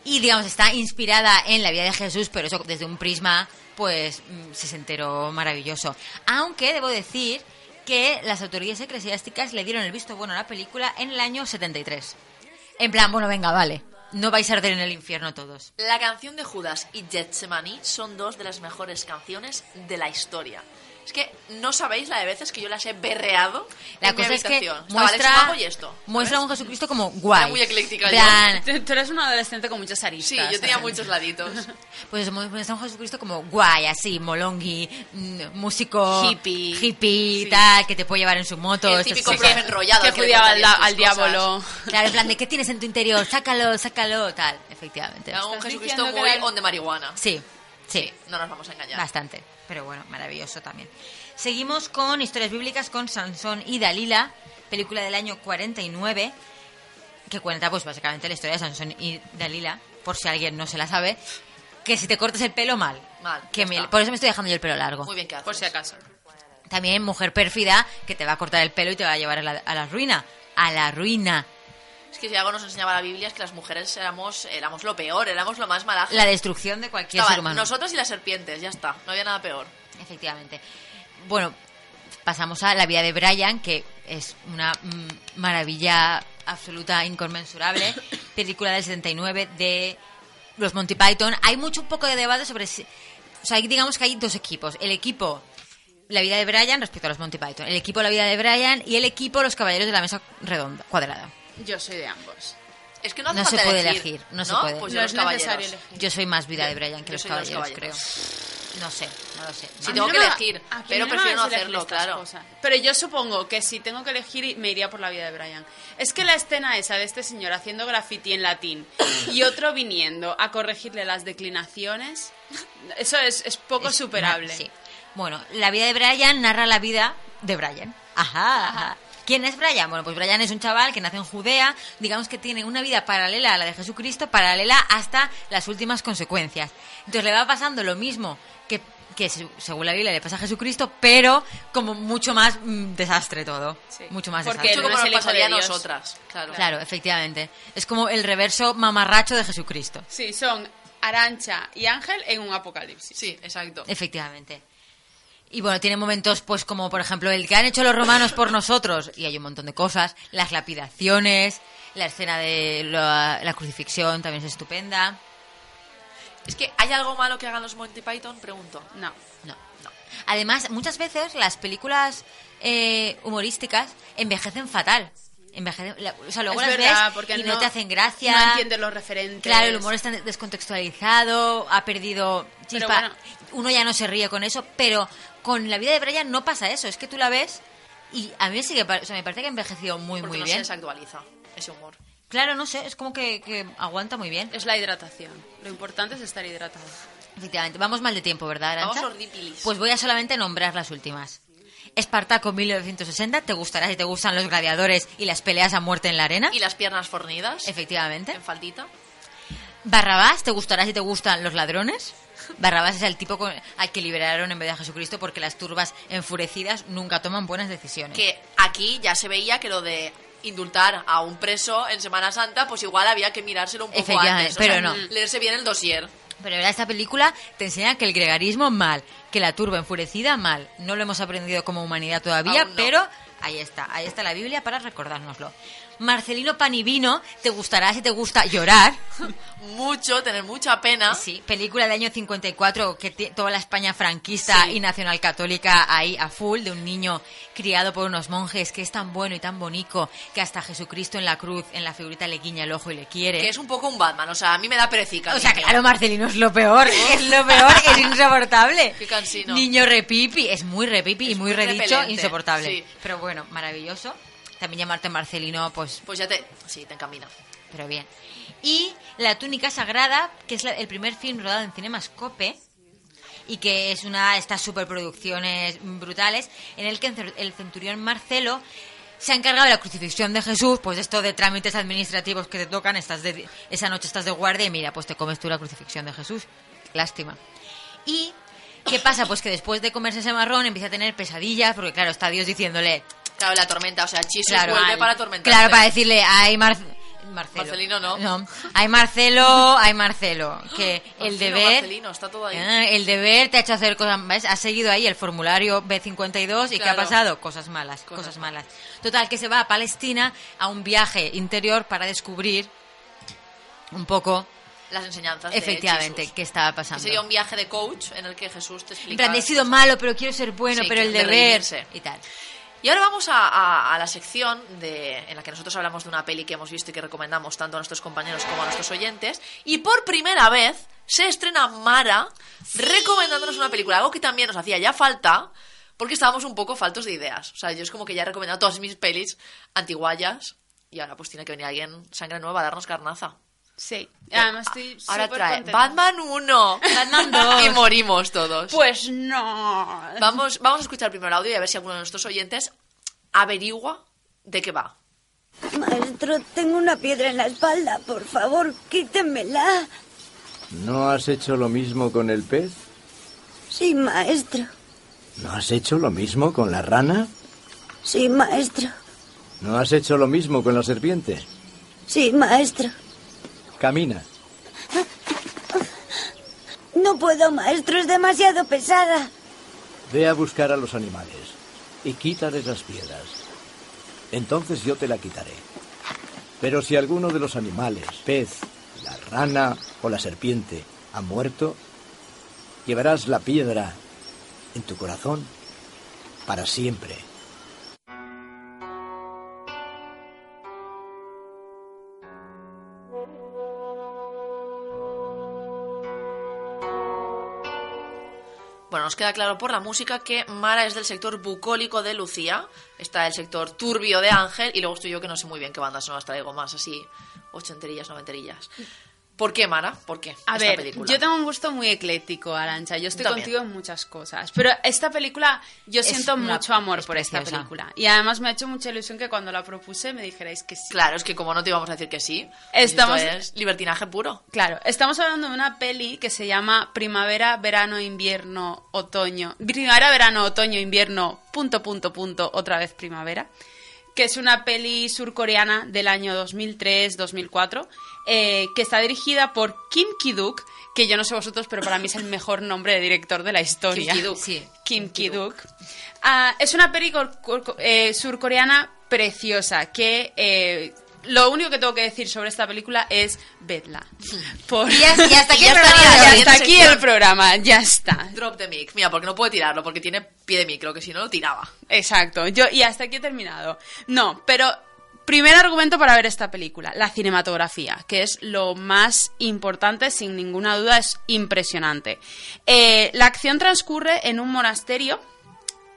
Speaker 6: y digamos está inspirada en la vida de Jesús, pero eso desde un prisma pues mm, se enteró maravilloso. Aunque debo decir que las autoridades eclesiásticas le dieron el visto bueno a la película en el año 73. En plan, bueno, venga, vale. No vais a arder en el infierno todos.
Speaker 5: La canción de Judas y Getsemaní son dos de las mejores canciones de la historia. Es que no sabéis la de veces que yo las he berreado
Speaker 6: La
Speaker 5: en mi
Speaker 6: cosa es que
Speaker 5: habitación. Estaba Alex
Speaker 6: muestra,
Speaker 5: Mago y esto.
Speaker 6: muestra a un Jesucristo como
Speaker 5: Era
Speaker 6: guay.
Speaker 5: muy ecléctica yo.
Speaker 6: plan,
Speaker 7: Tú tú eres un adolescente con muchas aristas.
Speaker 5: Sí, yo tenía muchos laditos.
Speaker 6: Pues eso, muestra a un Jesucristo como guay, así, molongi, mm, músico,
Speaker 7: Hippie.
Speaker 6: hippie, tal, que te puede llevar en su moto.
Speaker 5: el
Speaker 6: esto
Speaker 5: típico
Speaker 6: sí que-
Speaker 5: profe enrollado.
Speaker 7: Que
Speaker 5: le
Speaker 7: judía al,
Speaker 5: contarías tus
Speaker 7: al
Speaker 5: cosas.
Speaker 7: diablo.
Speaker 6: Claro, en plan de, ¿qué tienes en tu interior? Sácalo, sácalo, tal. Efectivamente.
Speaker 5: Era un
Speaker 7: Estás
Speaker 5: Jesucristo
Speaker 7: diciendo que
Speaker 5: muy
Speaker 7: era el-
Speaker 5: on de marihuana.
Speaker 6: Sí, sí,
Speaker 5: No nos vamos a engañar.
Speaker 6: bastante. Pero bueno, maravilloso también. Seguimos con historias bíblicas con Sansón y Dalila, película del año 49, que cuenta pues básicamente la historia de Sansón y Dalila, por si alguien no se la sabe, que si te cortas el pelo mal.
Speaker 5: Mal,
Speaker 6: Que
Speaker 5: ya
Speaker 6: me-
Speaker 5: está.
Speaker 6: por eso me estoy dejando yo el pelo largo.
Speaker 5: Muy bien que haces.
Speaker 7: Por si acaso.
Speaker 6: También mujer pérfida que te va a cortar el pelo y te va a llevar a la- a la ruina. A la ruina.
Speaker 5: Es que si algo nos enseñaba la Biblia es que las mujeres éramos, éramos lo peor, éramos lo más malaje.
Speaker 6: La destrucción de cualquier ser
Speaker 5: Estaban
Speaker 6: humano.
Speaker 5: nosotros y las serpientes, ya está. No había nada peor.
Speaker 6: Efectivamente. Bueno, pasamos a la vida de Brian, que es una mm, maravilla absoluta, inconmensurable. película del 79 de los Monty Python. Hay mucho un poco de debate sobre... si- o sea, hay- digamos que hay dos equipos. El equipo La vida de Brian respecto a los Monty Python. El equipo La vida de Brian y el equipo Los Caballeros de la Mesa Redonda, Cuadrada.
Speaker 7: Yo soy de ambos.
Speaker 5: Es que no hace
Speaker 6: No se
Speaker 5: falta
Speaker 6: puede elegir, no se puede.
Speaker 5: Pues
Speaker 7: No
Speaker 5: yo
Speaker 7: es
Speaker 5: los caballeros.
Speaker 7: necesario elegir.
Speaker 6: Yo soy más vida de Brian que
Speaker 5: Yo
Speaker 6: los
Speaker 5: soy de los
Speaker 6: caballeros, creo. No sé, no lo sé.
Speaker 5: Sí,
Speaker 7: A
Speaker 5: tengo
Speaker 7: mí
Speaker 5: que
Speaker 7: me-
Speaker 5: elegir,
Speaker 7: a mí
Speaker 5: pero
Speaker 7: me
Speaker 5: prefiero no
Speaker 7: vais a elegir
Speaker 5: hacerlo,
Speaker 7: estas
Speaker 5: claro.
Speaker 7: cosas. Pero yo supongo que si tengo que elegir, me iría por la vida de Brian. Es que la escena esa de este señor haciendo graffiti en latín y otro viniendo a corregirle las declinaciones, eso es, es poco
Speaker 6: Es-
Speaker 7: superable.
Speaker 6: Sí. Bueno, la vida de Brian narra la vida de Brian. Ajá, ajá. ¿Quién es Brian? Bueno, pues Brian es un chaval que nace en Judea, digamos que tiene una vida paralela a la de Jesucristo, paralela hasta las últimas consecuencias. Entonces le va pasando lo mismo que, que se- según la Biblia le pasa a Jesucristo, pero como mucho más mm, desastre todo.
Speaker 7: Sí.
Speaker 6: Mucho más
Speaker 7: Porque
Speaker 6: desastre.
Speaker 5: Mucho
Speaker 7: no
Speaker 5: como
Speaker 7: es
Speaker 5: nos
Speaker 7: el hijo
Speaker 5: pasaría a
Speaker 7: de Dios.
Speaker 5: nosotras. Claro.
Speaker 6: Claro, efectivamente. Es como el reverso mamarracho de Jesucristo.
Speaker 7: Sí, son Arancha y Ángel en un apocalipsis.
Speaker 5: Sí, exacto.
Speaker 6: Efectivamente. Y bueno, tiene momentos, pues como por ejemplo el que han hecho los romanos por nosotros, y hay un montón de cosas, las lapidaciones, la escena de la, la crucifixión también es estupenda.
Speaker 5: Es que hay algo malo que hagan los Monty Python, pregunto.
Speaker 7: No.
Speaker 6: No, no. Además, muchas veces las películas eh, humorísticas envejecen fatal. Envejecen, la- o sea, luego
Speaker 7: Es
Speaker 6: las
Speaker 7: verdad,
Speaker 6: ves
Speaker 7: porque
Speaker 6: y no, te hacen gracia.
Speaker 7: No entiendes los referentes.
Speaker 6: Claro, el humor está descontextualizado, ha perdido
Speaker 7: Pero
Speaker 6: chispa.
Speaker 7: bueno.
Speaker 6: Uno ya no se ríe con eso, pero con la vida de Brian no pasa eso. Es que tú la ves y a mí sí que pa- o sea, me parece que ha envejecido muy,
Speaker 5: Porque
Speaker 6: muy
Speaker 5: no se
Speaker 6: bien.
Speaker 5: desactualiza ese humor.
Speaker 6: Claro, no sé, es como que, que aguanta muy bien.
Speaker 7: Es la hidratación. Lo importante es estar hidratado.
Speaker 6: Efectivamente, vamos mal de tiempo, ¿verdad, Arantxa?
Speaker 5: Vamos horripilis.
Speaker 6: Pues voy a solamente nombrar las últimas. Espartaco 1960, ¿te gustará si te gustan los gladiadores y las peleas a muerte en la arena?
Speaker 5: Y las piernas fornidas.
Speaker 6: Efectivamente.
Speaker 5: En faldita.
Speaker 6: Barrabás, ¿te gustará si te gustan los ladrones? Barrabás es el tipo con- al que liberaron en vez de a Jesucristo porque las turbas enfurecidas nunca toman buenas decisiones.
Speaker 5: Que aquí ya se veía que lo de indultar a un preso en Semana Santa, pues igual había que mirárselo un poco
Speaker 6: Efectivamente,
Speaker 5: antes. o
Speaker 6: pero
Speaker 5: sea,
Speaker 6: no.
Speaker 5: Leerse bien el dossier.
Speaker 6: Pero ¿verdad? esta película te enseña que el gregarismo mal, que la turba enfurecida mal. No lo hemos aprendido como humanidad todavía,
Speaker 5: Aún no.
Speaker 6: pero ahí está, ahí está la Biblia para recordárnoslo. Marcelino Panivino, ¿te gustará si te gusta llorar?
Speaker 5: Mucho, tener mucha pena.
Speaker 6: Sí, película del año 54 que ti- toda la España franquista
Speaker 5: Sí.
Speaker 6: y nacional católica ahí a full de un niño criado por unos monjes que es tan bueno y tan bonito que hasta Jesucristo en la cruz en la figurita le guiña el ojo y le quiere.
Speaker 5: Que es un poco un Batman. O sea, a mí me da perecica.
Speaker 6: o sea, claro, Marcelino es lo peor, es lo peor, es insoportable.
Speaker 5: Qué cansino.
Speaker 6: Niño repipi, es muy repipi y
Speaker 5: Es muy
Speaker 6: muy, redicho,
Speaker 5: repelente,
Speaker 6: insoportable.
Speaker 5: sí.
Speaker 6: Pero bueno, maravilloso. También llamarte Marcelino, pues
Speaker 5: Pues ya te... Sí, te encamina.
Speaker 6: pero bien. Y La túnica sagrada, que es la- el primer film rodado en Cinemascope y que es una de estas superproducciones brutales en el que el centurión Marcelo se ha encargado de la crucifixión de Jesús, pues de esto de trámites administrativos que te tocan, estás de- esa noche estás de guardia y mira, pues te comes tú la crucifixión de Jesús. Lástima. ¿Y qué pasa? Pues que después de comerse ese marrón empieza a tener pesadillas, porque claro, está Dios diciéndole,
Speaker 5: Claro, la tormenta, o sea, Chisus
Speaker 6: claro,
Speaker 5: vuelve
Speaker 6: al-
Speaker 5: para atormentar.
Speaker 6: claro, para decirle, ay, Mar- Marcelo.
Speaker 5: Marcelino no.
Speaker 6: Hay Marcelo, hay Marcelo, que el
Speaker 5: Marcelino,
Speaker 6: deber...
Speaker 5: Ah, Marcelino, está todo ahí.
Speaker 6: Ah, el deber te ha hecho hacer cosas ¿ves? Has seguido ahí el formulario B52 y ¿qué ha
Speaker 5: Claro.
Speaker 6: pasado? Cosas malas,
Speaker 5: Cosas
Speaker 6: cosas, malas. Total, que se va a Palestina a un viaje interior para descubrir un poco,
Speaker 5: Las enseñanzas de
Speaker 6: efectivamente,
Speaker 5: Chisus.
Speaker 6: qué estaba
Speaker 5: Que
Speaker 6: pasando.
Speaker 5: sería un viaje de coach en el que Jesús te
Speaker 6: En
Speaker 5: explica...
Speaker 6: plan, he sido malo, pero quiero ser bueno,
Speaker 5: Sí,
Speaker 6: pero el
Speaker 5: de
Speaker 6: deber
Speaker 5: redimirse.
Speaker 6: y tal.
Speaker 5: Y ahora vamos a, a- a la sección de, en la que nosotros hablamos de una peli que hemos visto y que recomendamos tanto a nuestros compañeros como a nuestros oyentes. Y por primera vez se estrena Mara recomendándonos una película, algo que también nos hacía ya falta. Porque estábamos un poco faltos de ideas. O sea, yo es como que ya he recomendado todas mis pelis antiguayas y ahora pues tiene que venir alguien sangre nueva a darnos carnaza.
Speaker 7: Sí. Además estoy
Speaker 5: Ahora
Speaker 7: súper
Speaker 5: trae
Speaker 7: contenta.
Speaker 5: Batman 1.
Speaker 6: Batman 2.
Speaker 5: y morimos todos.
Speaker 7: Pues no.
Speaker 5: Vamos, vamos a escuchar primero el audio y a ver si alguno de nuestros oyentes averigua de qué va.
Speaker 8: Maestro, tengo una piedra en la espalda. Por favor, quítemela.
Speaker 9: ¿No has hecho lo mismo con el pez?
Speaker 8: Sí, maestro.
Speaker 9: ¿No has hecho lo mismo con la rana?
Speaker 8: Sí, maestro.
Speaker 9: ¿No has hecho lo mismo con la serpiente?
Speaker 8: Sí, maestro.
Speaker 9: Camina.
Speaker 8: No puedo, maestro. Es demasiado pesada.
Speaker 9: Ve a buscar a los animales y quítales las piedras. Entonces yo te la quitaré. Pero si alguno de los animales, pez, la rana o la serpiente, ha muerto, llevarás la piedra en tu corazón para siempre.
Speaker 5: Bueno, nos queda claro por la música que Mara es del sector bucólico de Lucía, está el sector turbio de Ángel y luego estoy yo que no sé muy bien qué bandas sonoras traigo más, así ochenterillas, noventerillas. ¿Por qué Mara? ¿Por qué? esta
Speaker 7: A ver,
Speaker 5: película?
Speaker 7: yo tengo un gusto muy ecléctico, Arancha. Yo estoy
Speaker 5: También.
Speaker 7: contigo en muchas cosas. Pero esta película, yo
Speaker 6: Es
Speaker 7: siento
Speaker 6: una-
Speaker 7: mucho amor
Speaker 6: es
Speaker 7: por esta
Speaker 6: preciosa.
Speaker 7: película. Y además me ha hecho mucha ilusión que cuando la propuse me dijerais que sí.
Speaker 5: Claro, es que como no te íbamos a decir que sí, pues
Speaker 7: Estamos-
Speaker 5: esto es libertinaje puro.
Speaker 7: Claro, estamos hablando de una peli que se llama Primavera, Verano, Invierno, Otoño. Primavera, Verano, Otoño, Invierno, punto, punto, punto, otra vez Primavera. Que es una peli surcoreana del año 2003-2004, eh, que está dirigida por Kim Ki-duk, que yo no sé vosotros, pero para mí es el mejor nombre de director de la historia.
Speaker 5: Kim Ki-duk.
Speaker 6: Sí.
Speaker 7: Kim Ki-duk. Ah, es una peli cor- cor- eh, surcoreana preciosa que eh, lo único que tengo que decir sobre esta película es vedla. Por-
Speaker 6: Y ya- y hasta aquí
Speaker 7: ya
Speaker 6: el
Speaker 7: estaría,
Speaker 6: programa, la
Speaker 7: ya está
Speaker 5: siguiente
Speaker 7: aquí
Speaker 5: sección.
Speaker 7: el programa, ya está.
Speaker 5: Drop the mic. Mira, porque no puede tirarlo, porque tiene pie de micro, que si no lo tiraba.
Speaker 7: Exacto, yo y hasta aquí he terminado. No, pero primer argumento para ver esta película, la cinematografía, que es lo más importante, sin ninguna duda, es impresionante. Eh, la acción transcurre en un monasterio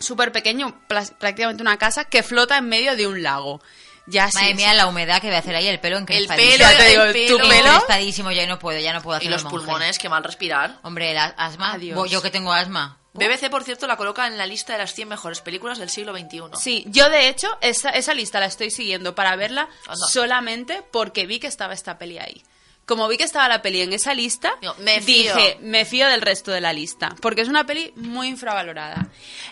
Speaker 7: súper pequeño, plas- prácticamente una casa, que flota en medio de un lago. Ya sí
Speaker 6: Madre
Speaker 7: es-
Speaker 6: mía, la humedad que voy a hacer ahí, el pelo encrespadísimo.
Speaker 5: pelo,
Speaker 7: Ya te digo,
Speaker 5: el
Speaker 7: tu
Speaker 5: pelo.
Speaker 7: pelo
Speaker 6: Encrespadísimo, ya no puedo, ya no puedo hacer
Speaker 5: Y los
Speaker 6: el monje.
Speaker 5: pulmones, que mal respirar.
Speaker 6: Hombre, el a- asma.
Speaker 7: Adiós.
Speaker 6: Bo- Yo que tengo asma.
Speaker 5: BBC, por cierto, la coloca en la lista de las 100 mejores películas del siglo XXI.
Speaker 7: Sí, yo de hecho esa, esa lista la estoy siguiendo para verla
Speaker 5: Anda.
Speaker 7: solamente porque vi que estaba esta peli ahí. Como vi que estaba la peli en esa lista,
Speaker 5: Digo, me fío.
Speaker 7: dije, me fío del resto de la lista, porque es una peli muy infravalorada.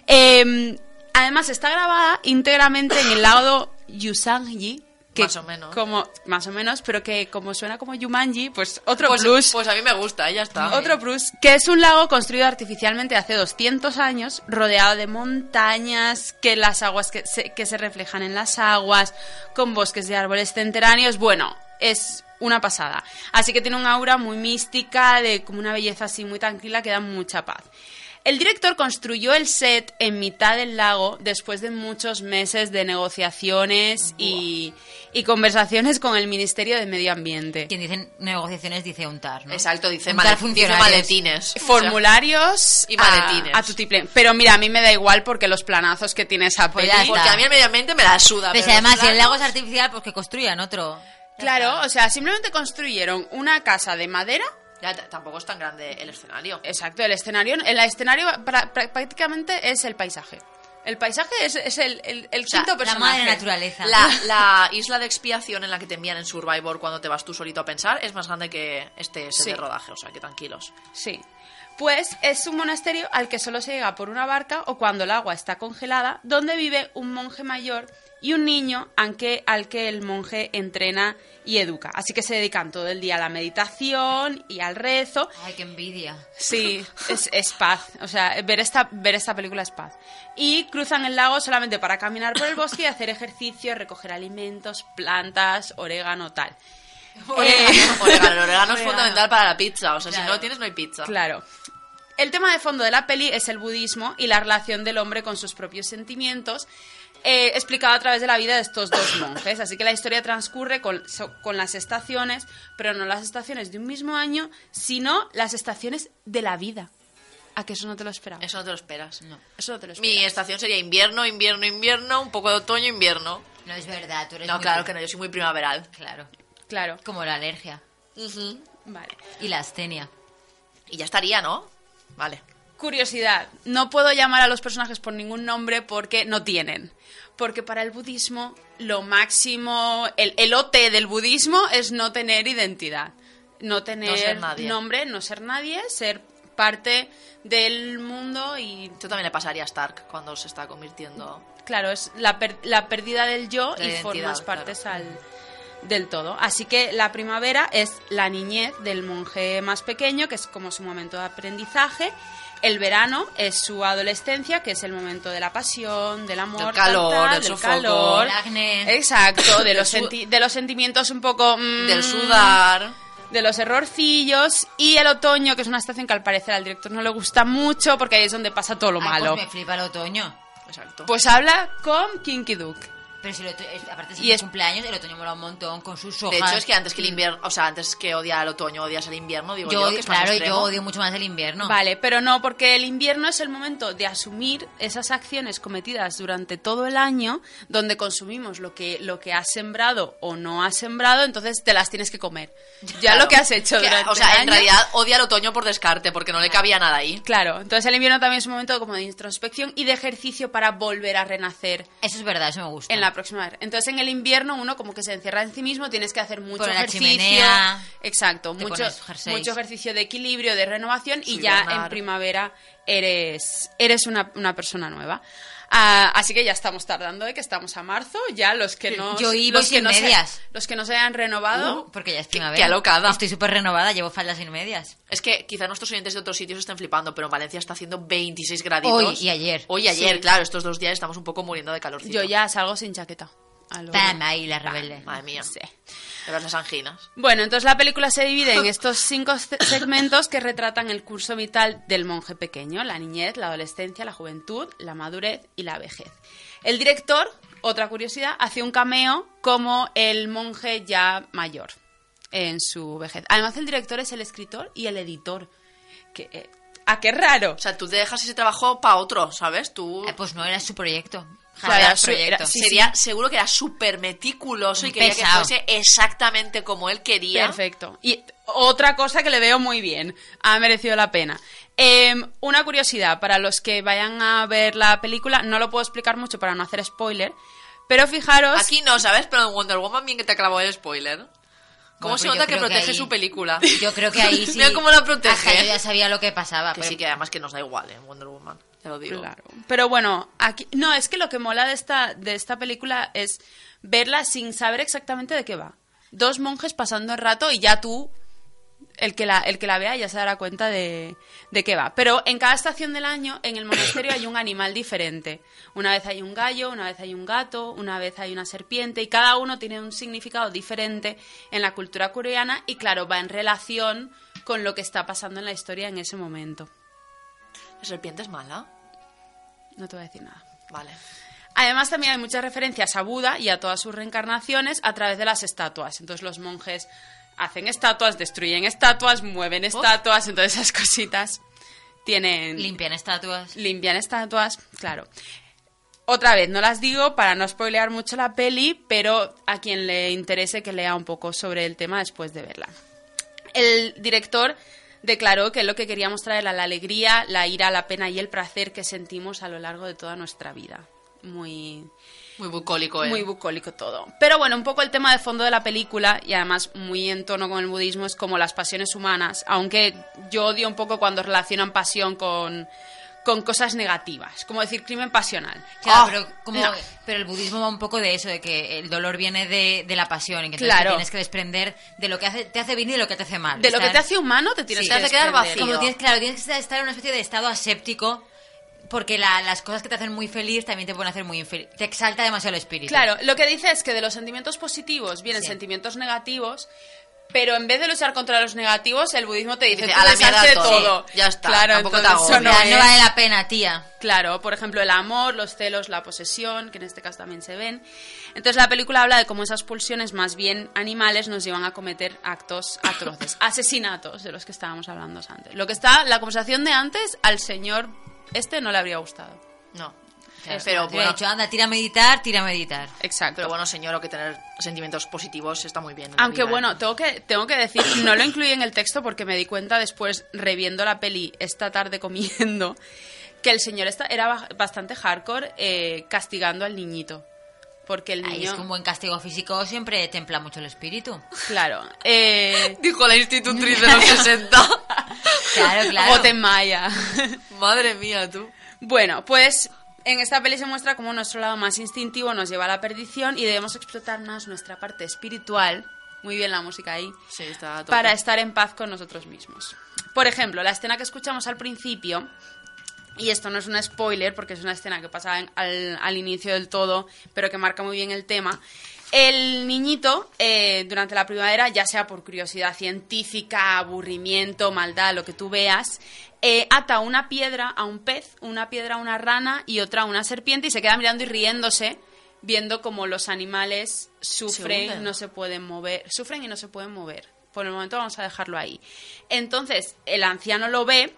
Speaker 7: Eh, además, está grabada íntegramente en el lado Yusanji. Que
Speaker 5: Más o menos.
Speaker 7: Como, más o menos, pero que como suena como Yumanji, pues otro
Speaker 5: Pues,
Speaker 7: plus.
Speaker 5: pues a mí me gusta, ya está.
Speaker 7: Otro plus, que es un lago construido artificialmente hace 200 años, rodeado de montañas, que las aguas que se, que se reflejan en las aguas, con bosques de árboles centenarios. Bueno, es una pasada. Así que tiene una aura muy mística, de como una belleza así muy tranquila que da mucha paz. El director construyó el set en mitad del lago después de muchos meses de negociaciones y, y conversaciones con el Ministerio de Medio Ambiente.
Speaker 6: Quien dice negociaciones dice untar, ¿no?
Speaker 5: Exacto, dice,
Speaker 6: Untar
Speaker 5: male- dice
Speaker 6: funcionarios.
Speaker 5: maletines.
Speaker 7: formularios
Speaker 5: Y
Speaker 7: y
Speaker 5: maletines.
Speaker 7: maletines. A, tu tiple. Pero mira, a mí me da igual porque los planazos que tiene esa
Speaker 6: Pues
Speaker 7: peli.
Speaker 6: ya
Speaker 5: Porque
Speaker 6: está.
Speaker 5: a mí el medio ambiente me la suda.
Speaker 6: Pues
Speaker 5: pero
Speaker 6: además,
Speaker 5: los
Speaker 6: si el lago es
Speaker 5: planos-
Speaker 6: artificial, pues que construyan otro.
Speaker 7: Claro, o sea, simplemente construyeron una casa de madera.
Speaker 5: Ya, t- tampoco es tan grande el escenario.
Speaker 7: Exacto, el escenario. El escenario pra- pra- prácticamente es el paisaje. El paisaje es, es el, el, el
Speaker 6: O sea,
Speaker 7: quinto
Speaker 6: la
Speaker 7: personaje.
Speaker 6: madre naturaleza.
Speaker 5: La, la isla de expiación en la que te envían en Survivor cuando te vas tú solito a pensar es más grande que este set
Speaker 7: Sí. Eh.
Speaker 5: de rodaje, o sea que tranquilos.
Speaker 7: Sí. Pues es un monasterio al que solo se llega por una barca o cuando el agua está congelada, donde vive un monje mayor y un niño al que, al que el monje entrena y educa. Así que se dedican todo el día a la meditación y al rezo
Speaker 6: Ay, qué envidia.
Speaker 7: Sí, es, es paz. O sea, ver esta, ver esta película es paz. Y cruzan el lago solamente para caminar por el bosque y hacer ejercicio, recoger alimentos, plantas, orégano, tal. Eh,
Speaker 5: Orégano, el orégano es fundamental para la pizza, o sea, si
Speaker 6: Claro.
Speaker 5: no lo tienes no hay pizza.
Speaker 7: Claro. El tema de fondo de la peli es el budismo y la relación del hombre con sus propios sentimientos, eh, explicado a través de la vida de estos dos monjes. Así que la historia transcurre con, so- con las estaciones, pero no las estaciones de un mismo año, sino las estaciones de la vida. ¿A que eso no te lo esperaba?
Speaker 5: Eso no te lo esperas.
Speaker 7: Eso no te lo esperaba.
Speaker 5: Mi estación sería invierno, invierno, invierno, un poco de otoño, invierno.
Speaker 6: No es verdad, tú eres
Speaker 5: No,
Speaker 6: muy
Speaker 5: claro
Speaker 6: pri-
Speaker 5: que no, yo soy muy primaveral.
Speaker 6: Claro.
Speaker 7: Claro,
Speaker 6: Como la alergia
Speaker 5: Ujú.
Speaker 7: vale.
Speaker 6: y la astenia.
Speaker 5: Y ya estaría, ¿no? Vale.
Speaker 7: Curiosidad, no puedo llamar a los personajes por ningún nombre porque no tienen. Porque para el budismo, lo máximo, el, el OT del budismo es no tener identidad. No tener
Speaker 5: ser nadie.
Speaker 7: nombre, no ser nadie, ser parte del mundo y,
Speaker 5: Esto también le pasaría a Stark cuando se está convirtiendo.
Speaker 7: claro, es la, per- la pérdida del yo
Speaker 5: La
Speaker 7: y
Speaker 5: identidad,
Speaker 7: formas
Speaker 5: claro.
Speaker 7: partes al, del todo. Así que la primavera es la niñez del monje más pequeño, que es como su momento de aprendizaje. El verano es su adolescencia, que es el momento de la pasión, del amor,
Speaker 5: Del calor,
Speaker 7: tal, tal,
Speaker 5: del sofoco,
Speaker 6: del acné.
Speaker 7: Exacto, de
Speaker 5: Del
Speaker 7: los,
Speaker 5: su-
Speaker 7: senti- de los sentimientos un poco... mm,
Speaker 5: Del sudar.
Speaker 7: de los errorcillos y el otoño, que es una estación que al parecer al director no le gusta mucho porque ahí es donde pasa todo lo
Speaker 6: Ay,
Speaker 7: malo.
Speaker 6: pues me flipa el otoño.
Speaker 5: Exacto.
Speaker 7: Pues habla con Kinky Duke.
Speaker 6: Pero si el otoño, es- aparte si
Speaker 7: Y
Speaker 6: y
Speaker 7: es-
Speaker 6: es cumpleaños, el otoño mola un montón con sus hojas.
Speaker 5: de hecho, es que antes que el invierno, o sea, antes que odia el otoño, odias el invierno, digo yo,
Speaker 6: yo,
Speaker 5: que es más
Speaker 6: claro,
Speaker 5: extremo.
Speaker 6: yo odio mucho más el
Speaker 5: Ah.
Speaker 6: invierno.
Speaker 7: Vale, pero no, porque el invierno es el momento de asumir esas acciones cometidas durante todo el año, donde consumimos lo que, lo que has sembrado o no has sembrado, entonces te las tienes que comer. Ya
Speaker 5: Claro.
Speaker 7: lo que has hecho
Speaker 5: Que,
Speaker 7: durante
Speaker 5: O sea,
Speaker 7: el
Speaker 5: en
Speaker 7: año-
Speaker 5: realidad odia el otoño por descarte, porque no le cabía nada ahí.
Speaker 7: Claro, entonces el invierno también es un momento como de introspección y de ejercicio para volver a renacer
Speaker 6: Eso es verdad, eso me gusta.
Speaker 7: en la próxima vez. Entonces en el invierno uno como que se encierra en sí mismo, tienes que hacer mucho
Speaker 6: Por la
Speaker 7: ejercicio.
Speaker 6: chimenea,
Speaker 7: exacto,
Speaker 6: te
Speaker 7: mucho,
Speaker 6: pones jerseys.
Speaker 7: mucho ejercicio de equilibrio, de renovación y ya
Speaker 5: Hibernar.
Speaker 7: en primavera eres, eres una, una persona nueva. Ah, así que ya estamos tardando, ¿eh? que estamos a marzo, ya los que no...
Speaker 6: Yo iba
Speaker 7: los que
Speaker 6: sin
Speaker 7: no se-
Speaker 6: medias.
Speaker 7: los que no se hayan renovado...
Speaker 6: Uh, porque ya es
Speaker 5: Qué-
Speaker 6: primavera.
Speaker 5: qué alocada.
Speaker 6: Estoy súper renovada, llevo faldas sin medias.
Speaker 5: Es que quizá nuestros oyentes de otros sitios estén flipando, pero en Valencia está haciendo 26 graditos.
Speaker 6: Hoy y ayer.
Speaker 5: Hoy y ayer,
Speaker 7: Sí.
Speaker 5: claro, estos dos días estamos un poco muriendo de calorcito.
Speaker 7: yo ya salgo sin chaqueta. a lo-
Speaker 6: Pam, ahí la rebelde.
Speaker 5: Madre mía.
Speaker 7: Sí.
Speaker 5: Te das las anginas.
Speaker 7: Bueno, entonces la película se divide en estos cinco se- segmentos que retratan el curso vital del monje pequeño, la niñez, la adolescencia, la juventud, la madurez y la vejez. El director, otra curiosidad, hace un cameo como el monje ya mayor en su vejez. Además, el director es el escritor y el editor. Que, eh, ¡Ah, qué raro!
Speaker 5: O sea, tú te dejas ese trabajo para otro, ¿sabes? Tú...
Speaker 6: Eh, pues no era su proyecto.
Speaker 7: Claro,
Speaker 6: Ojalá
Speaker 7: era
Speaker 6: era
Speaker 7: su-
Speaker 6: su
Speaker 7: era-
Speaker 6: proyecto.
Speaker 7: sí,
Speaker 5: sería seguro que era súper meticuloso y quería
Speaker 6: Pesado.
Speaker 5: que fuese exactamente como él quería.
Speaker 7: Perfecto. Y otra cosa que le veo muy bien, ha merecido la pena. Em, una curiosidad, para los que vayan a ver la película, no lo puedo explicar mucho para no hacer spoiler, pero fijaros...
Speaker 5: Aquí no, ¿sabes? Pero en Wonder Woman bien que te clavó el spoiler. ¿Cómo
Speaker 6: Bueno,
Speaker 5: se
Speaker 6: pero
Speaker 5: nota
Speaker 6: yo
Speaker 5: que
Speaker 6: creo que
Speaker 5: protege
Speaker 6: ahí-
Speaker 5: su película?
Speaker 6: Yo creo que ahí sí.
Speaker 5: Mira cómo la protege.
Speaker 6: Ajá, yo ya sabía lo que pasaba.
Speaker 5: Que
Speaker 6: pero-
Speaker 5: sí, que además que nos da igual en Wonder Woman. Te lo digo.
Speaker 7: Claro. Pero bueno, aquí... No, es que lo que mola de esta, de esta película es verla sin saber exactamente de qué va. Dos monjes pasando el rato y ya tú... El que, la, el que la vea ya se dará cuenta de, de qué va. Pero en cada estación del año, en el monasterio hay un animal diferente. Una vez hay un gallo, una vez hay un gato, una vez hay una serpiente, y cada uno tiene un significado diferente en la cultura coreana y, claro, va en relación con lo que está pasando en la historia en ese momento.
Speaker 5: ¿La serpiente es mala?
Speaker 7: No te voy a decir nada.
Speaker 5: Vale.
Speaker 7: Además, también hay muchas referencias a Buda y a todas sus reencarnaciones a través de las estatuas. Entonces, los monjes hacen estatuas, destruyen estatuas, mueven estatuas, entonces esas cositas tienen.
Speaker 6: Limpian estatuas.
Speaker 7: limpian estatuas, claro. Otra vez, no las digo para no spoilear mucho la peli, pero a quien le interese que lea un poco sobre el tema después de verla. El director declaró que lo que quería mostrar era la alegría, la ira, la pena y el placer que sentimos a lo largo de toda nuestra vida. Muy,
Speaker 5: Muy bucólico, ¿eh?
Speaker 7: muy bucólico todo. Pero bueno, un poco el tema de fondo de la película, y además muy en tono con el budismo, es como las pasiones humanas, aunque yo odio un poco cuando relacionan pasión con, con cosas negativas, como decir crimen pasional.
Speaker 6: Claro,
Speaker 5: Oh,
Speaker 7: Ah,
Speaker 6: pero, como,
Speaker 7: no.
Speaker 6: pero el budismo va un poco de eso, de que el dolor viene de, de la pasión y que entonces
Speaker 7: Claro.
Speaker 6: te tienes que desprender de lo que hace- te hace bien y de lo que te hace mal.
Speaker 7: De lo que
Speaker 6: Estar-
Speaker 7: te hace humano te tienes
Speaker 5: Sí,
Speaker 7: que
Speaker 5: te hace quedar
Speaker 7: desprender.
Speaker 5: vacío.
Speaker 6: Como tienes, claro, tienes que estar en una especie de estado aséptico porque la- las cosas que te hacen muy feliz también te pueden hacer muy infeliz. Te exalta demasiado el espíritu.
Speaker 7: Claro, lo que dice es que de los sentimientos positivos vienen
Speaker 6: Sí.
Speaker 7: sentimientos negativos, pero en vez de luchar contra los negativos, el budismo te dice,
Speaker 5: Dice,
Speaker 7: tú
Speaker 5: "A la mierda
Speaker 7: deshazte de
Speaker 5: todo".
Speaker 7: todo.
Speaker 5: Sí, ya está,
Speaker 7: Claro,
Speaker 5: tampoco te
Speaker 7: entonces eso
Speaker 6: no,
Speaker 7: no
Speaker 5: agobies.
Speaker 7: es.
Speaker 6: no vale la pena, tía.
Speaker 7: Claro, por ejemplo, el amor, los celos, la posesión, que en este caso también se ven. Entonces la película habla de cómo esas pulsiones más bien animales nos llevan a cometer actos atroces, asesinatos de los que estábamos hablando antes. Lo que está, la conversación de antes, al señor este no le habría gustado.
Speaker 5: No.
Speaker 6: Claro,
Speaker 5: pero,
Speaker 6: te hubiera
Speaker 5: bueno,
Speaker 6: dicho, anda, tira a meditar, tira a meditar.
Speaker 7: Exacto.
Speaker 5: pero bueno, señor, o que tener sentimientos positivos está muy bien. en la
Speaker 7: Aunque
Speaker 5: vida, ¿eh?
Speaker 7: bueno, tengo que, tengo que decir, no lo incluí en el texto porque me di cuenta después, reviendo la peli esta tarde comiendo, que el señor esta- era ba- bastante hardcore eh, castigando al niñito. Porque el
Speaker 6: Ay, es
Speaker 7: niño...
Speaker 6: que un buen castigo físico siempre templa mucho el espíritu.
Speaker 7: Claro. Eh,
Speaker 5: Dijo la institutriz de los 60.
Speaker 6: Claro, claro.
Speaker 7: Bote Maya.
Speaker 5: Madre mía, tú.
Speaker 7: bueno, pues en esta peli se muestra cómo nuestro lado más instintivo nos lleva a la perdición y debemos explotar más nuestra parte espiritual. Muy bien la música ahí.
Speaker 5: Sí, está a tope.
Speaker 7: para estar en paz con nosotros mismos. Por ejemplo, la escena que escuchamos al principio, y esto no es un spoiler porque es una escena que pasa en- al, al inicio del todo, pero que marca muy bien el tema. El niñito, eh, durante la primavera, ya sea por curiosidad científica, aburrimiento, maldad, lo que tú veas, eh, ata una piedra a un pez, una piedra a una rana y otra a una serpiente y se queda mirando y riéndose, viendo como los animales sufren,
Speaker 5: hunden.
Speaker 7: no se pueden mover, sufren y no se pueden mover. Por el momento vamos a dejarlo ahí. Entonces, el anciano lo ve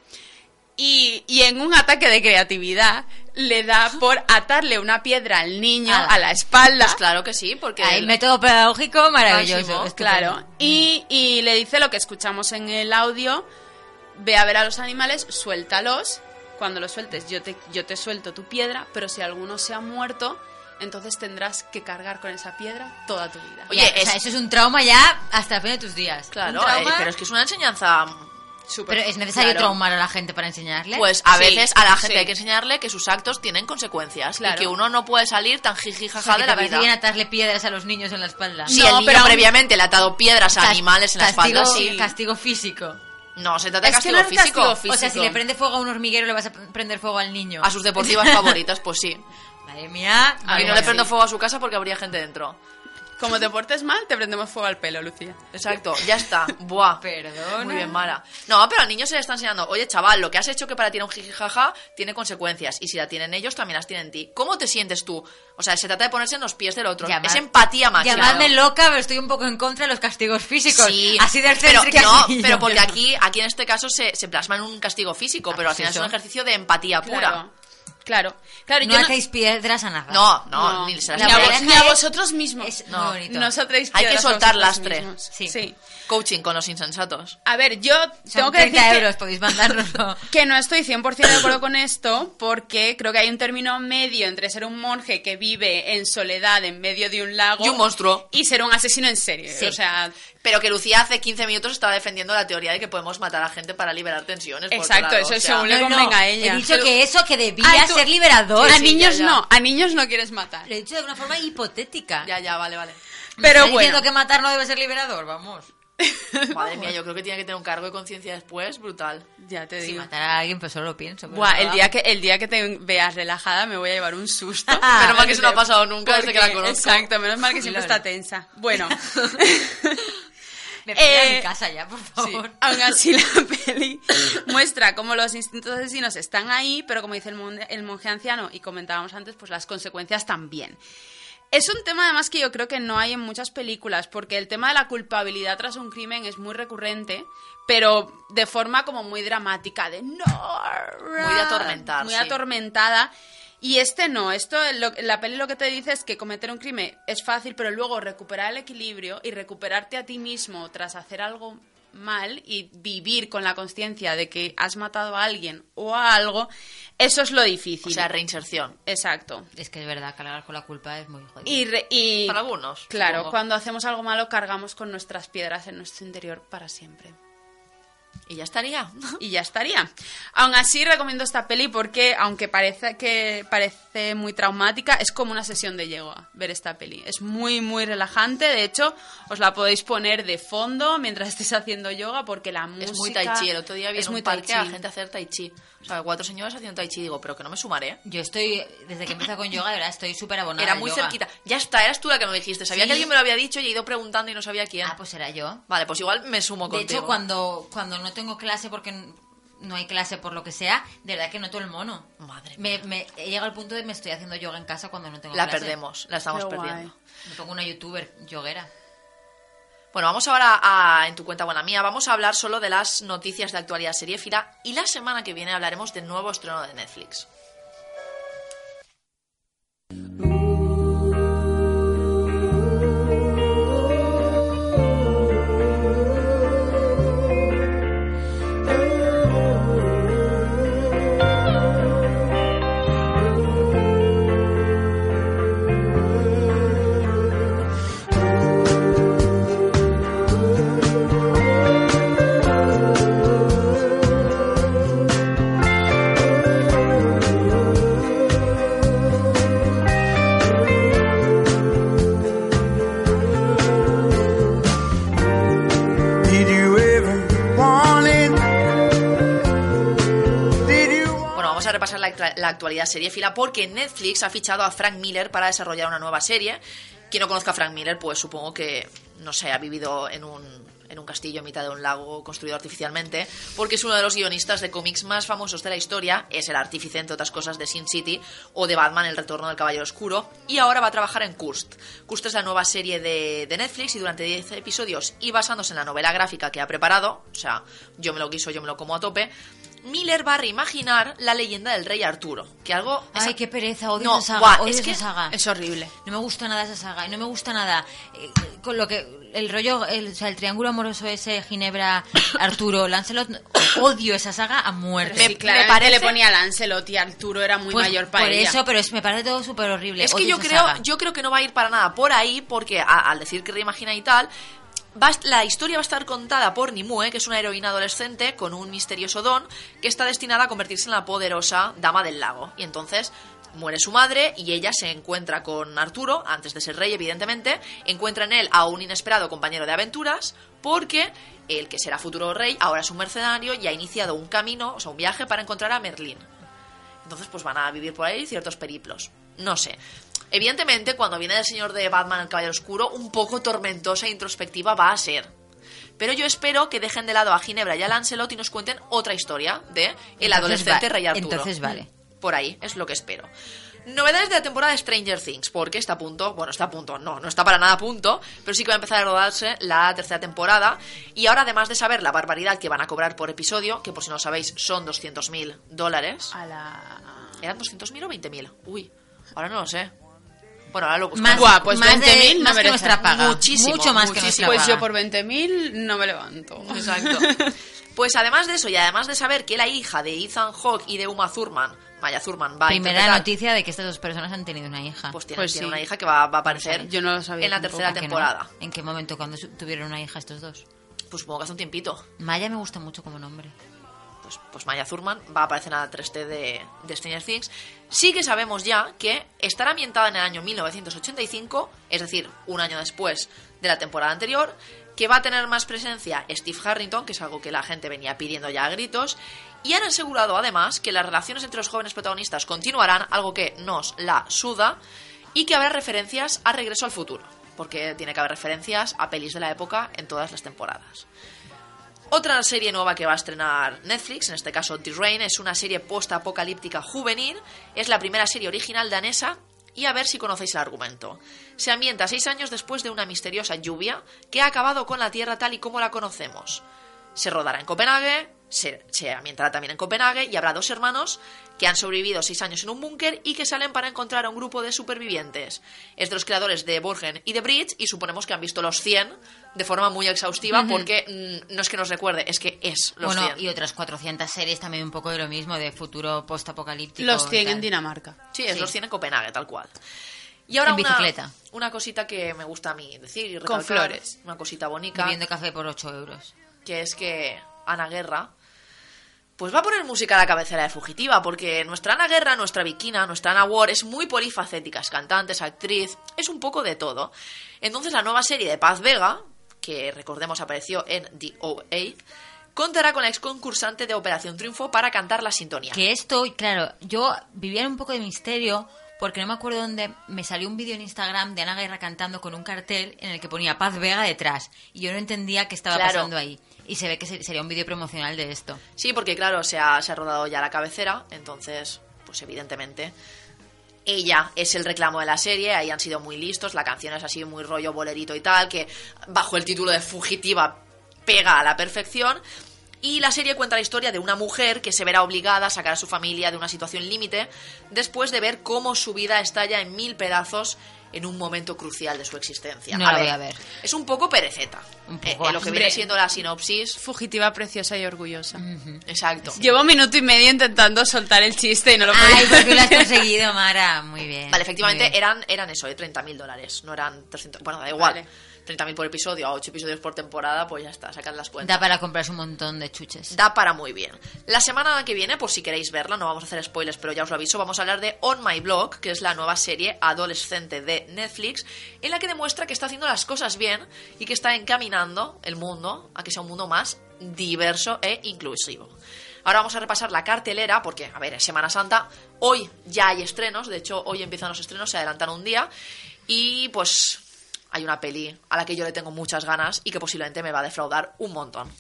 Speaker 7: y, y en un ataque de creatividad le da por atarle una piedra al niño
Speaker 6: Ala.
Speaker 7: a la espalda.
Speaker 5: Pues claro que sí, porque.
Speaker 6: Ay,
Speaker 5: el-
Speaker 6: método pedagógico maravilloso.
Speaker 5: Máximo,
Speaker 6: estupendo.
Speaker 7: Claro, y, y le dice lo que escuchamos en el audio, ve a ver a los animales, suéltalos, cuando los sueltes yo te, yo te suelto tu piedra, pero si alguno se ha muerto, entonces tendrás que cargar con esa piedra toda tu vida.
Speaker 5: Oye,
Speaker 6: Ya, o sea,
Speaker 5: es-
Speaker 6: eso es un trauma ya hasta el fin de tus días.
Speaker 5: Claro,
Speaker 6: Un trauma,
Speaker 5: eh, pero es que es una enseñanza.
Speaker 7: Súper-
Speaker 6: pero es necesario
Speaker 7: claro.
Speaker 6: traumar a la gente para enseñarle.
Speaker 5: Pues a
Speaker 7: Sí,
Speaker 5: veces a la gente
Speaker 7: sí.
Speaker 5: hay que enseñarle que sus actos tienen consecuencias
Speaker 7: Claro.
Speaker 5: y que uno no puede salir tan jiji
Speaker 6: O
Speaker 5: jaja
Speaker 6: sea, que
Speaker 5: de
Speaker 6: te
Speaker 5: la
Speaker 6: parece
Speaker 5: vida.
Speaker 6: bien atarle piedras a los niños en la espalda.
Speaker 5: Si
Speaker 7: No,
Speaker 5: el niño
Speaker 7: pero aún-
Speaker 5: previamente le ha atado piedras a animales en la
Speaker 6: Castigo-
Speaker 5: espalda, sí.
Speaker 6: Castigo físico.
Speaker 5: No, se trata de
Speaker 7: Es que
Speaker 5: castigo,
Speaker 7: no es
Speaker 5: físico.
Speaker 7: castigo
Speaker 6: O sea, si
Speaker 7: Físico.
Speaker 6: le prende fuego a un hormiguero, le vas a prender fuego al niño.
Speaker 5: A sus deportivas favoritas, pues sí.
Speaker 6: Madre mía.
Speaker 5: Y
Speaker 6: madre
Speaker 5: no le
Speaker 6: mía.
Speaker 5: prendo fuego a su casa porque habría gente dentro.
Speaker 7: Como te portes mal, te prendemos fuego al pelo, Lucía.
Speaker 5: Exacto, ya está. Buah.
Speaker 6: Perdona.
Speaker 5: Muy bien, Mara. No, pero al niño se le está enseñando, oye, chaval, lo que has hecho que para ti era un jiji, jaja tiene consecuencias. Y si la tienen ellos, también las tienen ti. ¿Cómo te sientes tú? O sea, se trata de ponerse en los pies del otro.
Speaker 6: Llamad-
Speaker 5: es empatía máxima.
Speaker 6: Llamadme loca, pero estoy un poco en contra de los castigos físicos.
Speaker 5: Sí,
Speaker 6: Así de
Speaker 5: pero,
Speaker 6: excéntrica
Speaker 5: no,
Speaker 6: soy yo.
Speaker 5: pero porque aquí, aquí en este caso se, se plasma en un castigo físico,
Speaker 6: Ah,
Speaker 5: pero al
Speaker 6: pues
Speaker 5: final
Speaker 6: eso.
Speaker 5: es un ejercicio de empatía pura.
Speaker 7: Claro, claro. claro
Speaker 6: No
Speaker 7: yo no-
Speaker 6: hacéis piedras a nada.
Speaker 5: No, no, ni se las
Speaker 7: ni a,
Speaker 6: La
Speaker 7: vos-
Speaker 5: pega.
Speaker 6: pareja
Speaker 7: ni a
Speaker 6: es-
Speaker 7: vosotros mismos.
Speaker 6: es
Speaker 5: No.
Speaker 6: muy bonito.
Speaker 7: No os atréis
Speaker 5: Hay que
Speaker 7: piedras a
Speaker 5: soltar
Speaker 7: vosotros
Speaker 5: lastre.
Speaker 7: mismos.
Speaker 6: Sí.
Speaker 7: sí.
Speaker 5: Coaching con los insensatos.
Speaker 7: A ver, yo
Speaker 6: Son
Speaker 7: tengo que
Speaker 6: 30
Speaker 7: decir que-
Speaker 6: euros, podéis mandárnoslo.
Speaker 7: que no estoy 100% de acuerdo con esto, porque creo que hay un término medio entre ser un monje que vive en soledad en medio de un lago
Speaker 5: Y un monstruo.
Speaker 7: y ser un asesino en serie.
Speaker 6: Sí.
Speaker 7: O sea,
Speaker 5: Pero que Lucía hace 15 minutos estaba defendiendo la teoría de que podemos matar a gente para liberar tensiones. por otro
Speaker 7: Exacto,
Speaker 5: lado,
Speaker 7: eso
Speaker 5: o
Speaker 7: es
Speaker 5: sea,
Speaker 7: según le
Speaker 6: No, no,
Speaker 7: convenga a ella.
Speaker 6: He dicho que eso que debía
Speaker 7: Ay, tú-
Speaker 6: ser liberador.
Speaker 7: a
Speaker 5: sí,
Speaker 7: niños
Speaker 5: ya, ya.
Speaker 7: no, a niños no quieres matar.
Speaker 6: Lo he dicho de una forma hipotética.
Speaker 5: Ya, ya, vale, vale.
Speaker 7: Pero
Speaker 6: ¿Estás
Speaker 7: bueno,
Speaker 6: diciendo que matar no debe ser liberador, vamos.
Speaker 5: Madre mía, yo creo que tiene que tener un cargo de conciencia después, brutal.
Speaker 7: ya te
Speaker 6: Si
Speaker 7: digo.
Speaker 6: matar a alguien, pues solo lo pienso. pero
Speaker 7: Buah,
Speaker 6: no
Speaker 7: el
Speaker 6: lo
Speaker 7: día
Speaker 6: hago.
Speaker 7: que el día que te veas relajada me voy a llevar un susto.
Speaker 6: Ah,
Speaker 5: menos mal que eso no ha pasado nunca desde que la conozco.
Speaker 7: Exacto, menos mal que siempre
Speaker 6: Lol.
Speaker 7: está tensa. Bueno,
Speaker 6: Me pilla
Speaker 7: eh,
Speaker 6: en mi casa ya, por
Speaker 7: Sí,
Speaker 6: favor.
Speaker 7: Aún así, la peli muestra cómo los instintos asesinos están ahí, pero como dice el, mon- el monje anciano y comentábamos antes, pues las consecuencias también. Es un tema además que yo creo que no hay en muchas películas, porque el tema de la culpabilidad tras un crimen es muy recurrente, pero de forma como muy dramática, de no,
Speaker 5: Muy de atormentar,
Speaker 7: muy
Speaker 5: sí.
Speaker 7: atormentada. Y este no, esto lo- la peli lo que te dice es que cometer un crimen es fácil, pero luego recuperar el equilibrio y recuperarte a ti mismo tras hacer algo mal y vivir con la conciencia de que has matado a alguien o a algo, eso es lo difícil.
Speaker 5: O sea, reinserción.
Speaker 7: Exacto.
Speaker 6: Es que es verdad, cargar con la culpa es muy jodido.
Speaker 7: Y, re- y-
Speaker 5: Para algunos.
Speaker 7: claro,
Speaker 5: supongo.
Speaker 7: cuando hacemos algo malo cargamos con nuestras piedras en nuestro interior para siempre.
Speaker 5: Y ya estaría.
Speaker 7: y ya estaría. Aún así recomiendo esta peli porque, aunque parece que parece muy traumática, es como una sesión de yoga ver esta peli. Es muy, muy relajante. De hecho, os la podéis poner de fondo mientras estéis haciendo yoga porque la música...
Speaker 5: Es muy tai chi. El otro día vi
Speaker 7: es
Speaker 5: en
Speaker 7: muy
Speaker 5: un
Speaker 7: tai
Speaker 5: parque a
Speaker 7: chi.
Speaker 5: gente hacer tai chi. O sea, cuatro señoras haciendo tai chi. Digo, pero que no me sumaré.
Speaker 6: Yo estoy, desde que empecé con yoga, de verdad, estoy súper abonada.
Speaker 5: Era
Speaker 6: al
Speaker 5: muy
Speaker 6: yoga.
Speaker 5: cerquita. Ya está, eras tú la que me lo dijiste. Sabía
Speaker 6: Sí.
Speaker 5: que alguien me lo había dicho y he ido preguntando y no sabía quién.
Speaker 6: Ah, pues era yo.
Speaker 5: Vale, pues igual me sumo
Speaker 6: De
Speaker 5: contigo.
Speaker 6: hecho, cuando, cuando no tengo clase porque n- no hay clase por lo que sea, de verdad que noto el mono.
Speaker 5: Madre
Speaker 6: Me, me he llegado al punto de me estoy haciendo yoga en casa cuando no tengo
Speaker 5: La
Speaker 6: clase.
Speaker 5: perdemos, la estamos
Speaker 7: Qué guay.
Speaker 5: perdiendo.
Speaker 6: Me pongo una youtuber yoguera.
Speaker 5: Bueno, vamos ahora a, En tu cuenta buena mía. Vamos a hablar solo de las noticias de actualidad seriéfila y la semana que viene hablaremos del nuevo estreno de Netflix.
Speaker 10: Did you ever want it? Did you want
Speaker 5: Bueno, vamos a repasar la, actua- la actualidad seriéfila porque Netflix ha fichado a Frank Miller para desarrollar una nueva serie. Quien no conozca a Frank Miller, pues supongo que, no sé, ha vivido en un, en un castillo en mitad de un lago construido artificialmente, porque es uno de los guionistas de cómics más famosos de la historia, es el artífice, entre otras cosas, de Sin City o de Batman, El Retorno del Caballero Oscuro, y ahora va a trabajar en Kurst. Kurst es la nueva serie de, de Netflix y durante 10 episodios, y basándose en la novela gráfica que ha preparado, o sea, yo me lo quiso, yo me lo como a tope, Miller va a reimaginar la leyenda del rey Arturo, que algo...
Speaker 6: Ay,
Speaker 5: esa-
Speaker 6: qué pereza, odio
Speaker 5: No,
Speaker 6: esa saga.
Speaker 5: buah,
Speaker 6: odio
Speaker 5: es
Speaker 6: esa
Speaker 5: que
Speaker 6: saga.
Speaker 7: Es horrible.
Speaker 6: No me gusta nada esa saga y no me gusta nada eh, con lo que el rollo, el, o sea, el triángulo amoroso ese, Ginebra, Arturo, Lancelot, odio esa saga a muerte.
Speaker 7: Me,
Speaker 5: sí,
Speaker 7: claro,
Speaker 5: me parece-
Speaker 7: le ponía a Lancelot y Arturo era muy
Speaker 6: Pues
Speaker 7: mayor para
Speaker 6: por
Speaker 7: ella.
Speaker 6: eso, pero es- me parece todo súper horrible.
Speaker 5: Es que
Speaker 6: odio
Speaker 5: yo
Speaker 6: esa
Speaker 5: creo,
Speaker 6: saga.
Speaker 5: yo creo que no va a ir para nada por ahí, porque a- al decir que reimagina y tal, va a est- la historia va a estar contada por Nimue, que es una heroína adolescente con un misterioso don que está destinada a convertirse en la poderosa dama del lago. Y entonces muere su madre y ella se encuentra con Arturo, antes de ser rey, evidentemente, encuentra en él a un inesperado compañero de aventuras, porque el que será futuro rey ahora es un mercenario y ha iniciado un camino, o sea, un viaje para encontrar a Merlín. Entonces, pues van a vivir por ahí ciertos periplos. No sé. Evidentemente, cuando viene el señor de Batman, el Caballero Oscuro, un poco tormentosa e introspectiva va a ser. Pero yo espero que dejen de lado a Ginebra y a Lancelot y nos cuenten otra historia de el
Speaker 6: Entonces
Speaker 5: adolescente
Speaker 6: va-
Speaker 5: Rey Arturo. Mm.
Speaker 6: entonces vale.
Speaker 7: Ah,
Speaker 5: Por ahí, es lo que espero. Novedades de la temporada de Stranger Things, porque está a punto, bueno, está a punto, no, no está para nada a punto, pero sí que va a empezar a rodarse la tercera temporada. Y ahora, además de saber la barbaridad que van a cobrar por episodio, que por si no lo sabéis son 200.000 dólares.
Speaker 7: A la...
Speaker 5: ¿Eran 200.000 o 20.000? Uy, ahora no lo sé. Bueno, ahora lo buscamos.
Speaker 6: Más,
Speaker 7: Buah, pues
Speaker 6: más de-
Speaker 7: 20.000 no
Speaker 6: más que
Speaker 7: merece.
Speaker 6: nuestra paga.
Speaker 5: Muchísimo,
Speaker 6: Mucho más que
Speaker 5: muchísimo.
Speaker 6: nuestra
Speaker 7: Pues
Speaker 6: paga.
Speaker 7: yo por 20.000 no me levanto.
Speaker 5: Exacto. Pues además de eso, y además de saber que la hija de Ethan Hawke y de Uma Thurman, Maya Thurman, va a
Speaker 6: Primera
Speaker 5: interpretar-
Speaker 6: noticia de que estas dos personas han tenido una hija.
Speaker 5: Pues tiene,
Speaker 7: Pues
Speaker 5: tiene
Speaker 7: sí.
Speaker 5: una hija que va, va a aparecer
Speaker 7: Yo no lo sabía
Speaker 5: en la
Speaker 7: tampoco,
Speaker 5: tercera
Speaker 6: ¿A que no?
Speaker 5: temporada.
Speaker 6: ¿En qué momento? cuando su- tuvieron una hija estos dos?
Speaker 5: Pues supongo que hace un tiempito.
Speaker 6: Maya me gusta mucho como nombre.
Speaker 5: Pues, pues Maya Thurman va a aparecer en la 3D de, de Stranger Things. Sí que sabemos ya que estará ambientada en el año 1985, es decir, un año después de la temporada anterior, que va a tener más presencia Steve Harrington, que es algo que la gente venía pidiendo ya a gritos, y han asegurado además que las relaciones entre los jóvenes protagonistas continuarán, algo que nos la suda, y que habrá referencias a Regreso al Futuro, porque tiene que haber referencias a pelis de la época en todas las temporadas. Otra serie nueva que va a estrenar Netflix, en este caso The Rain, es una serie post-apocalíptica juvenil. Es la primera serie original danesa y a ver si conocéis el argumento. Se ambienta seis años después de una misteriosa lluvia que ha acabado con la Tierra tal y como la conocemos. Se rodará en Copenhague, se, se ambientará también en Copenhague y habrá dos hermanos que han sobrevivido seis años en un búnker y que salen para encontrar a un grupo de supervivientes. Es de los creadores de Borgen y de Bridge y suponemos que han visto los 100 de forma muy exhaustiva porque mm, no es que nos recuerde, es que es los
Speaker 6: bueno,
Speaker 5: 100.
Speaker 6: y otras 400 series también un poco de lo mismo, de futuro postapocalíptico.
Speaker 7: Los 100
Speaker 6: y
Speaker 7: en
Speaker 6: tal.
Speaker 7: Dinamarca.
Speaker 5: Sí, es
Speaker 6: Sí.
Speaker 5: los 100 en Copenhague, tal cual. Y ahora
Speaker 6: En
Speaker 5: una,
Speaker 6: bicicleta.
Speaker 5: una cosita que me gusta a mí decir y
Speaker 7: Con
Speaker 5: recalcar,
Speaker 7: flores.
Speaker 5: Una cosita bonita,
Speaker 6: Bebiendo café por 8 euros.
Speaker 5: que es que Ana Guerra pues va a poner música a la cabecera de Fugitiva, porque nuestra Ana Guerra, nuestra Vikina, nuestra Ana Ward es muy polifacética, es cantante, es actriz, es un poco de todo. Entonces la nueva serie de Paz Vega, que recordemos apareció en The OA, contará con la ex concursante de Operación Triunfo para cantar la sintonía.
Speaker 6: Que esto, claro, yo vivía en un poco de misterio porque no me acuerdo dónde me salió un vídeo en Instagram de Ana Guerra cantando con un cartel en el que ponía Paz Vega detrás y yo no entendía qué estaba
Speaker 5: Claro.
Speaker 6: pasando ahí. Y se ve que se- sería un vídeo promocional de esto.
Speaker 5: Sí, porque claro, se ha, se ha rodado ya la cabecera, entonces, pues evidentemente. Ella es el reclamo de la serie, ahí han sido muy listos, la canción es así muy rollo bolerito y tal, que bajo el título de Fugitiva pega a la perfección. Y la serie cuenta la historia de una mujer que se verá obligada a sacar a su familia de una situación límite después de ver cómo su vida estalla en mil pedazos en un momento crucial de su existencia.
Speaker 6: No la voy a ver.
Speaker 5: Es un poco pereceta.
Speaker 6: Un
Speaker 5: eh,
Speaker 6: poco,
Speaker 5: eh, lo que
Speaker 6: hombre.
Speaker 5: viene siendo la sinopsis.
Speaker 7: Fugitiva, preciosa y orgullosa.
Speaker 6: Mm.
Speaker 5: Exacto.
Speaker 7: Llevo minuto y medio intentando soltar el chiste y no lo puedo.
Speaker 6: Ay, porque lo has conseguido, Mara. Muy bien.
Speaker 5: Vale, efectivamente
Speaker 6: muy bien.
Speaker 5: eran, eran eso, de 30.000 dólares, no eran 300. Bueno, da igual.
Speaker 7: Vale.
Speaker 5: 30.000 por episodio, a 8 episodios por temporada, pues ya está, sacad las cuentas.
Speaker 6: Da para comprarse un montón de chuches.
Speaker 5: Da para muy bien. La semana que viene, por si queréis verla, no vamos a hacer spoilers, pero ya os lo aviso, vamos a hablar de On My Blog, que es la nueva serie adolescente de Netflix, en la que demuestra que está haciendo las cosas bien y que está encaminando el mundo a que sea un mundo más diverso e inclusivo. Ahora vamos a repasar la cartelera, porque, a ver, es Semana Santa, hoy ya hay estrenos, de hecho, hoy empiezan los estrenos, se adelantan un día, y pues hay una peli a la que yo le tengo muchas ganas y que posiblemente me va a defraudar un montón.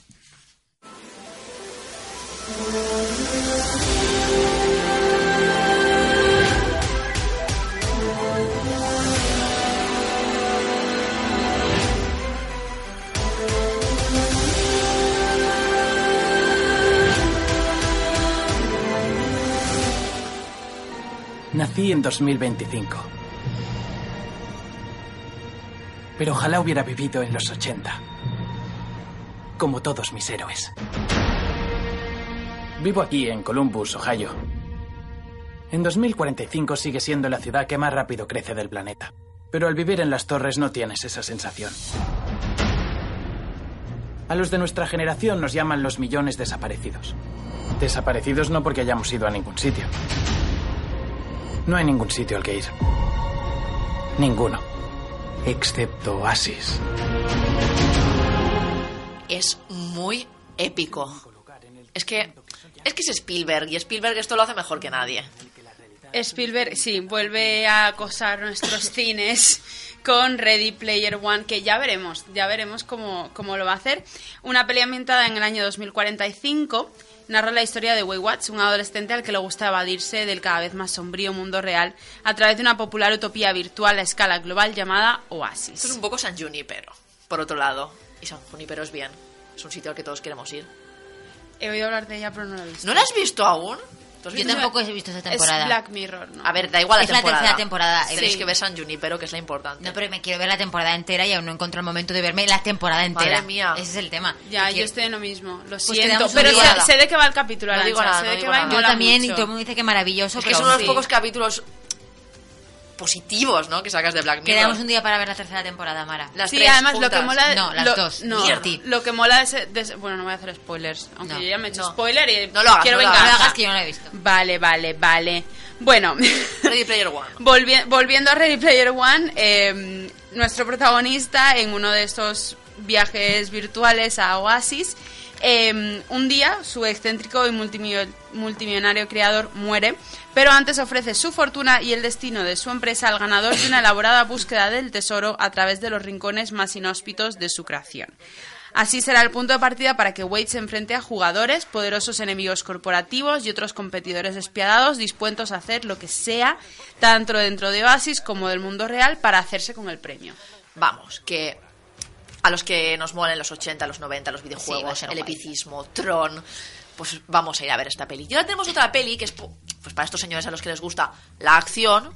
Speaker 11: Nací en 2025. Pero ojalá hubiera vivido en los 80. Como todos mis héroes. Vivo aquí en Columbus, Ohio. En 2045 sigue siendo la ciudad que más rápido crece del planeta. Pero al vivir en las torres no tienes esa sensación. A los de nuestra generación nos llaman los millones desaparecidos. Desaparecidos no porque hayamos ido a ningún sitio. No hay ningún sitio al que ir. Ninguno. Excepto Oasis.
Speaker 5: es muy épico. Es que es que es Spielberg y Spielberg esto lo hace mejor que nadie.
Speaker 7: Spielberg, sí, vuelve a acosar nuestros cines con Ready Player One, que ya veremos, ya veremos cómo, cómo lo va a hacer. Una peli ambientada en el año 2045 narra la historia de Waywatch, un adolescente al que le gusta evadirse del cada vez más sombrío mundo real a través de una popular utopía virtual a escala global llamada
Speaker 5: Esto es
Speaker 7: Oasis.
Speaker 5: un poco San Junipero, por otro lado. Y San Junipero es bien. Es un sitio al que todos queremos ir.
Speaker 7: He oído hablar de ella, pero no la he visto.
Speaker 5: ¿No lo has visto aún? ¿Tú has
Speaker 6: Yo
Speaker 5: visto?
Speaker 6: tampoco he visto esta
Speaker 7: Es
Speaker 6: temporada.
Speaker 7: Black Mirror, ¿no?
Speaker 5: A ver, da igual la
Speaker 6: Es la
Speaker 5: temporada.
Speaker 6: tercera temporada, eh.
Speaker 5: Tenéis
Speaker 6: Sí.
Speaker 5: que ver San Junipero, que es la importante.
Speaker 6: No, pero me quiero ver la temporada entera y aún no encuentro el momento de verme la temporada entera.
Speaker 5: mía.
Speaker 6: Ese es el tema. Y
Speaker 7: Ya, yo
Speaker 6: quiero-
Speaker 7: estoy en lo mismo, lo siento.
Speaker 6: quedamos
Speaker 7: Pero
Speaker 6: un
Speaker 7: sé,
Speaker 6: día.
Speaker 7: sé de qué va el capítulo,
Speaker 5: No digo
Speaker 7: Arantxa,
Speaker 5: nada,
Speaker 7: sé
Speaker 5: no
Speaker 7: de qué
Speaker 5: digo
Speaker 7: va y
Speaker 5: nada.
Speaker 6: Yo
Speaker 7: mola
Speaker 6: también, y
Speaker 7: mucho.
Speaker 6: todo el mundo dice que maravilloso,
Speaker 5: es que
Speaker 6: pero
Speaker 5: es uno de los
Speaker 6: sí.
Speaker 5: pocos capítulos positivos, ¿no? Que sacas de Black Mirror.
Speaker 6: Quedamos un día para ver la tercera temporada, Mara.
Speaker 5: Las
Speaker 7: sí,
Speaker 5: tres
Speaker 7: además lo
Speaker 5: juntas.
Speaker 7: que mola
Speaker 6: No, las
Speaker 7: lo-
Speaker 6: dos.
Speaker 7: No,
Speaker 6: Divertí.
Speaker 7: lo que mola de ese- de ese- bueno, no voy a hacer spoilers, aunque
Speaker 6: No,
Speaker 7: yo ya me he hecho
Speaker 5: no.
Speaker 7: spoiler y
Speaker 5: No lo hagas,
Speaker 7: quiero
Speaker 5: no lo
Speaker 6: No
Speaker 7: venganza.
Speaker 6: lo hagas que yo no la he visto.
Speaker 7: Vale, vale, vale. Bueno,
Speaker 5: Ready Player One.
Speaker 7: Volvi- volviendo a Ready Player One, eh, nuestro protagonista en uno de estos viajes virtuales a Oasis, eh, un día su excéntrico y multimillo- multimillonario creador muere, pero antes ofrece su fortuna y el destino de su empresa al ganador de una elaborada búsqueda del tesoro a través de los rincones más inhóspitos de su creación. Así será el punto de partida para que Wade se enfrente a jugadores, poderosos enemigos corporativos y otros competidores despiadados dispuestos a hacer lo que sea, tanto dentro de Oasis como del mundo real, para hacerse con el premio.
Speaker 5: Vamos, que a los que nos molen los 80, los 90, los videojuegos,
Speaker 6: ser
Speaker 5: el
Speaker 6: guay.
Speaker 5: epicismo, Tron, pues vamos a ir a ver esta peli. Y ahora tenemos otra peli que es pu- pues para estos señores a los que les gusta la acción.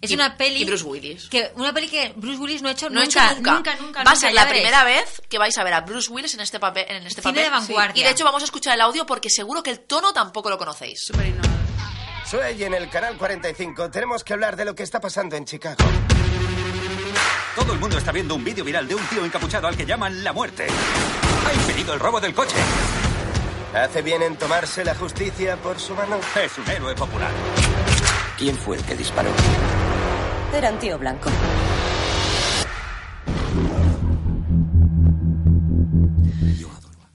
Speaker 6: Es
Speaker 5: y-
Speaker 6: una peli
Speaker 5: Y Bruce Willis.
Speaker 6: Que, una peli que Bruce Willis no ha hecho
Speaker 5: No he hecho
Speaker 6: nunca,
Speaker 5: nunca.
Speaker 6: nunca, nunca.
Speaker 5: Va a
Speaker 6: nunca,
Speaker 5: ser
Speaker 6: ya
Speaker 5: la
Speaker 6: veréis.
Speaker 5: primera vez que vais a ver a Bruce Willis en este papel. En este
Speaker 6: Cine de
Speaker 5: papel.
Speaker 6: vanguardia.
Speaker 5: Y de hecho vamos a escuchar el audio porque seguro que el tono tampoco lo conocéis.
Speaker 12: Soy en el canal 45. Tenemos que hablar de lo que está pasando en Chicago.
Speaker 13: Todo el mundo está viendo un vídeo viral de un tío encapuchado al que llaman la muerte. Ha impedido el robo del coche.
Speaker 12: ¿Hace bien en tomarse la justicia por su mano?
Speaker 13: Es un héroe popular.
Speaker 14: ¿Quién fue el que disparó?
Speaker 15: Era un tío blanco.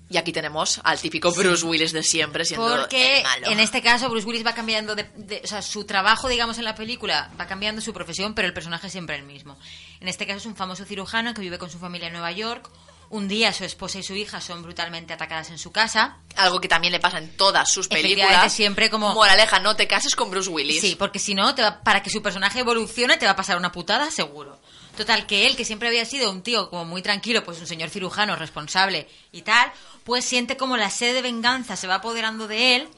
Speaker 5: Y aquí tenemos al típico Bruce Willis de siempre siendo
Speaker 6: Porque
Speaker 5: el malo.
Speaker 6: en este caso Bruce Willis va cambiando de, de- O sea, su trabajo, digamos, en la película va cambiando su profesión, pero el personaje es siempre el mismo. En este caso es un famoso cirujano que vive con su familia en Nueva York. Un día su esposa y su hija son brutalmente atacadas en su casa.
Speaker 5: Algo que también le pasa en todas sus
Speaker 6: Efectivamente,
Speaker 5: películas.
Speaker 6: siempre como-
Speaker 5: Moraleja, no te cases con Bruce Willis.
Speaker 6: Sí, porque si no, te va- para que su personaje evolucione te va a pasar una putada, seguro. Total, que él, que siempre había sido un tío como muy tranquilo, pues un señor cirujano responsable y tal, pues siente como la sed de venganza se va apoderando de él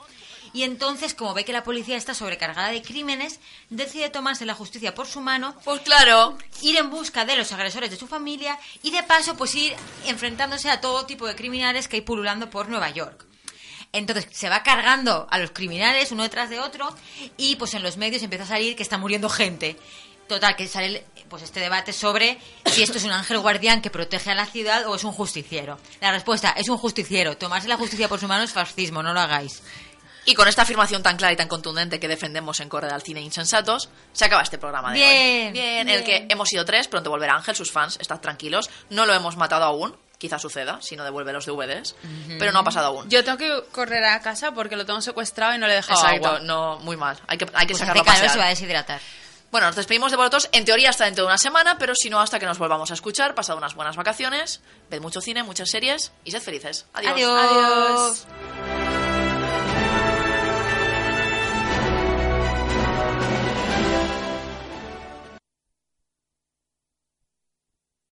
Speaker 6: y entonces, como ve que la policía está sobrecargada de crímenes, decide tomarse la justicia por su mano.
Speaker 5: Pues claro.
Speaker 6: Ir en busca de los agresores de su familia y de paso, pues ir enfrentándose a todo tipo de criminales que hay pululando por Nueva York. Entonces se va cargando a los criminales uno detrás de otro y pues en los medios empieza a salir que está muriendo gente. Total, que sale el- pues este debate sobre si esto es un ángel guardián que protege a la ciudad o es un justiciero. La respuesta es un justiciero. Tomarse la justicia por su mano es fascismo, no lo hagáis.
Speaker 5: Y con esta afirmación tan clara y tan contundente que defendemos en Corre al Cine Insensatos, se acaba este programa de hoy.
Speaker 6: Bien,
Speaker 5: Bien, en el que
Speaker 6: bien.
Speaker 5: hemos sido tres, pronto volverá Ángel, sus fans, estad tranquilos. No lo hemos matado aún, quizá suceda, si no devuelve los DVDs, pero no ha pasado aún.
Speaker 7: Yo tengo que correr a casa porque lo tengo secuestrado y no le he dejado
Speaker 5: Exacto,
Speaker 7: agua.
Speaker 5: no, muy mal. Hay que, hay que
Speaker 6: Pues
Speaker 5: sacarlo
Speaker 6: hace calor,
Speaker 5: a pasear.
Speaker 6: se va a deshidratar.
Speaker 5: Bueno, nos despedimos de vosotros en teoría hasta dentro de una semana, pero si no, hasta que nos volvamos a escuchar. Pasad unas buenas vacaciones, ved mucho cine, muchas series y sed felices. Adiós.
Speaker 6: Adiós.
Speaker 5: Adiós.